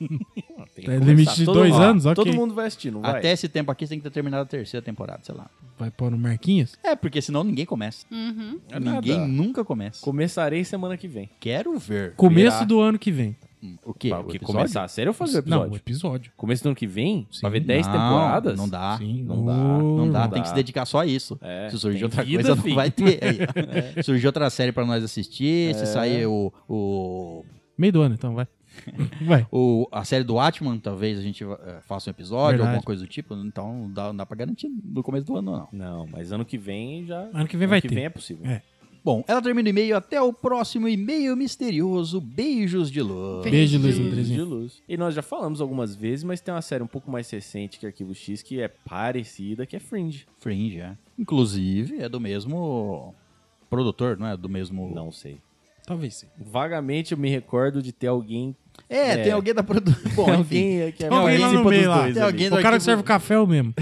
[SPEAKER 4] Tem
[SPEAKER 3] É
[SPEAKER 4] começar.
[SPEAKER 3] limite de
[SPEAKER 4] Todo
[SPEAKER 3] dois
[SPEAKER 4] mundo- Ah,
[SPEAKER 3] anos? Ok.
[SPEAKER 4] Todo mundo vai assistir, não vai?
[SPEAKER 2] Até esse tempo aqui você tem que ter terminado a terceira temporada, sei lá.
[SPEAKER 3] Vai pôr no Marquinhos?
[SPEAKER 2] É, porque senão ninguém começa.
[SPEAKER 5] Uhum.
[SPEAKER 4] É nada.
[SPEAKER 2] ninguém nunca começa.
[SPEAKER 4] Começarei semana que vem.
[SPEAKER 2] Quero ver.
[SPEAKER 3] Começo
[SPEAKER 4] Virá.
[SPEAKER 3] do ano que vem.
[SPEAKER 2] Hum, O quê?
[SPEAKER 4] Pra
[SPEAKER 2] O
[SPEAKER 4] o que
[SPEAKER 2] episódio?
[SPEAKER 4] começar a série ou fazer o
[SPEAKER 3] Não,
[SPEAKER 4] episódio?
[SPEAKER 3] o episódio.
[SPEAKER 4] Começo do ano que vem?
[SPEAKER 3] Sim.
[SPEAKER 4] Pra ver 10
[SPEAKER 2] Não,
[SPEAKER 4] temporadas?
[SPEAKER 2] Tá, Não dá.
[SPEAKER 3] Sim, uh,
[SPEAKER 4] não dá,
[SPEAKER 3] ô,
[SPEAKER 2] Não dá,
[SPEAKER 3] irmão.
[SPEAKER 4] dá.
[SPEAKER 2] tem que se dedicar só a isso.
[SPEAKER 4] É,
[SPEAKER 2] se surgir
[SPEAKER 4] tem
[SPEAKER 2] outra
[SPEAKER 4] vida,
[SPEAKER 2] coisa, não
[SPEAKER 4] filho. É.
[SPEAKER 2] vai ter. Aí, ó. Se surgir outra série pra nós assistir, se sair o, o
[SPEAKER 3] Meio do ano, então vai. Vai.
[SPEAKER 2] O, a série do Atman, talvez a gente eh, faça um episódio,
[SPEAKER 3] Verdade.
[SPEAKER 2] alguma coisa do tipo. Então não dá, não dá pra garantir no começo do ano, não.
[SPEAKER 4] Não, mas ano que vem já.
[SPEAKER 3] Ano que vem vai
[SPEAKER 4] que
[SPEAKER 3] ter.
[SPEAKER 4] vem é possível.
[SPEAKER 3] É.
[SPEAKER 2] Bom, ela termina o e-mail. Até o próximo e-mail misterioso. Beijos de luz.
[SPEAKER 3] Beijo, Luiz
[SPEAKER 5] Beijo.
[SPEAKER 4] Filhos de
[SPEAKER 3] Andrezinho.
[SPEAKER 4] luz. E nós já falamos algumas vezes, mas tem uma série um pouco mais recente que Arquivo X que é parecida, que é Fringe.
[SPEAKER 2] Fringe, é. Inclusive, é do mesmo produtor, não é? Do mesmo.
[SPEAKER 4] Não sei.
[SPEAKER 3] Talvez sim.
[SPEAKER 4] Vagamente eu me recordo de de ter alguém.
[SPEAKER 2] É,
[SPEAKER 4] É.
[SPEAKER 2] tem alguém da produção. Bom, enfim.
[SPEAKER 4] Alguém que é
[SPEAKER 3] Alguém lá no
[SPEAKER 4] participa
[SPEAKER 3] meio
[SPEAKER 4] dos
[SPEAKER 3] lá.
[SPEAKER 4] dois
[SPEAKER 2] Tem
[SPEAKER 4] ali.
[SPEAKER 2] alguém do
[SPEAKER 3] O cara
[SPEAKER 2] arquivo-
[SPEAKER 3] que serve o café é o mesmo.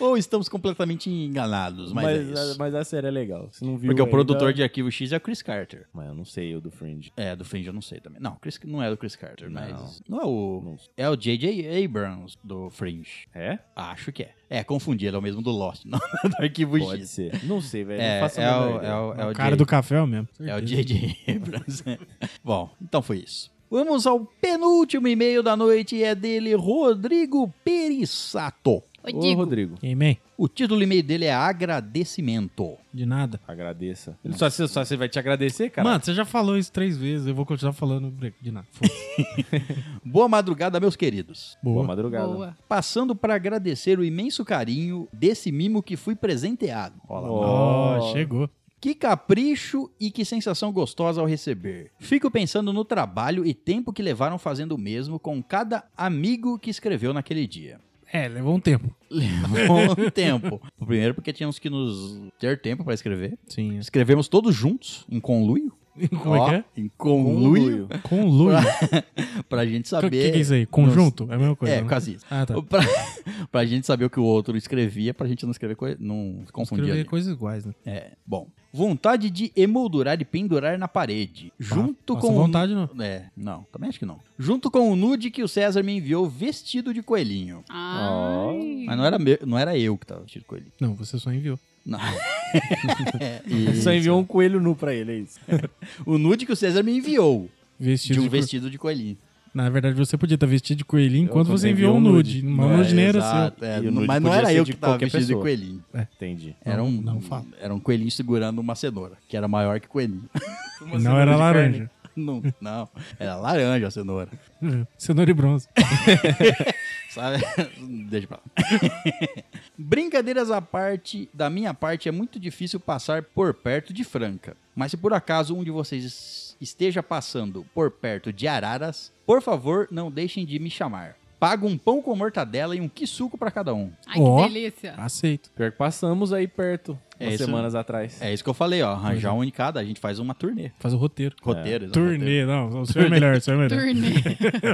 [SPEAKER 2] Ou estamos completamente enganados, mas, é
[SPEAKER 4] Mas,
[SPEAKER 2] isso.
[SPEAKER 4] a, mas a série é legal. Você não viu
[SPEAKER 2] Porque o
[SPEAKER 4] ainda-
[SPEAKER 2] produtor de Arquivo X é o Chris Carter.
[SPEAKER 4] Mas eu não sei, eu do Fringe.
[SPEAKER 2] É, do Fringe eu não sei também. Não, Chris, não é do Chris Carter,
[SPEAKER 4] Não.
[SPEAKER 2] mas. Não é o.
[SPEAKER 4] Não sei.
[SPEAKER 2] É o J.J. Abrams do Fringe.
[SPEAKER 4] É?
[SPEAKER 2] Acho que é. É, confundi, ele é o mesmo do Lost, não do Arquivo
[SPEAKER 4] Pode
[SPEAKER 2] X.
[SPEAKER 4] ser. Não sei, velho.
[SPEAKER 2] É,
[SPEAKER 4] não faço a
[SPEAKER 2] é
[SPEAKER 4] menor
[SPEAKER 2] o,
[SPEAKER 4] ideia.
[SPEAKER 2] é o, é o
[SPEAKER 3] o cara
[SPEAKER 2] J.J.
[SPEAKER 3] do café é o mesmo.
[SPEAKER 2] É o
[SPEAKER 3] Certeza.
[SPEAKER 2] J.J. Abrams. né? Bom, então foi isso. Vamos ao penúltimo e-mail da noite e é dele, Rodrigo Perissato.
[SPEAKER 5] Ô,
[SPEAKER 4] Ô,
[SPEAKER 5] Digo,
[SPEAKER 4] Rodrigo,
[SPEAKER 3] Amém?
[SPEAKER 2] O título do e-mail dele é Agradecimento.
[SPEAKER 3] De nada.
[SPEAKER 4] agradeça. Ele só, só, só você vai te agradecer, cara?
[SPEAKER 3] Mano, você já falou isso três vezes. Eu vou continuar falando de nada. Foda-se.
[SPEAKER 2] Boa madrugada, meus queridos.
[SPEAKER 4] boa,
[SPEAKER 3] Boa.
[SPEAKER 4] madrugada.
[SPEAKER 5] boa.
[SPEAKER 2] Passando para agradecer o imenso carinho desse mimo que fui presenteado. Olha lá.
[SPEAKER 3] Ó, chegou.
[SPEAKER 2] Que capricho e que sensação gostosa ao receber. Fico pensando no trabalho e tempo que levaram fazendo o mesmo com cada amigo que escreveu naquele dia.
[SPEAKER 3] É, levou um tempo.
[SPEAKER 2] Levou um tempo. Primeiro porque tínhamos que nos ter tempo para escrever.
[SPEAKER 3] Sim.
[SPEAKER 2] Escrevemos todos juntos, em conluio.
[SPEAKER 3] Como
[SPEAKER 2] Ó,
[SPEAKER 3] é que
[SPEAKER 2] Em conluio,
[SPEAKER 4] Conluio.
[SPEAKER 3] é? Conluio.
[SPEAKER 2] pra gente
[SPEAKER 3] O que,
[SPEAKER 2] saber...
[SPEAKER 3] que é isso aí? Conjunto? É a mesma coisa.
[SPEAKER 2] É,
[SPEAKER 3] né?
[SPEAKER 2] quase isso.
[SPEAKER 3] Ah, tá.
[SPEAKER 2] Pra, pra gente saber o que o outro escrevia, pra gente não escrever coisa. Não confundir.
[SPEAKER 3] Escrever
[SPEAKER 2] ali.
[SPEAKER 3] coisas iguais, né?
[SPEAKER 2] É, bom. Vontade de emoldurar e pendurar na parede. Junto
[SPEAKER 3] Ah, passa
[SPEAKER 2] com. o-
[SPEAKER 3] vontade, não.
[SPEAKER 2] É, não, também acho que não. Junto com o nude que o César me enviou vestido de coelhinho.
[SPEAKER 5] Ai.
[SPEAKER 2] Mas não era, meu, não era eu que tava vestido de coelhinho.
[SPEAKER 3] Não, você só enviou.
[SPEAKER 2] Não.
[SPEAKER 4] Ele Só enviou um coelho nu pra ele, é isso.
[SPEAKER 2] O nude que o César me enviou.
[SPEAKER 3] Vestido
[SPEAKER 2] De um
[SPEAKER 3] de co-
[SPEAKER 2] vestido de coelhinho.
[SPEAKER 3] Na verdade, você podia estar vestido de coelhinho
[SPEAKER 4] Eu
[SPEAKER 3] enquanto
[SPEAKER 4] quando
[SPEAKER 3] você enviou um nude. Mas o
[SPEAKER 2] É,
[SPEAKER 3] nude nem era seu.
[SPEAKER 2] exato, é,
[SPEAKER 4] E o
[SPEAKER 2] não-
[SPEAKER 4] nude
[SPEAKER 2] mas não
[SPEAKER 4] podia
[SPEAKER 2] era
[SPEAKER 4] ser
[SPEAKER 2] eu
[SPEAKER 4] de
[SPEAKER 2] que tava
[SPEAKER 4] qualquer
[SPEAKER 2] vestido
[SPEAKER 4] pessoa.
[SPEAKER 2] de coelhinho.
[SPEAKER 4] Entendi.
[SPEAKER 2] Era um,
[SPEAKER 3] não fala.
[SPEAKER 2] era um coelhinho segurando uma cenoura, que era maior que coelhinho.
[SPEAKER 3] Não era laranja.
[SPEAKER 2] Não, não. Era laranja a cenoura.
[SPEAKER 3] É. Cenoura e bronze.
[SPEAKER 2] Sabe? Deixa pra lá. Brincadeiras à parte, da minha parte, é muito difícil passar por perto de Franca. Mas se por acaso um de vocês esteja passando por perto de Araras, por favor, não deixem de me chamar. Pago um pão com mortadela e um quissuco pra cada um.
[SPEAKER 5] Ai,
[SPEAKER 3] Ó. Ah,
[SPEAKER 5] que delícia.
[SPEAKER 3] Aceito.
[SPEAKER 4] Pior que passamos aí perto,
[SPEAKER 2] É
[SPEAKER 4] umas
[SPEAKER 2] isso.
[SPEAKER 4] semanas atrás.
[SPEAKER 2] É isso que eu falei, ó. Arranjar um em cada, a gente faz uma turnê.
[SPEAKER 3] Faz o roteiro.
[SPEAKER 2] Roteiro, exato, roteiro.
[SPEAKER 3] É, Turnê, não. O seu é melhor, o seu é melhor.
[SPEAKER 5] Turnê.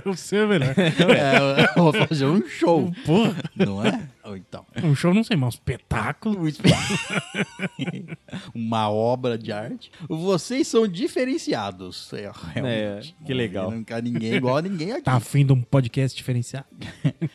[SPEAKER 3] o seu é melhor.
[SPEAKER 2] É, eu vou fazer um show,
[SPEAKER 3] Porra,
[SPEAKER 2] não é? Ou então.
[SPEAKER 3] um show não sei, mas um espetáculo.
[SPEAKER 2] Um espe- Uma obra de arte. Vocês são diferenciados. É, realmente.
[SPEAKER 4] que legal.
[SPEAKER 2] Nunca ninguém é igual a ninguém aqui.
[SPEAKER 3] Tá afim de um podcast diferenciado?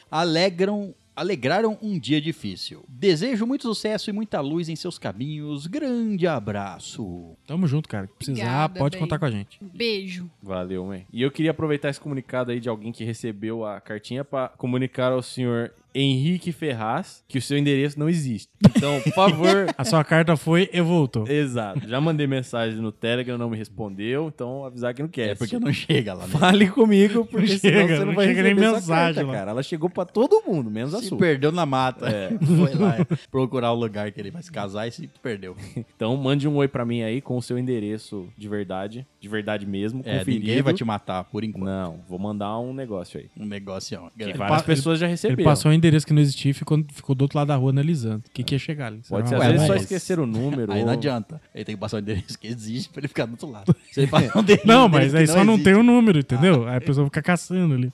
[SPEAKER 2] Alegram. Alegraram um dia difícil. Desejo muito sucesso e muita luz em seus caminhos. Grande abraço.
[SPEAKER 3] Tamo junto, cara. Se Precisar,
[SPEAKER 5] Obrigada,
[SPEAKER 3] pode
[SPEAKER 5] bem.
[SPEAKER 3] contar com a gente.
[SPEAKER 5] Beijo.
[SPEAKER 4] Valeu, man. E eu queria aproveitar esse comunicado aí de alguém que recebeu a cartinha pra comunicar ao senhor Henrique Ferraz que o seu endereço não existe. Então, por favor.
[SPEAKER 3] A sua carta foi e voltou.
[SPEAKER 4] Exato. Já mandei mensagem no Telegram, não me respondeu, então avisar que não quer.
[SPEAKER 2] É porque não chega lá. né?
[SPEAKER 4] Fale comigo, porque
[SPEAKER 3] Não
[SPEAKER 4] senão
[SPEAKER 3] chega,
[SPEAKER 4] você não,
[SPEAKER 3] não
[SPEAKER 4] vai
[SPEAKER 3] chega nem
[SPEAKER 4] receber sua
[SPEAKER 3] mensagem
[SPEAKER 4] carta,
[SPEAKER 3] lá.
[SPEAKER 4] cara. Ela chegou pra todo mundo, menos a
[SPEAKER 2] Se
[SPEAKER 4] sua.
[SPEAKER 2] perdeu na mata. Foi lá é. procurar o lugar que ele vai se casar e se perdeu.
[SPEAKER 4] Então mande um oi pra mim aí com o seu endereço de verdade, de verdade mesmo,
[SPEAKER 2] É,
[SPEAKER 4] conferido.
[SPEAKER 2] ninguém vai te matar por enquanto.
[SPEAKER 4] Não, vou mandar um negócio aí.
[SPEAKER 2] Um negócio ó,
[SPEAKER 4] Que
[SPEAKER 2] grande.
[SPEAKER 4] várias
[SPEAKER 3] pa-
[SPEAKER 4] pessoas já receberam.
[SPEAKER 3] Ele passou um endereço que não existia e ficou, ficou do outro lado da rua analisando. O que, que ia chegar ali?
[SPEAKER 4] Pode ser, às
[SPEAKER 3] Será uma-
[SPEAKER 2] Ué,
[SPEAKER 4] vezes só
[SPEAKER 2] mas-
[SPEAKER 4] esquecer o número.
[SPEAKER 2] Aí
[SPEAKER 4] ou-
[SPEAKER 2] não adianta. Ele tem que passar o endereço que existe pra ele ficar do outro lado. Se ele passar um endereço
[SPEAKER 3] Não, mas
[SPEAKER 2] que
[SPEAKER 3] aí só não
[SPEAKER 2] existe-
[SPEAKER 3] tem o número, entendeu?
[SPEAKER 5] Ah.
[SPEAKER 3] Aí a pessoa fica caçando ali.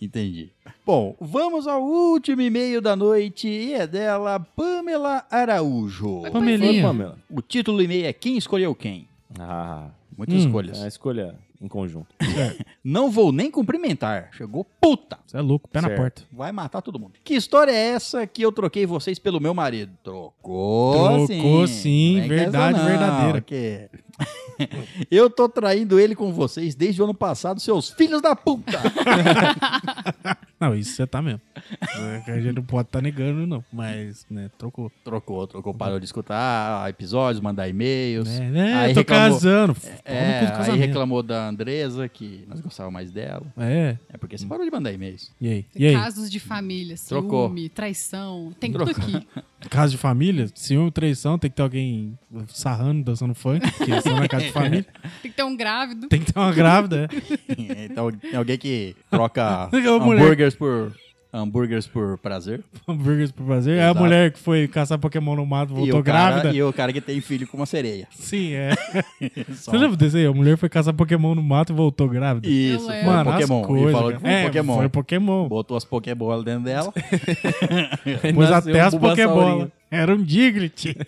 [SPEAKER 2] Entendi. Bom, vamos ao último e-mail da noite e é dela Pamela Araújo.
[SPEAKER 5] Oi,
[SPEAKER 4] Foi,
[SPEAKER 3] Pamelinha.
[SPEAKER 4] Pamela.
[SPEAKER 2] O título do e-mail é Quem Escolheu Quem?
[SPEAKER 4] Ah,
[SPEAKER 2] Muitas
[SPEAKER 3] Hum.
[SPEAKER 4] é
[SPEAKER 2] escolhas.
[SPEAKER 4] uma escolha em conjunto.
[SPEAKER 2] Não vou nem cumprimentar. Chegou puta.
[SPEAKER 3] Você é louco, pé na
[SPEAKER 4] Certo.
[SPEAKER 3] porta.
[SPEAKER 2] Vai matar todo mundo. Que história é essa que eu troquei vocês pelo meu marido? Trocou,
[SPEAKER 3] Trocou, sim.
[SPEAKER 2] Vem com essa
[SPEAKER 3] Verdade
[SPEAKER 2] não, é
[SPEAKER 3] verdadeira.
[SPEAKER 2] que- é. eu tô traindo ele com vocês desde o ano passado, seus filhos da puta.
[SPEAKER 3] Não, isso você tá mesmo. É que A gente não pode tá negando, não. Mas, né, trocou.
[SPEAKER 2] Trocou, trocou, parou de escutar episódios, mandar e-mails.
[SPEAKER 3] É, né?
[SPEAKER 2] Aí
[SPEAKER 3] eu tô
[SPEAKER 2] reclamou-
[SPEAKER 3] casando. Pô,
[SPEAKER 2] É,
[SPEAKER 3] não fiz
[SPEAKER 2] aí
[SPEAKER 3] casamento.
[SPEAKER 2] reclamou da Andresa, que nós gostávamos mais dela.
[SPEAKER 3] É.
[SPEAKER 2] É porque você parou de mandar e-mails.
[SPEAKER 3] E aí? E aí?
[SPEAKER 5] Casos de família, ciúme,
[SPEAKER 2] Trocou.
[SPEAKER 5] traição, tem
[SPEAKER 2] Trocou.
[SPEAKER 5] tudo aqui.
[SPEAKER 3] Casa de família? Ciúme, traição, tem que ter alguém sarrando, dançando funk, porque senão na casa de família.
[SPEAKER 5] Tem que ter um grávido.
[SPEAKER 3] Tem que ter uma grávida, é.
[SPEAKER 2] então tem alguém que troca
[SPEAKER 3] Tem uma mulher.
[SPEAKER 2] hambúrgueres por hambúrgueres por prazer.
[SPEAKER 3] hambúrgueres pra fazer. É a
[SPEAKER 2] Exato.
[SPEAKER 3] mulher que foi caçar Pokémon no mato,
[SPEAKER 2] E
[SPEAKER 3] voltou
[SPEAKER 2] o, cara,
[SPEAKER 3] grávida.
[SPEAKER 2] e o cara que tem filho com uma sereia.
[SPEAKER 3] Sim, é.
[SPEAKER 2] Só-
[SPEAKER 3] Você lembra desse aí? A mulher foi caçar Pokémon no mato e voltou grávida.
[SPEAKER 2] Isso,
[SPEAKER 5] Eu
[SPEAKER 2] foi
[SPEAKER 5] lembro.
[SPEAKER 2] um
[SPEAKER 3] Mano, as
[SPEAKER 2] Pokémon.
[SPEAKER 3] coisas,
[SPEAKER 2] e falou que
[SPEAKER 3] cara.
[SPEAKER 2] foi um
[SPEAKER 3] É,
[SPEAKER 2] Pokémon.
[SPEAKER 3] Foi Pokémon.
[SPEAKER 2] Botou as Pokébolas dentro dela.
[SPEAKER 3] Pôs
[SPEAKER 4] Nasceu
[SPEAKER 3] até
[SPEAKER 4] um
[SPEAKER 3] as
[SPEAKER 4] Bulbasaurinho.
[SPEAKER 3] Pokébolas. Era um Diglett.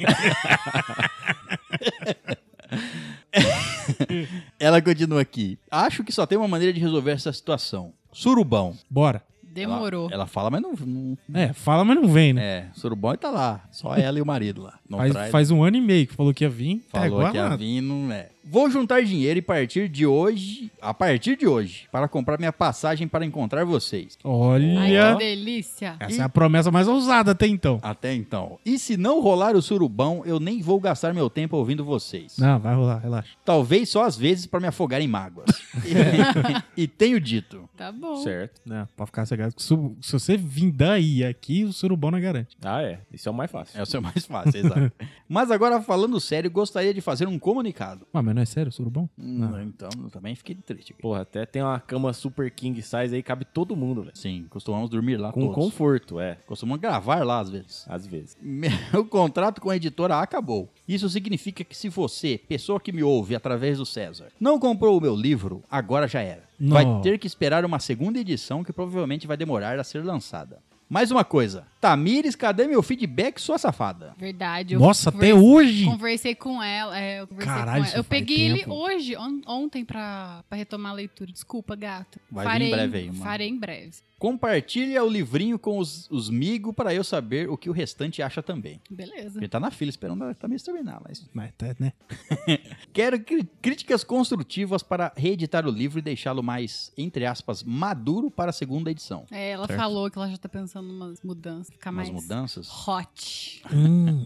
[SPEAKER 2] Ela continua aqui. Acho que só tem uma maneira de resolver essa situação. Surubão.
[SPEAKER 3] Bora.
[SPEAKER 2] Ela-
[SPEAKER 5] Demorou.
[SPEAKER 2] Ela, fala, mas não, não-
[SPEAKER 3] É, fala, mas não vem, né?
[SPEAKER 2] É, Surubão tá lá. Só ela e o marido lá. Não
[SPEAKER 3] Faz,
[SPEAKER 2] traz-
[SPEAKER 3] faz um ano e meio que falou que ia vir. Tá até
[SPEAKER 2] Falou
[SPEAKER 3] agora
[SPEAKER 2] que ia
[SPEAKER 3] nada.
[SPEAKER 2] vir, não é. Vou juntar dinheiro e partir de hoje, a partir de hoje, para comprar minha passagem para encontrar vocês.
[SPEAKER 5] Ai,
[SPEAKER 3] Olha.
[SPEAKER 5] que delícia.
[SPEAKER 3] Essa é a promessa mais ousada até então.
[SPEAKER 2] Até então. E se não rolar o surubão, eu nem vou gastar meu tempo ouvindo vocês.
[SPEAKER 3] Não, vai rolar, relaxa.
[SPEAKER 2] Talvez só às vezes para me afogar em mágoas. e tenho dito.
[SPEAKER 5] Tá bom.
[SPEAKER 4] Certo.
[SPEAKER 3] Não, pra ficar cegado. Se, se você vir daí aqui, o surubão não garante.
[SPEAKER 4] Ah, é. Isso é o mais fácil.
[SPEAKER 2] É o seu mais fácil, exato. Mas agora, falando sério, gostaria de fazer um comunicado.
[SPEAKER 3] Ah, mas não é sério, surubão?
[SPEAKER 2] Hum, Então, eu também fiquei triste. aqui.
[SPEAKER 4] Porra, até tem uma cama super king size aí, cabe todo mundo, velho.
[SPEAKER 2] Sim, costumamos dormir lá
[SPEAKER 4] Com
[SPEAKER 2] todos.
[SPEAKER 4] conforto, é.
[SPEAKER 2] Costumamos gravar lá às vezes.
[SPEAKER 4] Às vezes.
[SPEAKER 2] Meu contrato com a editora acabou. Isso significa que se você, pessoa que me ouve através do César, não comprou o meu livro, agora já era.
[SPEAKER 3] Não.
[SPEAKER 2] Vai ter que esperar uma segunda edição que provavelmente vai demorar a ser lançada. Mais uma coisa. Tamires, cadê meu feedback, sua safada?
[SPEAKER 5] Verdade. eu
[SPEAKER 3] Nossa, até
[SPEAKER 5] conversei-
[SPEAKER 3] hoje?
[SPEAKER 5] Conversei com ela. é, eu conversei
[SPEAKER 3] Caralho,
[SPEAKER 5] com
[SPEAKER 3] isso
[SPEAKER 5] ela. Eu
[SPEAKER 3] faz
[SPEAKER 5] peguei ele
[SPEAKER 3] tempo.
[SPEAKER 5] hoje, on- ontem, pra, pra retomar a leitura. Desculpa, gata.
[SPEAKER 2] Vai vir em breve aí, mano.
[SPEAKER 5] Farei em breve.
[SPEAKER 2] Compartilha o livrinho com os, os migo para eu saber o que o restante acha também.
[SPEAKER 5] Beleza.
[SPEAKER 2] Ele tá na fila esperando a Tamires terminar, mas...
[SPEAKER 3] Mas tá, né?
[SPEAKER 2] Quero cri- críticas construtivas para reeditar o livro e deixá-lo mais, entre aspas, maduro para a segunda edição.
[SPEAKER 5] É, ela
[SPEAKER 3] Certo.
[SPEAKER 5] falou que ela já tá pensando em umas mudanças. Ficar
[SPEAKER 2] Umas
[SPEAKER 5] mais
[SPEAKER 2] mudanças?
[SPEAKER 5] hot.
[SPEAKER 3] Hum,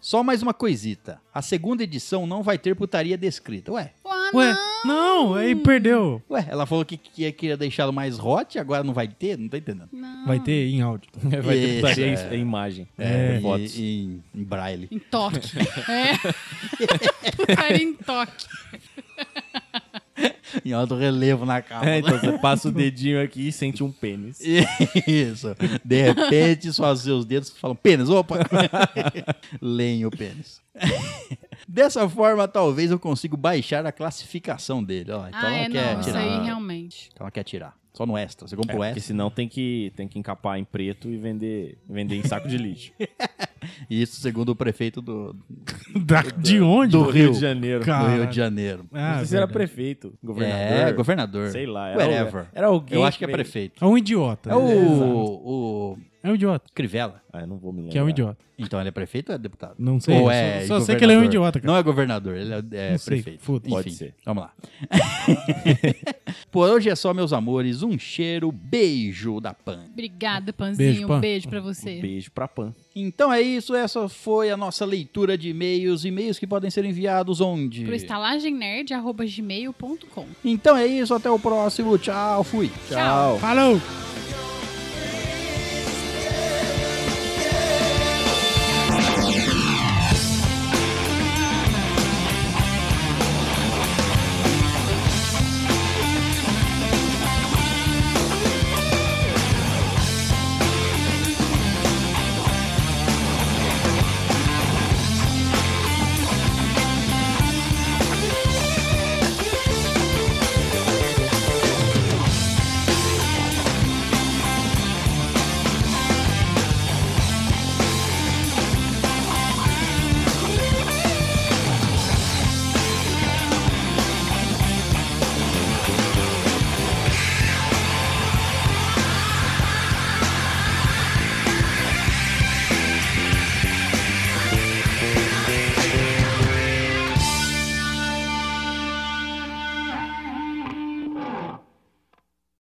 [SPEAKER 2] Só mais uma coisita. A segunda edição não vai ter putaria descrita. Ué,
[SPEAKER 5] Ué,
[SPEAKER 3] ué, não, aí perdeu.
[SPEAKER 2] ué, ela falou que, que é, queria deixá-lo mais hot, agora não vai ter? Não tô entendendo.
[SPEAKER 5] não.
[SPEAKER 3] Vai ter em áudio.
[SPEAKER 4] Vai ter
[SPEAKER 2] Isso,
[SPEAKER 4] putaria
[SPEAKER 2] é.
[SPEAKER 4] em- em imagem.
[SPEAKER 2] É,
[SPEAKER 4] em fotos.
[SPEAKER 2] e, em, em braille.
[SPEAKER 5] Em toque. é. Putaria em toque.
[SPEAKER 2] Em alto relevo na capa.
[SPEAKER 4] É, então você passa o dedinho aqui e sente um pênis.
[SPEAKER 2] Isso. De repente, só seus dedos falam pênis, opa! Leem o pênis. Dessa forma, talvez eu consiga baixar a classificação dele. Ó, então
[SPEAKER 5] ah,
[SPEAKER 2] ela
[SPEAKER 5] é,
[SPEAKER 2] quer
[SPEAKER 5] não. Isso
[SPEAKER 2] tirar.
[SPEAKER 5] aí realmente.
[SPEAKER 2] Então ela quer tirar. Só no extra. Você compra
[SPEAKER 4] É,
[SPEAKER 2] o
[SPEAKER 4] porque
[SPEAKER 2] extra.
[SPEAKER 4] senão tem que, tem que encapar em preto e vender, vender em saco de lixo.
[SPEAKER 2] Isso, segundo o prefeito do,
[SPEAKER 3] Da- de onde?
[SPEAKER 2] do Rio.
[SPEAKER 4] de Janeiro.
[SPEAKER 2] do
[SPEAKER 3] Cara.
[SPEAKER 2] Rio de Janeiro.
[SPEAKER 3] Ah,
[SPEAKER 4] não sei se era
[SPEAKER 3] verdade.
[SPEAKER 4] prefeito, governador.
[SPEAKER 2] É, governador.
[SPEAKER 4] Sei lá. Era,
[SPEAKER 2] Whatever.
[SPEAKER 4] era alguém.
[SPEAKER 2] Eu acho que é
[SPEAKER 4] veio-
[SPEAKER 2] prefeito.
[SPEAKER 3] É um idiota.
[SPEAKER 2] É o, o
[SPEAKER 3] É um idiota.
[SPEAKER 2] Crivella.
[SPEAKER 4] Ah, eu não vou me lembrar.
[SPEAKER 3] Que é um idiota.
[SPEAKER 2] Então ele é prefeito ou é deputado?
[SPEAKER 3] Não sei,
[SPEAKER 2] Ou
[SPEAKER 3] eu
[SPEAKER 2] é
[SPEAKER 3] só- só sei que ele é um
[SPEAKER 2] governador?
[SPEAKER 3] idiota, cara.
[SPEAKER 2] Não é governador, ele é, é
[SPEAKER 3] Não sei,
[SPEAKER 2] prefeito.
[SPEAKER 3] foda-se.
[SPEAKER 2] Enfim,
[SPEAKER 4] Pode ser.
[SPEAKER 2] Vamos lá. Por hoje é só, meus amores. Um cheiro, beijo da Pan.
[SPEAKER 5] Obrigada, Panzinho.
[SPEAKER 3] Beijo, Pan.
[SPEAKER 5] Um beijo pra você.
[SPEAKER 4] Um beijo pra Pan.
[SPEAKER 2] Então é isso, essa foi a nossa leitura de e-mails. E-mails que podem ser enviados onde?
[SPEAKER 5] Pro estalagemnerd.gmail.com.
[SPEAKER 2] Então é isso, até o próximo. Tchau, fui.
[SPEAKER 5] Tchau.
[SPEAKER 3] Falou!